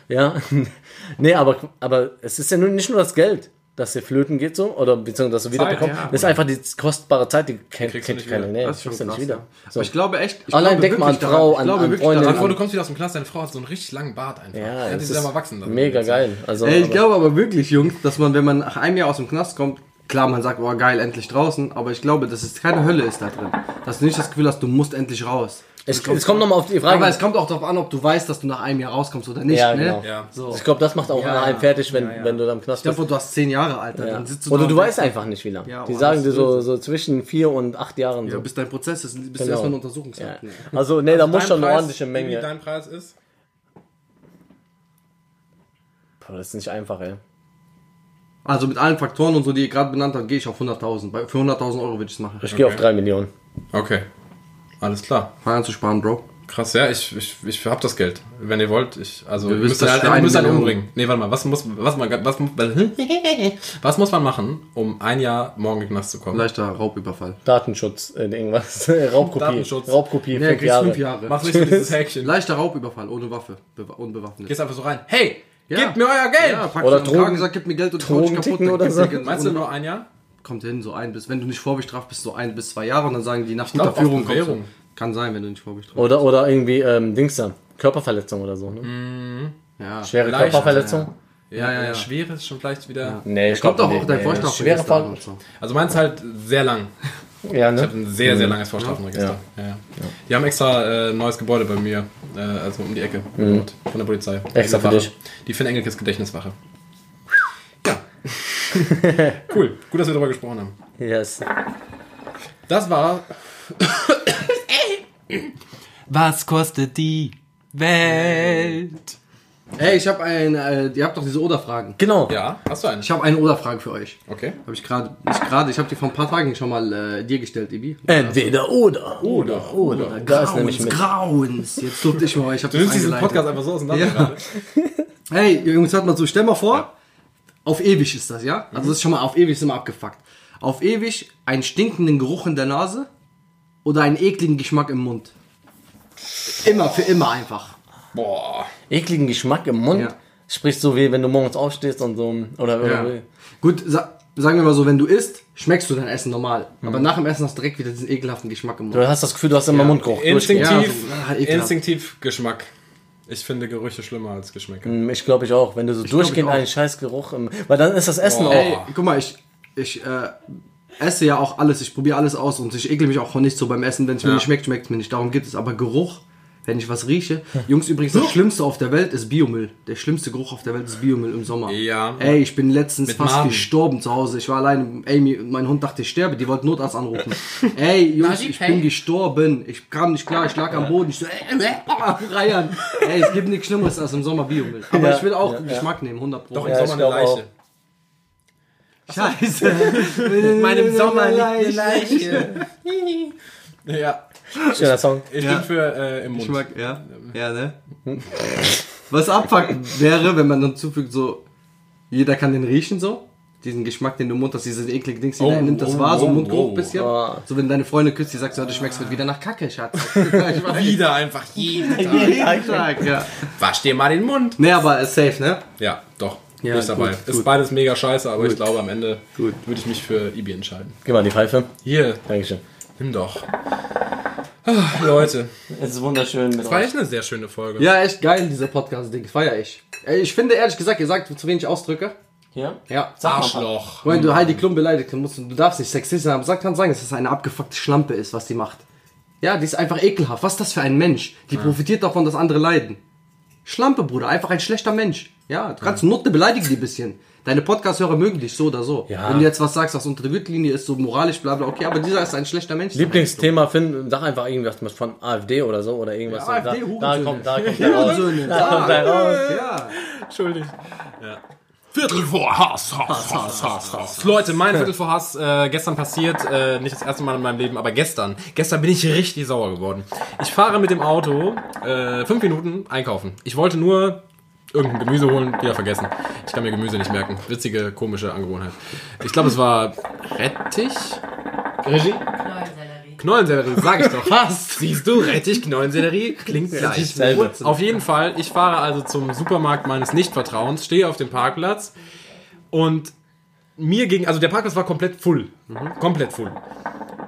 Speaker 2: Ja, nee, aber, aber es ist ja nur, nicht nur das Geld, dass dir flöten geht so oder beziehungsweise dass du wiederbekommst.
Speaker 3: ja.
Speaker 2: Das ist einfach die kostbare Zeit, die kennt
Speaker 1: kriegst du
Speaker 2: kennt
Speaker 1: nicht
Speaker 2: keiner.
Speaker 1: wieder.
Speaker 2: Nee,
Speaker 3: Das ist schon
Speaker 2: kriegst du
Speaker 3: krass.
Speaker 2: nicht wieder.
Speaker 3: ja.
Speaker 2: So.
Speaker 3: Aber ich glaube echt, ich
Speaker 2: Allein
Speaker 3: glaube
Speaker 2: denk mal an
Speaker 3: wirklich
Speaker 2: Frau,
Speaker 3: daran. Ich
Speaker 2: an-
Speaker 3: glaube
Speaker 2: an
Speaker 3: wirklich
Speaker 1: Stell dir
Speaker 2: Freunde. Ja.
Speaker 1: dir vor,
Speaker 3: daran.
Speaker 1: du kommst wieder aus dem Knast, deine Frau hat so einen richtig langen Bart einfach.
Speaker 2: Ja,
Speaker 1: Ja, die
Speaker 2: es
Speaker 1: ist
Speaker 2: ist
Speaker 1: selber wachsen. dann.
Speaker 2: mega geil. Also,
Speaker 3: Ey, Äh, ich
Speaker 2: aber-
Speaker 3: glaube aber wirklich, Jungs, dass man, wenn man nach einem Jahr aus dem Knast kommt, klar, man sagt, oh geil, endlich draußen, aber ich glaube, dass es keine Hölle ist da drin. Dass du nicht das Gefühl hast, du musst endlich raus.
Speaker 2: es, es kommt nochmal auf die Frage.
Speaker 3: Aber es kommt auch darauf an, ob du weißt, dass du nach einem Jahr rauskommst oder nicht.
Speaker 2: Ja,
Speaker 3: ne?
Speaker 2: genau.
Speaker 1: Ja.
Speaker 3: So.
Speaker 2: ich glaube, das macht auch
Speaker 3: Ja,
Speaker 2: einen
Speaker 3: ja.
Speaker 2: fertig, wenn,
Speaker 3: Ja, ja.
Speaker 2: wenn du da im Knast
Speaker 3: Stell dir
Speaker 2: bist.
Speaker 3: vor, du hast zehn Jahre, Alter.
Speaker 2: Ja.
Speaker 3: Dann sitzt du
Speaker 2: Oder
Speaker 3: da
Speaker 2: du
Speaker 3: und
Speaker 2: weißt
Speaker 3: denkst,
Speaker 2: einfach nicht, wie lange.
Speaker 3: Ja,
Speaker 2: die
Speaker 3: Mann,
Speaker 2: sagen
Speaker 3: das
Speaker 2: dir
Speaker 3: ist
Speaker 2: so, so zwischen vier und acht Jahren. So.
Speaker 3: Ja, bis dein Prozess ist, bist du
Speaker 2: Genau.
Speaker 3: erstmal in
Speaker 2: Ja.
Speaker 3: Untersuchungshaft. ne?
Speaker 2: Also, nee, da muss
Speaker 1: Dein
Speaker 2: schon eine
Speaker 1: Preis,
Speaker 2: ordentliche
Speaker 1: Wie
Speaker 2: Menge.
Speaker 1: dein Preis ist?
Speaker 2: Boah, das ist nicht einfach, ey.
Speaker 3: Also mit allen Faktoren und so, die ihr gerade benannt habt, gehe ich auf 100.000. Bei- Für 100.000 Euro würde ich es machen.
Speaker 2: Ich gehe auf drei Millionen.
Speaker 1: Okay. Alles klar.
Speaker 3: Feiern zu sparen, Bro.
Speaker 1: Krass, ja, ich, ich, ich hab das Geld. Wenn ihr wollt, ich. Also,
Speaker 3: Wir
Speaker 1: ihr
Speaker 3: wissen,
Speaker 1: müsst,
Speaker 3: dass
Speaker 1: halt,
Speaker 3: wir
Speaker 1: ihr
Speaker 3: eine
Speaker 1: müsst halt
Speaker 3: Million-
Speaker 1: umbringen. Nee, warte mal, was muss, was, man, was, mu- was muss man machen, um ein Jahr morgen in den Knast zu kommen?
Speaker 3: Leichter Raubüberfall.
Speaker 2: Datenschutz, äh, irgendwas. Raubkopie.
Speaker 1: Datenschutz.
Speaker 2: Raubkopie,
Speaker 3: Nee,
Speaker 2: fünf,
Speaker 3: kriegst
Speaker 2: Jahre.
Speaker 3: fünf Jahre.
Speaker 1: Mach nicht so dieses Häkchen.
Speaker 3: Leichter Raubüberfall, ohne Waffe, bewa- unbewaffnet.
Speaker 1: Gehst einfach so rein. Hey,
Speaker 3: Ja.
Speaker 1: gebt mir euer Geld!
Speaker 3: Ja,
Speaker 2: Oder
Speaker 3: oder
Speaker 2: Drogen-
Speaker 3: Drogen. gesagt, gib mir Geld und die Couch kaputt.
Speaker 2: Drogenticken
Speaker 3: dann
Speaker 2: oder
Speaker 3: gibt's
Speaker 2: so.
Speaker 3: dir Geld.
Speaker 1: Meinst du nur ein Jahr?
Speaker 3: Kommt hin, so ein bis. Wenn du nicht vorbestraft bist, so ein bis zwei Jahre und dann sagen die nach
Speaker 1: glaub,
Speaker 3: guter Führung
Speaker 1: auf
Speaker 3: kommst du.
Speaker 1: Bewährung.
Speaker 3: Kann sein, wenn du nicht vorbestraft
Speaker 2: Oder, oder irgendwie, ähm, Dings da. Körperverletzung oder so. Ne?
Speaker 3: bist. Ja.
Speaker 2: Schwere
Speaker 1: Leichter,
Speaker 2: Körperverletzung.
Speaker 3: Mhm. Ja, ja, ja.
Speaker 1: Schwere ist schon vielleicht wieder.
Speaker 2: Nee, ich
Speaker 3: Kommt
Speaker 2: glaub
Speaker 3: doch auch
Speaker 2: nicht,
Speaker 3: dein
Speaker 2: nee.
Speaker 3: Vorstrafregister
Speaker 2: Schwere
Speaker 3: an
Speaker 2: Fall.
Speaker 3: und so.
Speaker 1: Also meins halt sehr lang.
Speaker 2: Ja, ne?
Speaker 1: Ich habe ein sehr, sehr langes Vorstrafenregister. Ja. Ja. Die haben extra äh, neues Gebäude bei mir, äh, also um die Ecke, dort, von der Polizei.
Speaker 2: Extra für
Speaker 1: Wache.
Speaker 2: dich.
Speaker 1: Die Finn Engelkes Gedächtniswache. Ja. cool. Gut, dass wir darüber gesprochen haben.
Speaker 2: Yes.
Speaker 1: Das war. Was kostet die Welt?
Speaker 3: Ey, ich habe ein, äh, ihr habt doch diese Oder-Fragen.
Speaker 2: Genau.
Speaker 1: Ja, hast du einen?
Speaker 3: Ich habe eine Oder-Frage für euch.
Speaker 1: Okay.
Speaker 3: Habe ich gerade, nicht gerade, ich habe die vor ein paar Tagen schon mal äh, dir gestellt, Ibi.
Speaker 2: Entweder oder.
Speaker 1: Oder, oder.
Speaker 2: Da ist nämlich mit.
Speaker 3: Grauens. Jetzt durfte ich mal, ich habe
Speaker 1: Du nimmst diesen Podcast einfach so auseinander
Speaker 3: Ja.
Speaker 1: gerade.
Speaker 3: Hey, Jungs, hört mal zu. Stell mal vor, auf ewig ist das, ja?
Speaker 2: Mhm.
Speaker 3: Also, das ist schon mal auf ewig, ist immer abgefuckt. Auf ewig einen stinkenden Geruch in der Nase oder einen ekligen Geschmack im Mund. Immer, für immer einfach.
Speaker 1: Boah.
Speaker 2: ekligen Geschmack im Mund.
Speaker 3: Ja.
Speaker 2: Sprichst so wie wenn du morgens aufstehst und so oder, oder
Speaker 3: Gut, sa sagen wir mal so, wenn du isst, schmeckst du dein Essen normal. Aber nach dem Essen hast du direkt wieder diesen ekelhaften Geschmack im Mund.
Speaker 2: Mhm. du hast das Gefühl, du hast immer Mundgeruch.
Speaker 1: Instinktiv,
Speaker 3: Ja, so, ah, ekelhaft.
Speaker 1: instinktiv Geschmack. Ich finde Gerüche schlimmer als Geschmäcker.
Speaker 2: durchgehend. Ich glaube ich auch, wenn du so durchgehend
Speaker 3: ich auch.
Speaker 2: einen scheiß Geruch im weil dann ist das Essen
Speaker 1: Boah.
Speaker 2: auch
Speaker 3: Ey, guck mal, ich, ich äh, esse ja auch alles, ich probiere alles aus und ich ekel mich auch von nichts so beim Essen. Wenn es mir
Speaker 1: Ja.
Speaker 3: nicht schmeckt, schmeckt es mir nicht. Darum gibt es aber Geruch, wenn ich was rieche.
Speaker 2: Hm.
Speaker 3: Jungs, übrigens, das Schlimmste auf der Welt ist Biomüll. Der schlimmste Geruch auf der Welt ist Biomüll im Sommer.
Speaker 1: Ja.
Speaker 3: Ey, ich bin letztens
Speaker 1: Mit
Speaker 3: fast
Speaker 1: Maden.
Speaker 3: gestorben zu Hause. Ich war alleine. Amy, mein Hund dachte, ich sterbe. Die wollte Notarzt anrufen. Ey, Jungs, ich bin gestorben. Ich kam nicht klar. Ich lag am Boden. Ich so, äh, äh, ah, reiern. Ey, es gibt nichts Schlimmeres als im Sommer Biomüll. Aber
Speaker 2: Ja,
Speaker 3: ich will auch
Speaker 2: ja, ja.
Speaker 3: Geschmack nehmen, 100 Pro.
Speaker 1: Doch im
Speaker 2: Ja, ich
Speaker 1: Sommer eine
Speaker 2: glaub auch.
Speaker 1: Leiche.
Speaker 3: Scheiße.
Speaker 1: In meinem
Speaker 3: Sommer liegt eine
Speaker 1: Leiche. ja,
Speaker 2: schöner Song.
Speaker 1: ich
Speaker 3: Ja.
Speaker 1: bin für äh, im Mund.
Speaker 3: Geschmack, ja. Ja, ne?
Speaker 1: Hm.
Speaker 3: Was abfuckend wäre, wenn man dann zufügt, so, jeder kann den riechen, so. Diesen Geschmack, den du im Mund hast, diese ekligen Dings, jeder
Speaker 1: Oh,
Speaker 3: nimmt das
Speaker 1: oh,
Speaker 3: wahr, so
Speaker 1: oh,
Speaker 3: Mundgeruch
Speaker 1: oh.
Speaker 3: bisschen.
Speaker 2: Ah.
Speaker 3: So, wenn deine Freundin küsst, die sagt so, du schmeckst heute wieder nach Kacke, Schatz. Ich weiß.
Speaker 1: Wieder einfach jeden Tag.
Speaker 3: Jeden Tag, ja.
Speaker 1: Wasch dir mal den Mund.
Speaker 3: Nee, aber ist safe, ne?
Speaker 1: Ja, doch.
Speaker 3: Ja,
Speaker 1: bin ich dabei.
Speaker 3: gut,
Speaker 1: ist
Speaker 3: gut.
Speaker 1: beides mega scheiße, aber ich glaube am Ende
Speaker 3: Gut.
Speaker 1: würde ich mich für Ibi entscheiden.
Speaker 2: Gib mal die Pfeife.
Speaker 1: Hier,
Speaker 2: Dankeschön.
Speaker 1: nimm doch. Ah, Leute,
Speaker 2: Es ist wunderschön mit
Speaker 1: war
Speaker 2: euch.
Speaker 1: echt eine sehr schöne Folge.
Speaker 3: Ja, echt geil, dieser Podcast-Ding, feier ich. Ey, Ich finde, ehrlich gesagt, ihr sagt zu wenig Ausdrücke.
Speaker 2: Ja.
Speaker 3: Ja.
Speaker 1: Arschloch.
Speaker 3: Wenn du Heidi Klum beleidigt dann musst, du du darfst nicht sexistisch sein, aber sag, kann sagen, dass das eine abgefuckte Schlampe ist, was die macht. Ja, die ist einfach ekelhaft. Was ist das für ein Mensch? Die profitiert davon, dass andere leiden. Schlampe, Bruder, einfach ein schlechter Mensch. Ja, du kannst Nutte beleidigen die ein bisschen. Deine Podcast-Hörer mögen dich so oder so.
Speaker 2: Ja.
Speaker 3: Wenn du jetzt was sagst, was unter der Gürtellinie ist, so moralisch, bla bla, okay, aber dieser ist ein schlechter Mensch.
Speaker 2: Lieblingsthema finden, sag einfach irgendwas mit von AfD oder so oder irgendwas.
Speaker 3: Ja,
Speaker 2: da,
Speaker 3: AfD,
Speaker 2: da
Speaker 3: Hurensöhne.
Speaker 2: kommt, da kommt der raus.
Speaker 3: Söhne,
Speaker 2: Da kommt der raus.
Speaker 3: ja.
Speaker 1: Entschuldigt. Viertel vor Hass, Hass, Hass, Hass, Hass. Leute, mein Viertel vor Hass, äh, gestern passiert, äh, nicht das erste Mal in meinem Leben, aber gestern. Gestern bin ich richtig sauer geworden. Ich fahre mit dem Auto äh, fünf Minuten einkaufen. Ich wollte nur irgendein Gemüse holen, wieder vergessen. Ich kann mir Gemüse nicht merken. Witzige, komische Angewohnheit. Ich glaube, es war Rettich? Regie?
Speaker 4: Knollensellerie.
Speaker 1: Knollensellerie, sag ich doch. Hast. Siehst du, Rettich, Knollensellerie, klingt gleich.
Speaker 2: selber.
Speaker 1: Auf jeden Fall, ich fahre also zum Supermarkt meines Nichtvertrauens, stehe auf dem Parkplatz und mir ging, also der Parkplatz war komplett full. Mhm. Komplett full.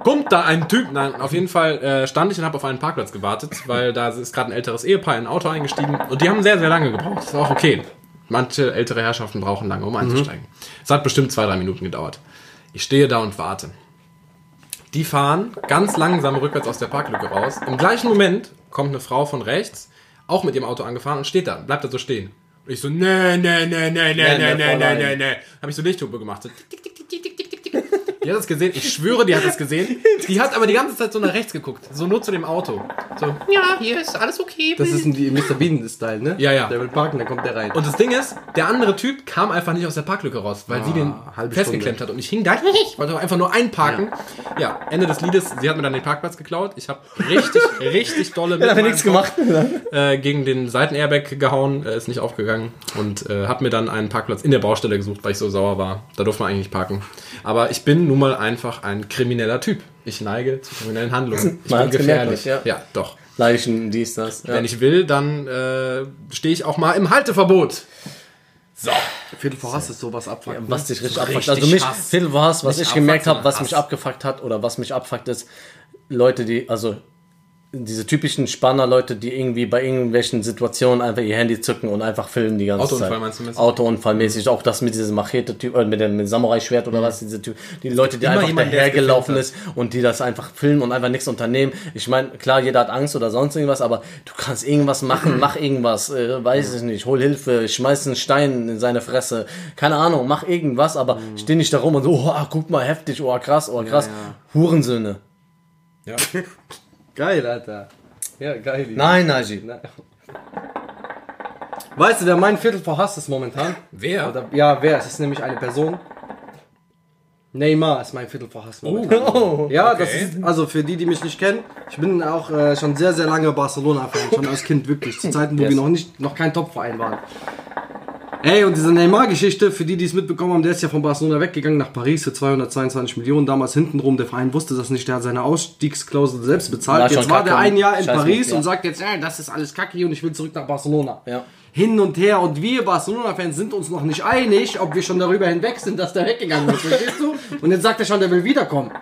Speaker 1: Kommt da ein Typ, nein, auf jeden Fall äh, stand ich und habe auf einen Parkplatz gewartet, weil da ist gerade ein älteres Ehepaar in ein Auto eingestiegen und die haben sehr, sehr lange gebraucht. Das war auch okay. Manche ältere Herrschaften brauchen lange, um einzusteigen. Es hat bestimmt zwei, drei Minuten gedauert. Ich stehe da und warte. Die fahren ganz langsam rückwärts aus der Parklücke raus. Im gleichen Moment kommt eine Frau von rechts, auch mit ihrem Auto angefahren und steht da, bleibt da so stehen. Und ich so, nee, nee, nee, nee, nee, nee, nee, nee, nee, Äh, nee. Hab ich so Lichthupe gemacht. So, tick, tick, tick, tick, tick, tick, tick, tick. Die hat das gesehen, ich schwöre, die hat das gesehen. Die hat aber die ganze Zeit so nach rechts geguckt, so nur zu dem Auto. So, ja, hier ist alles okay.
Speaker 3: Das ist ein die- Mr. Bean-Style, ne?
Speaker 1: Ja, ja.
Speaker 3: Der will parken, dann kommt der rein.
Speaker 1: Und das Ding ist, der andere Typ kam einfach nicht aus der Parklücke raus, weil sie den
Speaker 3: halbe
Speaker 1: festgeklemmt hat. Und ich hing da, ich wollte einfach nur einparken. Ja. Ende des Liedes, sie hat mir dann den Parkplatz geklaut. Ich habe richtig, richtig dolle mit
Speaker 2: Hat
Speaker 1: meinem
Speaker 2: nichts gemacht.
Speaker 1: Kopf, äh, gegen den Seitenairbag gehauen, äh, ist nicht aufgegangen. Und äh, habe mir dann einen Parkplatz in der Baustelle gesucht, weil ich so sauer war. Da durfte man eigentlich nicht parken. Aber ich bin nun mal einfach ein krimineller Typ. Ich neige zu kriminellen Handlungen. Ich
Speaker 2: Man
Speaker 1: bin
Speaker 2: hat's gemerkt,
Speaker 1: gefährlich.
Speaker 2: ja.
Speaker 1: ja, doch.
Speaker 2: Leichen, dies, das. Ja.
Speaker 1: Wenn ich will, dann äh, stehe ich auch mal im Halteverbot.
Speaker 3: Viertel vor Hass ist sowas abfucken.
Speaker 2: was dich richtig
Speaker 1: So
Speaker 2: abfuckt.
Speaker 1: richtig
Speaker 2: Also mich,
Speaker 1: Hass.
Speaker 2: Viertel war es, was
Speaker 1: Nicht
Speaker 2: ich gemerkt
Speaker 1: abfuckt,
Speaker 2: habe, was
Speaker 1: sondern
Speaker 2: mich
Speaker 1: Hass.
Speaker 2: abgefuckt hat oder was mich abfuckt ist, Leute, die, also diese typischen Spanner-Leute, die irgendwie bei irgendwelchen Situationen einfach ihr Handy zücken und einfach filmen die ganze
Speaker 1: Autounfall
Speaker 2: Zeit.
Speaker 1: meinst du, meinst du?
Speaker 2: Autounfallmäßig, auch das mit diesem Machete-Typ, äh, mit dem mit dem Samurai-Schwert
Speaker 1: Mhm.
Speaker 2: oder was, diese Typ, die Leute, die
Speaker 1: immer
Speaker 2: einfach
Speaker 1: jemanden, der es
Speaker 2: dahergelaufen
Speaker 1: gefilmt
Speaker 2: ist und die das einfach filmen und einfach nichts unternehmen. Ich meine, klar, jeder hat Angst oder sonst irgendwas, aber du kannst irgendwas machen, mach irgendwas, äh, weiß ich nicht, hol Hilfe, schmeiß einen Stein in seine Fresse, keine Ahnung, mach irgendwas, aber steh nicht da rum und so, oh, ah, guck mal, heftig, oh, krass, oh, krass, Hurensöhne.
Speaker 1: Ja.
Speaker 3: Geil, Alter. Ja, geil. Digga.
Speaker 2: Nein, Najib.
Speaker 3: Na. Weißt du, wer mein Viertel vor Hass ist momentan?
Speaker 1: Wer?
Speaker 3: Oder, ja, wer? Es ist nämlich eine Person. Neymar ist mein Viertel vor Hass momentan.
Speaker 2: Oh.
Speaker 3: Ja, das
Speaker 1: Okay.
Speaker 3: ist, also für die, die mich nicht kennen, ich bin auch äh, schon sehr, sehr lange Barcelona-Fan, schon als Kind wirklich, zu Zeiten, wo
Speaker 2: Yes.
Speaker 3: wir noch, nicht, noch kein Top-Verein waren. Ey, und diese Neymar-Geschichte, für die, die es mitbekommen haben, der ist ja von Barcelona weggegangen nach Paris für 222 Millionen, damals hintenrum, der Verein wusste das nicht, der hat seine Ausstiegsklausel selbst bezahlt.
Speaker 2: War schon
Speaker 3: jetzt war der
Speaker 2: kacke,
Speaker 3: ein Jahr in
Speaker 2: scheiß
Speaker 3: Paris
Speaker 2: mit, ja.
Speaker 3: und sagt jetzt, ey, das ist alles kacke und ich will zurück nach Barcelona
Speaker 2: Ja.
Speaker 3: hin und her und wir Barcelona-Fans sind uns noch nicht einig, ob wir schon darüber hinweg sind, dass der weggegangen ist, verstehst du? Und jetzt sagt er schon, der will wiederkommen.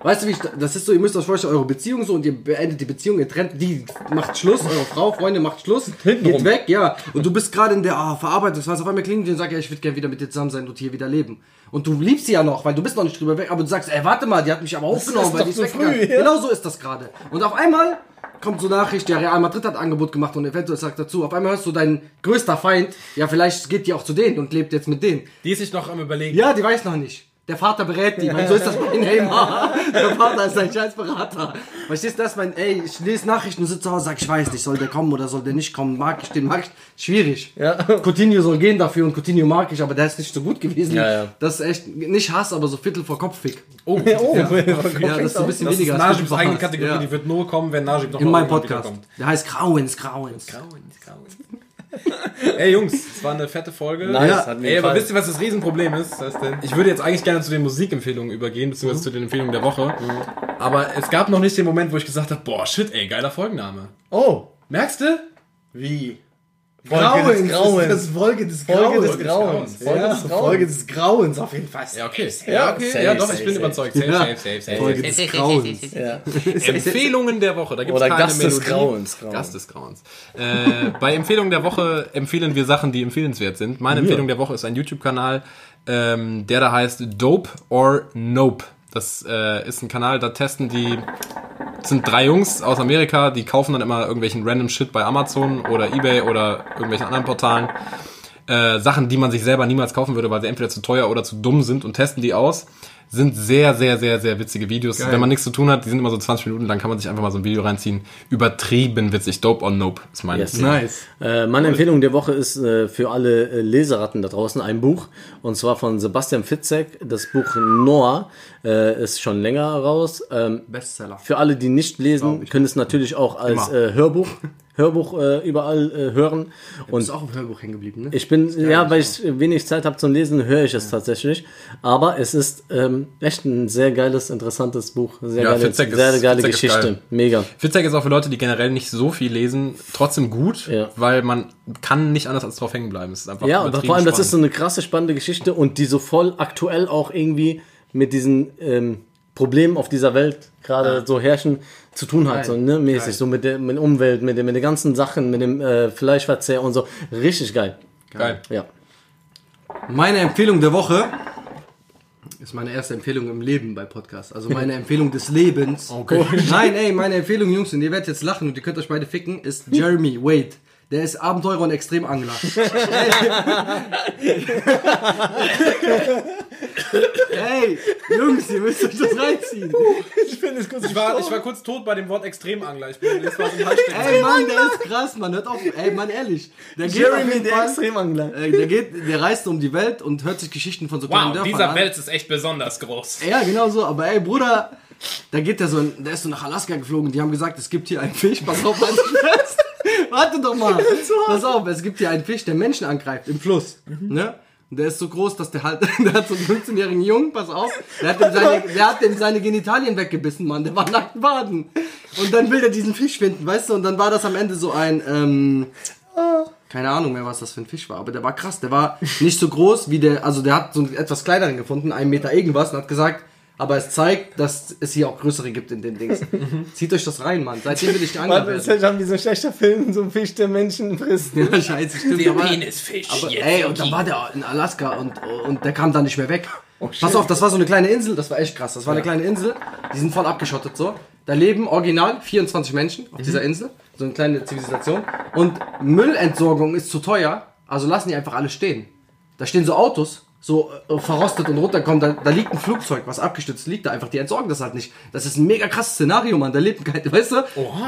Speaker 3: Weißt du, wie ich, das ist so, ihr müsst euch vorstellen, eure Beziehung so und ihr beendet die Beziehung, ihr trennt, die macht Schluss, eure Frau, Freunde macht Schluss, geht weg, ja. Und du bist gerade in der ah, Verarbeitungsphase, auf einmal klingt die und sagt, ja, ich würde gerne wieder mit dir zusammen sein und hier wieder leben. Und du liebst sie ja noch, weil du bist noch nicht drüber weg, aber du sagst, ey, warte mal, die hat mich aber aufgenommen,
Speaker 2: ist
Speaker 3: weil
Speaker 2: doch
Speaker 3: die ist
Speaker 2: zu
Speaker 3: weggegangen.
Speaker 2: früh, ja.
Speaker 3: Genau so ist das gerade. Und auf einmal kommt so Nachricht, ja, Real Madrid hat Angebot gemacht und eventuell sagt dazu, auf einmal hörst du dein größter Feind, ja, vielleicht geht die auch zu denen und lebt jetzt mit denen.
Speaker 1: Die ist sich noch am überlegen.
Speaker 3: Ja, die weiß noch nicht. Der Vater berät die. Weil so ist das bei Neymar. Der Vater ist ein scheiß Berater. Verstehst du das? Mein, ey, ich lese Nachrichten und sitze zu Hause sag, ich weiß nicht, soll der kommen oder soll der nicht kommen? Mag ich den, mag ich Schwierig.
Speaker 2: Ja.
Speaker 3: Coutinho soll gehen dafür und Coutinho mag ich, aber der ist nicht so gut gewesen.
Speaker 2: Ja, ja.
Speaker 3: Das ist echt nicht Hass, aber so Viertel vor Kopfig.
Speaker 1: Oh,
Speaker 2: Oh,
Speaker 3: Ja, das ist ein bisschen weniger. als Viertel
Speaker 1: Najibs
Speaker 3: vor
Speaker 1: eigene
Speaker 3: Hass.
Speaker 1: Kategorie,
Speaker 3: Ja.
Speaker 1: die wird nur kommen, wenn Najib noch
Speaker 3: In
Speaker 1: mal
Speaker 3: meinem
Speaker 1: irgendwie
Speaker 3: Podcast.
Speaker 1: wiederkommt.
Speaker 3: Der heißt Grauens, Grauens.
Speaker 1: Ey Jungs, es war eine fette Folge.
Speaker 2: Nice,
Speaker 1: ja.
Speaker 2: hat mir
Speaker 1: Ey, aber
Speaker 2: gefallen.
Speaker 1: wisst ihr, was das Riesenproblem ist? Ich würde jetzt eigentlich gerne zu den Musikempfehlungen übergehen,
Speaker 2: Mhm.
Speaker 1: beziehungsweise zu den Empfehlungen der Woche. Aber es gab noch nicht den Moment, wo ich gesagt habe, boah, shit, ey, geiler Folgenname.
Speaker 2: Oh,
Speaker 1: Merkst du?
Speaker 2: wie? Folge
Speaker 5: Grauens.
Speaker 2: des Grauens.
Speaker 5: Das ist Folge des
Speaker 2: Folge des
Speaker 5: Grauens.
Speaker 2: Grauens. Folge
Speaker 5: Ja,
Speaker 2: des Grauens.
Speaker 5: Folge des Grauens auf jeden Fall.
Speaker 1: Ja, okay.
Speaker 2: Ja,
Speaker 1: okay.
Speaker 2: safe,
Speaker 1: ja doch, ich
Speaker 2: safe,
Speaker 1: bin
Speaker 2: safe.
Speaker 1: überzeugt. Safe,
Speaker 3: Ja.
Speaker 1: safe, safe, safe.
Speaker 3: Folge des Grauens.
Speaker 2: Ja.
Speaker 1: Empfehlungen der Woche. Da gibt's
Speaker 2: Oder
Speaker 1: keine
Speaker 2: Gast des
Speaker 1: Melodie.
Speaker 2: Grauens. Grauens.
Speaker 1: Gast des Grauens. Äh, bei Empfehlungen der Woche empfehlen wir Sachen, die empfehlenswert sind. Meine Empfehlung der Woche ist ein YouTube-Kanal, ähm, der da heißt Dope or Nope. Das äh, ist ein Kanal, da testen die sind drei Jungs aus Amerika, die kaufen dann immer irgendwelchen random Shit bei Amazon oder eBay oder irgendwelchen anderen Portalen äh, Sachen, die man sich selber niemals kaufen würde, weil sie entweder zu teuer oder zu dumm sind und testen die aus. Sind sehr, sehr, sehr, sehr witzige Videos.
Speaker 5: Geil.
Speaker 1: Wenn man nichts zu tun hat, die sind immer so 20 Minuten, dann kann man sich einfach mal so ein Video reinziehen. Übertrieben witzig. Dope on Nope ist mein
Speaker 2: Yes.
Speaker 5: Nice.
Speaker 2: Äh, meine Empfehlung der Woche ist äh, für alle äh, Leseratten da draußen ein Buch und zwar von Sebastian Fitzek. Das Buch Noah äh, ist schon länger raus. Ähm,
Speaker 5: Bestseller.
Speaker 2: für alle, die nicht lesen, können es natürlich auch als äh, Hörbuch, Hörbuch äh, überall äh, hören. Und
Speaker 3: Ist auch im Hörbuch hängen geblieben, ne?
Speaker 2: ich bin, ja, weil ich wenig Zeit habe zum Lesen, höre ich es tatsächlich. Aber es ist ähm, echt ein sehr geiles, interessantes Buch. Sehr
Speaker 1: Ja,
Speaker 2: geile,
Speaker 1: Fitzek ist-
Speaker 2: sehr geile
Speaker 1: Fitzek ist
Speaker 2: Geschichte.
Speaker 1: geil.
Speaker 2: Mega.
Speaker 1: Fitzek ist auch für Leute, die generell nicht so viel lesen, trotzdem gut,
Speaker 2: Ja.
Speaker 1: weil man kann nicht anders als drauf hängen bleiben. Es ist einfach
Speaker 2: Ja, aber
Speaker 1: übertrieben
Speaker 2: vor allem, das ist so
Speaker 1: spannend.
Speaker 2: eine krasse, spannende Geschichte und die so voll aktuell auch irgendwie mit diesen ähm, Problemen auf dieser Welt gerade so herrschen zu tun hat, so ne, mäßig, so mit der mit der Umwelt, mit, den- mit den ganzen Sachen, mit dem äh, Fleischverzehr und so. Richtig geil.
Speaker 1: geil.
Speaker 2: Ja.
Speaker 3: Meine Empfehlung der Woche ist meine erste Empfehlung im Leben bei Podcast. Also meine Empfehlung des Lebens. Okay. Nein, ey, meine Empfehlung, Jungs, und ihr werdet jetzt lachen und ihr könnt euch beide ficken, ist Jeremy Wade. Der ist Abenteurer und Extremangler. Ey, Jungs, ihr müsst euch das reinziehen.
Speaker 1: Ich war, ich war kurz tot bei dem Wort Extremangler. Ich bin jetzt mal im Hals
Speaker 3: Ey, Mann, der ist krass, man. Hört auf. Ey, Mann, ehrlich. Der geht auf jeden Fall-
Speaker 2: Extremangler.
Speaker 3: Äh, der, geht, der reist um die Welt und hört sich Geschichten von so kleinen Dörfern an.
Speaker 1: ist echt besonders groß.
Speaker 3: Ja, genau so. Aber ey, Bruder, da geht der so, in- der ist so nach Alaska geflogen. Die haben gesagt, es gibt hier einen Fisch. Pass auf, was Warte doch mal. Pass auf, es gibt hier einen Fisch, der Menschen angreift im Fluss. Ne? Und der ist so groß, dass der halt, der hat so einen 15-jährigen Jungen, pass auf, der hat, dem seine, der hat dem seine Genitalien weggebissen, Mann, der war nackt baden. Und dann will der diesen Fisch finden, weißt du, und dann war das am Ende so ein, ähm, keine Ahnung mehr, was das für ein Fisch war, aber der war krass. Der war nicht so groß wie der, also der hat so einen etwas kleineren gefunden, einen Meter irgendwas, und hat gesagt, aber es zeigt, dass es hier auch größere gibt in den Dings. Zieht euch das rein, Mann. Seitdem will ich die Angler werden.
Speaker 2: schon wie so ein schlechter Film, so ein Fisch, der Menschen frisst.
Speaker 3: Ja, scheiße, stimmt. Der
Speaker 5: Penisfisch.
Speaker 3: aber, ey, und dann war der in Alaska und, und der kam da nicht mehr weg. Pass auf, das war so eine kleine Insel, das war echt krass. Das war eine kleine Insel, die sind voll abgeschottet so. Da leben original 24 Menschen auf dieser Insel, so eine kleine Zivilisation. Und Müllentsorgung ist zu teuer, also lassen die einfach alle stehen. Da stehen so Autos, so äh, verrostet und runterkommen, da, da liegt ein Flugzeug, was abgestützt liegt da einfach, die entsorgen das halt nicht. Das ist ein mega krasses Szenario, Mann, da lebt kein, weißt du?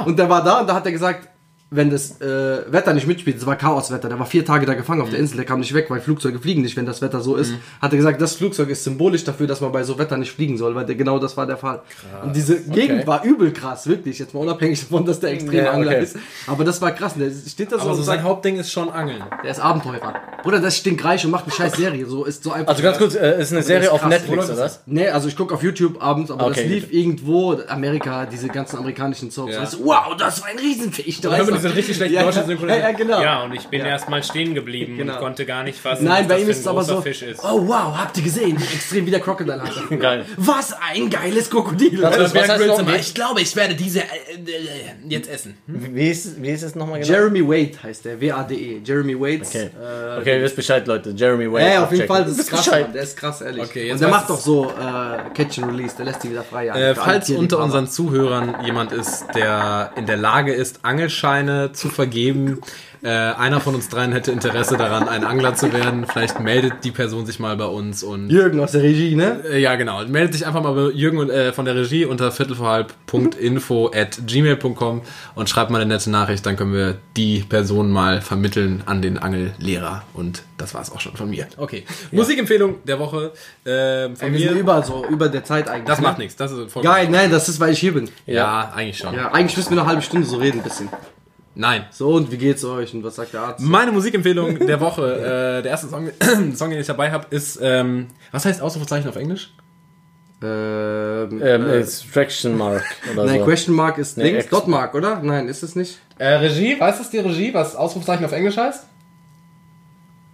Speaker 3: Und der war da und da hat er gesagt, wenn das äh, Wetter nicht mitspielt, es war Chaoswetter, der war vier Tage da gefangen auf der Insel, der kam nicht weg, weil Flugzeuge fliegen nicht, wenn das Wetter so ist, hat er gesagt, das Flugzeug ist symbolisch dafür, dass man bei so Wetter nicht fliegen soll, weil der, genau das war der Fall. Und diese Gegend war übel krass, wirklich, jetzt mal unabhängig davon, dass der extreme
Speaker 2: Ja,
Speaker 3: Angler
Speaker 2: okay.
Speaker 3: ist. Aber das war krass, und der steht da so
Speaker 1: Aber so
Speaker 3: und sagt,
Speaker 1: Also sein Hauptding ist schon Angeln.
Speaker 5: Also,
Speaker 3: der ist Abenteurer. Bruder, das stinkt reich und macht eine scheiß Serie. So ist so einfach.
Speaker 2: Also ganz kurz, äh, ist eine Serie
Speaker 3: ist
Speaker 2: auf
Speaker 3: krass,
Speaker 2: Netflix,
Speaker 3: oder?
Speaker 2: oder was?
Speaker 3: Nee, also ich gucke auf YouTube abends, aber
Speaker 2: Okay,
Speaker 3: das lief irgendwo, Amerika, diese ganzen amerikanischen Soaps.
Speaker 1: Ja.
Speaker 3: Weißt du, wow, das war ein Riesenfisch. Da
Speaker 1: Wenn man
Speaker 3: weißt du-
Speaker 1: diese richtig schlechten
Speaker 3: ja,
Speaker 1: deutschen
Speaker 3: ja, ja,
Speaker 1: Synchronisation.
Speaker 3: genau.
Speaker 6: Ja, und ich bin erstmal stehen geblieben
Speaker 3: Genau.
Speaker 6: und konnte gar nicht fassen,
Speaker 3: Nein,
Speaker 6: was
Speaker 3: bei
Speaker 6: das
Speaker 3: ihm
Speaker 6: für
Speaker 3: ist
Speaker 6: ein
Speaker 3: es aber
Speaker 6: großer
Speaker 3: so,
Speaker 6: Fisch ist.
Speaker 3: oh wow, habt ihr gesehen, wie extrem wie der Crocodile hat.
Speaker 2: Geil.
Speaker 3: Was ein geiles Krokodil.
Speaker 1: Also,
Speaker 2: Was heißt nochmal?
Speaker 5: Ich glaube, ich werde diese äh, äh, jetzt essen.
Speaker 2: Wie ist, wie ist es nochmal genau?
Speaker 3: Jeremy Wade heißt der, W-A-D-E. E, Jeremy äh, Wade.
Speaker 2: Okay. okay, ihr wisst Bescheid, Leute. Jeremy Wade.
Speaker 3: Ey, Äh, auf jeden
Speaker 2: abchecken.
Speaker 3: Fall, das ist
Speaker 2: Wisst
Speaker 3: krass,
Speaker 2: Bescheid.
Speaker 3: Mann. Der ist krass, ehrlich.
Speaker 1: Äh, Okay, jetzt
Speaker 3: Und der
Speaker 1: weiß
Speaker 3: macht
Speaker 1: es-
Speaker 3: doch so äh, Catch and Release, der lässt die wieder frei.
Speaker 1: Äh,
Speaker 3: Für alle
Speaker 1: falls unter
Speaker 3: Tierliebhaber.
Speaker 1: unseren Zuhörern jemand ist, der in der Lage ist, Angelscheine zu vergeben, äh, einer von uns dreien hätte Interesse daran, ein Angler zu werden, vielleicht meldet die Person sich mal bei uns und
Speaker 3: Jürgen aus der Regie, ne?
Speaker 1: Äh, Ja, genau. Meldet sich einfach mal bei Jürgen und, äh, von der Regie unter viertelvorhalb.info at gmail.com und schreibt mal eine nette Nachricht, dann können wir die Person mal vermitteln an den Angellehrer. Und das war's auch schon von mir. Okay. Musikempfehlung der Woche äh, von
Speaker 3: Wir sind
Speaker 1: mir.
Speaker 3: überall so, über der Zeit eigentlich.
Speaker 1: Das
Speaker 3: ne?
Speaker 1: macht nichts. Das ist voll
Speaker 3: Geil, nein, das ist, weil ich hier bin.
Speaker 1: Ja, eigentlich schon.
Speaker 3: Ja, eigentlich müssen wir noch eine halbe Stunde so reden, ein bisschen.
Speaker 1: Nein.
Speaker 3: So, und wie geht's euch und was sagt der Arzt?
Speaker 1: Meine Musikempfehlung der Woche, äh, der erste Song, Song, den ich dabei habe, ist, ähm, was heißt Ausrufezeichen auf Englisch?
Speaker 3: Ähm,
Speaker 2: Ähm,
Speaker 3: äh,
Speaker 2: Extraction Mark oder
Speaker 3: nein,
Speaker 1: also-
Speaker 2: so.
Speaker 3: Question Mark ist
Speaker 2: Nee,
Speaker 3: links,
Speaker 2: Ex-
Speaker 3: Dot Mark, oder? Nein, ist es nicht?
Speaker 1: Äh, Regie, weiß das die Regie, was Ausrufezeichen auf Englisch heißt?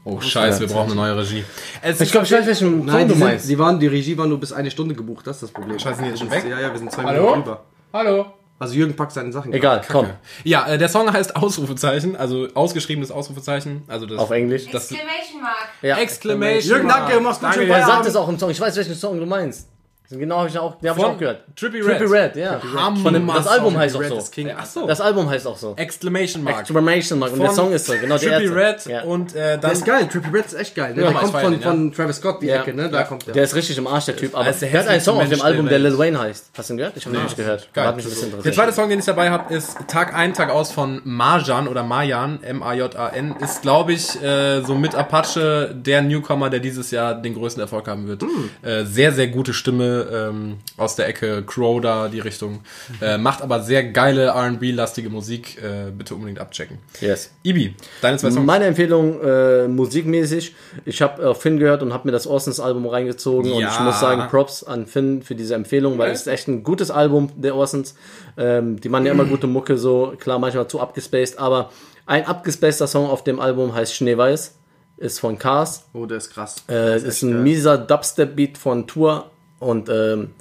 Speaker 1: Oh, scheiße, wir brauchen eine neue Regie. Es
Speaker 2: Ich glaube, ich weiß, welchen
Speaker 3: Nein,
Speaker 2: Ton
Speaker 3: die,
Speaker 2: du
Speaker 3: sind,
Speaker 2: meinst.
Speaker 3: die waren, die Regie war nur bis eine Stunde gebucht, das ist das Problem.
Speaker 1: Scheiße, sind die jetzt schon weg?
Speaker 3: Ja, ja, wir sind zwei
Speaker 1: Hallo?
Speaker 3: Minuten drüber.
Speaker 1: Hallo.
Speaker 3: Also Jürgen packt seine Sachen.
Speaker 2: Egal, komm.
Speaker 1: Ja, äh, der Song heißt Ausrufezeichen, also ausgeschriebenes Ausrufezeichen, also das
Speaker 2: Auf Englisch.
Speaker 1: Das-
Speaker 4: Exclamation Mark.
Speaker 2: Ja.
Speaker 1: Exclamation.
Speaker 3: Jürgen, danke, mach's gut.
Speaker 1: Danke,
Speaker 3: schönen
Speaker 1: ja.
Speaker 2: Er
Speaker 3: Feierabend.
Speaker 2: sagt es auch im Song. Ich weiß, welchen Song du meinst. Genau, habe ich auch, den hab ich
Speaker 1: Von
Speaker 2: auch gehört.
Speaker 1: Trippy
Speaker 2: Trippy
Speaker 1: Red.
Speaker 2: Red, ja. Von dem, das Album heißt auch
Speaker 1: Red is
Speaker 2: so.
Speaker 1: King. Ach so.
Speaker 2: Das Album heißt auch so.
Speaker 1: Exclamation Mark.
Speaker 2: Exclamation Mark. Und der
Speaker 1: Von
Speaker 2: Song ist so, genau. der
Speaker 1: Trippy
Speaker 2: erste.
Speaker 1: Red
Speaker 2: ja.
Speaker 1: und äh,
Speaker 3: Der
Speaker 1: dann
Speaker 3: ist geil, Trippy Red ist echt geil. Der,
Speaker 1: Ja,
Speaker 3: der
Speaker 1: ich
Speaker 3: kommt
Speaker 1: feier
Speaker 3: von,
Speaker 1: den, ja.
Speaker 3: von Travis Scott, die
Speaker 2: ne? Ja.
Speaker 3: Ecke, ne? Da kommt der.
Speaker 2: Der ist richtig im Arsch, der Typ. Aber
Speaker 1: ist der
Speaker 2: der hat einen Song auf
Speaker 1: hässlichste
Speaker 2: dem Album,
Speaker 1: Mensch
Speaker 2: der
Speaker 1: der
Speaker 2: Lil Wayne heißt. Hast du ihn gehört? Ich habe den nicht gehört.
Speaker 1: Geil.
Speaker 2: Aber Hat mich ein bisschen
Speaker 1: Der
Speaker 2: interessiert.
Speaker 1: zweite Song, den ich dabei habe, ist Tag ein, Tag aus von Marjan oder Marjan, M-A-J-A-N, ist, glaube ich, äh, so mit Apache der Newcomer, der dieses Jahr den größten Erfolg haben wird.
Speaker 2: Hm.
Speaker 1: Äh, sehr, sehr gute Stimme ähm, aus der Ecke Crow da, die Richtung. Äh, macht aber sehr geile R&B-lastige Musik. Äh, bitte unbedingt abchecken.
Speaker 2: Yes.
Speaker 1: Ibi, deine zwei Songs.
Speaker 2: Meine Empfehlung äh, musikmäßig, ich habe auf Finn gehört und habe mir das Orsons Album reingezogen und
Speaker 1: Ja.
Speaker 2: ich muss sagen, Props an Finn für diese Empfehlung, weil es ist echt ein gutes Album der Orsons. Ähm, die machen ja immer gute Mucke, so klar manchmal zu abgespaced, aber ein abgespaceder Song auf dem Album heißt Schneeweiß, ist von Cars.
Speaker 3: oh, der ist krass.
Speaker 2: Äh,
Speaker 3: Der
Speaker 2: es ist
Speaker 3: echt
Speaker 2: ein
Speaker 3: geil.
Speaker 2: mieser Dubstep-Beat von Tour und ähm,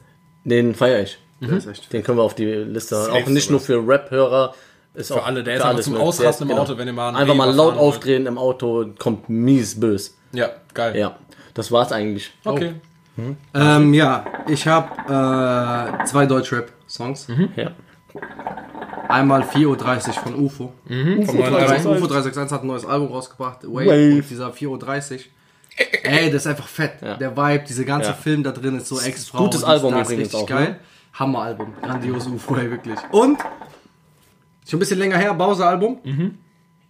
Speaker 2: den feiere ich.
Speaker 3: Der ist echt
Speaker 2: Den können wir auf die Liste.
Speaker 1: Safe
Speaker 2: auch nicht
Speaker 1: sowas.
Speaker 2: nur für Rap-Hörer. Ist
Speaker 1: Für
Speaker 2: auch
Speaker 1: alle, der
Speaker 2: für
Speaker 1: ist einfach
Speaker 2: alles
Speaker 1: zum
Speaker 2: möglich.
Speaker 1: Ausrasten
Speaker 2: Der ist-
Speaker 1: im Auto, wenn ihr mal einen
Speaker 2: Einfach mal
Speaker 1: Rewe
Speaker 2: laut
Speaker 1: fahren wollt.
Speaker 2: aufdrehen im Auto, kommt mies bös.
Speaker 1: Ja, geil.
Speaker 2: Ja, das war's eigentlich.
Speaker 1: Okay.
Speaker 3: Ähm, ja, ich habe äh, zwei Deutschrap-Songs.
Speaker 2: Ja.
Speaker 3: Einmal 4.30 Uhr von UFO.
Speaker 1: Von meinen
Speaker 3: Also
Speaker 1: drei.
Speaker 3: UFO 361 hat ein neues Album rausgebracht, Wave,
Speaker 2: Wave.
Speaker 3: und dieser 4.30 Uhr. Ey, das ist einfach fett. Der Vibe, dieser ganze
Speaker 2: Ja.
Speaker 3: Film da drin ist so extra.
Speaker 2: gutes Album übrigens auch,
Speaker 3: geil.
Speaker 2: ne?
Speaker 3: Hammeralbum. Grandios UFO, ey, wirklich. Und, schon ein bisschen länger her, Bowser-Album.
Speaker 2: Mhm.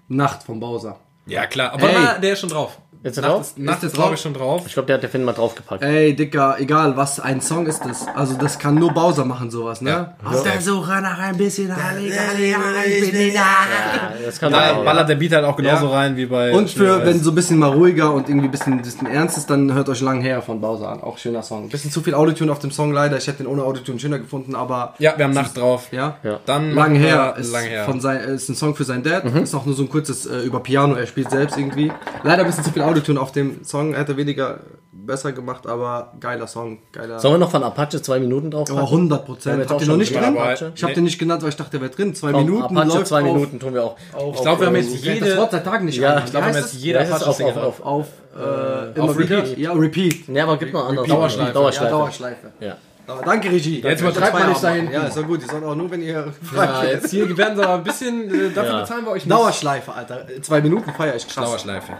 Speaker 3: Nacht von Bowser.
Speaker 1: Ja, klar. Aber
Speaker 3: Ey.
Speaker 1: na, der ist schon drauf.
Speaker 2: Jetzt
Speaker 1: Nacht
Speaker 2: drauf?
Speaker 1: ist, Nacht
Speaker 3: Ist
Speaker 1: ist,
Speaker 3: das
Speaker 1: glaube
Speaker 3: drauf?
Speaker 1: ich, schon drauf.
Speaker 2: Ich glaube, der hat der Finn mal draufgepackt.
Speaker 3: Ey, Dicker, egal was, ein Song ist das. Also das kann nur Bowser machen, sowas, ne? Auf der Suche nach ein bisschen Halligalli, ja, ich bin da.
Speaker 2: ja, das kann
Speaker 1: Da
Speaker 2: sein, ja.
Speaker 1: ballert der Beat halt auch genauso
Speaker 3: Ja.
Speaker 1: rein wie bei...
Speaker 3: Und für, wenn so ein bisschen mal ruhiger und irgendwie ein bisschen, bisschen ernst ist, dann hört euch lang her von Bowser an. Auch schöner Song. bisschen zu viel Autotune auf dem Song leider. Ich hätte den ohne Autotune schöner gefunden, aber
Speaker 1: Ja, wir haben Nacht drauf.
Speaker 3: ja.
Speaker 2: Ja.
Speaker 1: Dann
Speaker 3: Lang
Speaker 1: machen wir
Speaker 3: her, ist,
Speaker 1: lang her.
Speaker 3: Von sein, ist ein Song für seinen Dad. Ist auch nur so ein kurzes äh, über Piano. Er spielt selbst irgendwie. Leider ein bisschen zu viel Autotune auf dem Song. Hätte weniger besser gemacht, aber geiler Song. Geiler.
Speaker 2: Sollen wir noch von Apache zwei Minuten
Speaker 3: Aber
Speaker 2: draufpacken?
Speaker 3: 100
Speaker 2: Haben wir
Speaker 3: Prozent.
Speaker 2: jetzt
Speaker 3: Habt
Speaker 2: auch
Speaker 3: ihr noch
Speaker 2: schon
Speaker 3: nicht
Speaker 2: gemacht,
Speaker 3: drin?
Speaker 2: Apache?
Speaker 3: Ich habe den nicht genannt, weil ich dachte, der wäre drin. Zwei
Speaker 2: Komm,
Speaker 3: Minuten
Speaker 2: Apache
Speaker 3: läuft
Speaker 2: zwei
Speaker 3: auf-
Speaker 2: Minuten tun wir auch.
Speaker 1: Ich glaube, wir haben jetzt
Speaker 3: Ich das
Speaker 1: jede...
Speaker 3: Wort seit Tagen nicht.
Speaker 2: Ja,
Speaker 3: ein.
Speaker 2: ich
Speaker 1: Ich
Speaker 2: glaube,
Speaker 3: Wie
Speaker 1: glaube, wir
Speaker 3: heißt
Speaker 1: haben
Speaker 3: es?
Speaker 1: jetzt jeder
Speaker 2: Ja, es ist auf,
Speaker 1: Apache-Single
Speaker 2: auf,
Speaker 1: drauf.
Speaker 2: auf,
Speaker 3: auf äh, immer
Speaker 1: auf
Speaker 3: wieder.
Speaker 1: Repeat?
Speaker 3: Ja, Repeat.
Speaker 2: Ne, aber gib mal anders.
Speaker 1: Dauerschleife.
Speaker 2: Dauerschleife.
Speaker 3: Dauerschleife.
Speaker 2: Ja.
Speaker 3: Aber danke, Regie.
Speaker 1: Jetzt übertreibt
Speaker 3: Schreibt
Speaker 1: man
Speaker 3: mal
Speaker 1: nicht dahin.
Speaker 3: Ja, ist doch gut. Ihr sollt auch nur, wenn ihr.
Speaker 1: Ja, jetzt hier werden sie aber ein bisschen, äh, dafür
Speaker 2: Ja.
Speaker 1: bezahlen wir euch nicht.
Speaker 3: Dauerschleife, Alter. Zwei Minuten feier ich krass.
Speaker 1: Dauerschleife.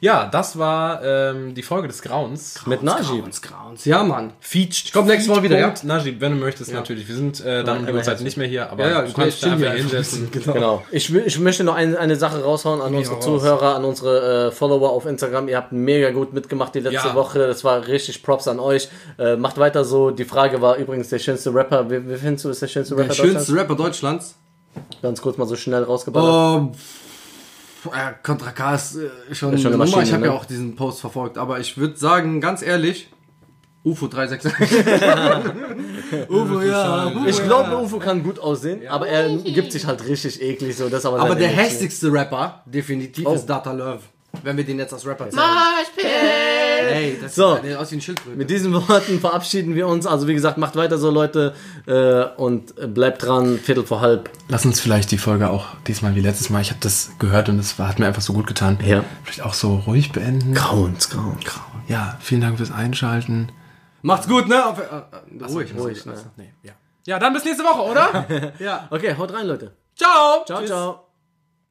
Speaker 1: Ja, das war ähm, die Folge des Grauens.
Speaker 2: Mit Najib.
Speaker 3: Grauens, Grauens. Ja, Mann.
Speaker 1: Featured. Ich
Speaker 3: komm nächstes Mal wieder, ja?
Speaker 1: Najib, wenn du möchtest, natürlich. Wir sind äh, dann um die
Speaker 2: immer
Speaker 1: Uhrzeit nicht mehr hier, aber
Speaker 3: Ja, ja,
Speaker 1: du
Speaker 3: ich
Speaker 1: kannst dich
Speaker 3: chill hier
Speaker 1: einfach hier
Speaker 3: einfach ein
Speaker 1: hinsetzen.
Speaker 2: Genau. Ich, will, ich möchte noch ein, eine Sache raushauen an unsere
Speaker 1: raus.
Speaker 2: Zuhörer, an unsere äh, Follower auf Instagram. Ihr habt mega gut mitgemacht die letzte
Speaker 1: Ja.
Speaker 2: Woche. Das war richtig Props an euch. Äh, macht weiter so. Die Frage war übrigens der schönste Rapper. Wer, wer findest du ist der schönste Rapper
Speaker 3: Der schönste
Speaker 2: Deutschlands?
Speaker 3: Rapper Deutschlands.
Speaker 2: Ganz kurz mal so schnell rausgeballert.
Speaker 3: Ähm, pff, äh, Contra K ist äh, schon,
Speaker 2: schon
Speaker 3: eine
Speaker 2: eine
Speaker 3: Nummer.
Speaker 2: Maschine,
Speaker 3: Ich habe
Speaker 2: ne?
Speaker 3: ja auch diesen Post verfolgt, aber ich würde sagen, ganz ehrlich, UFO 361. UFO, ja. UFO,
Speaker 2: Ich glaube, Ufo kann gut aussehen, aber er gibt sich halt richtig eklig so. Das ist aber,
Speaker 3: Aber
Speaker 2: seine
Speaker 3: der
Speaker 2: Emotion.
Speaker 3: hässlichste Rapper, definitiv,
Speaker 2: Oh.
Speaker 3: ist Data Love. Wenn wir den jetzt als Rapper zählen. Ey, das
Speaker 2: So.
Speaker 3: sieht aus wie ein Schildkröte. Äh,
Speaker 2: Mit diesen Worten verabschieden wir uns. Also wie gesagt, macht weiter so, Leute. Äh, und äh, bleibt dran. Viertel vor halb.
Speaker 1: Lass uns vielleicht die Folge auch diesmal wie letztes Mal. Ich habe das gehört und es hat mir einfach so gut getan.
Speaker 2: Ja.
Speaker 1: Vielleicht auch so ruhig beenden.
Speaker 2: Grauens, grauens, grauens.
Speaker 1: Ja, vielen Dank fürs Einschalten.
Speaker 3: Macht's gut, ne? Auf, äh, äh, ruhig,
Speaker 2: Ruhig,
Speaker 3: ruhig.
Speaker 2: ne?
Speaker 1: Ja, dann bis nächste Woche, oder?
Speaker 3: Ja.
Speaker 2: Okay, haut rein, Leute.
Speaker 1: Ciao.
Speaker 2: Ciao, ciao.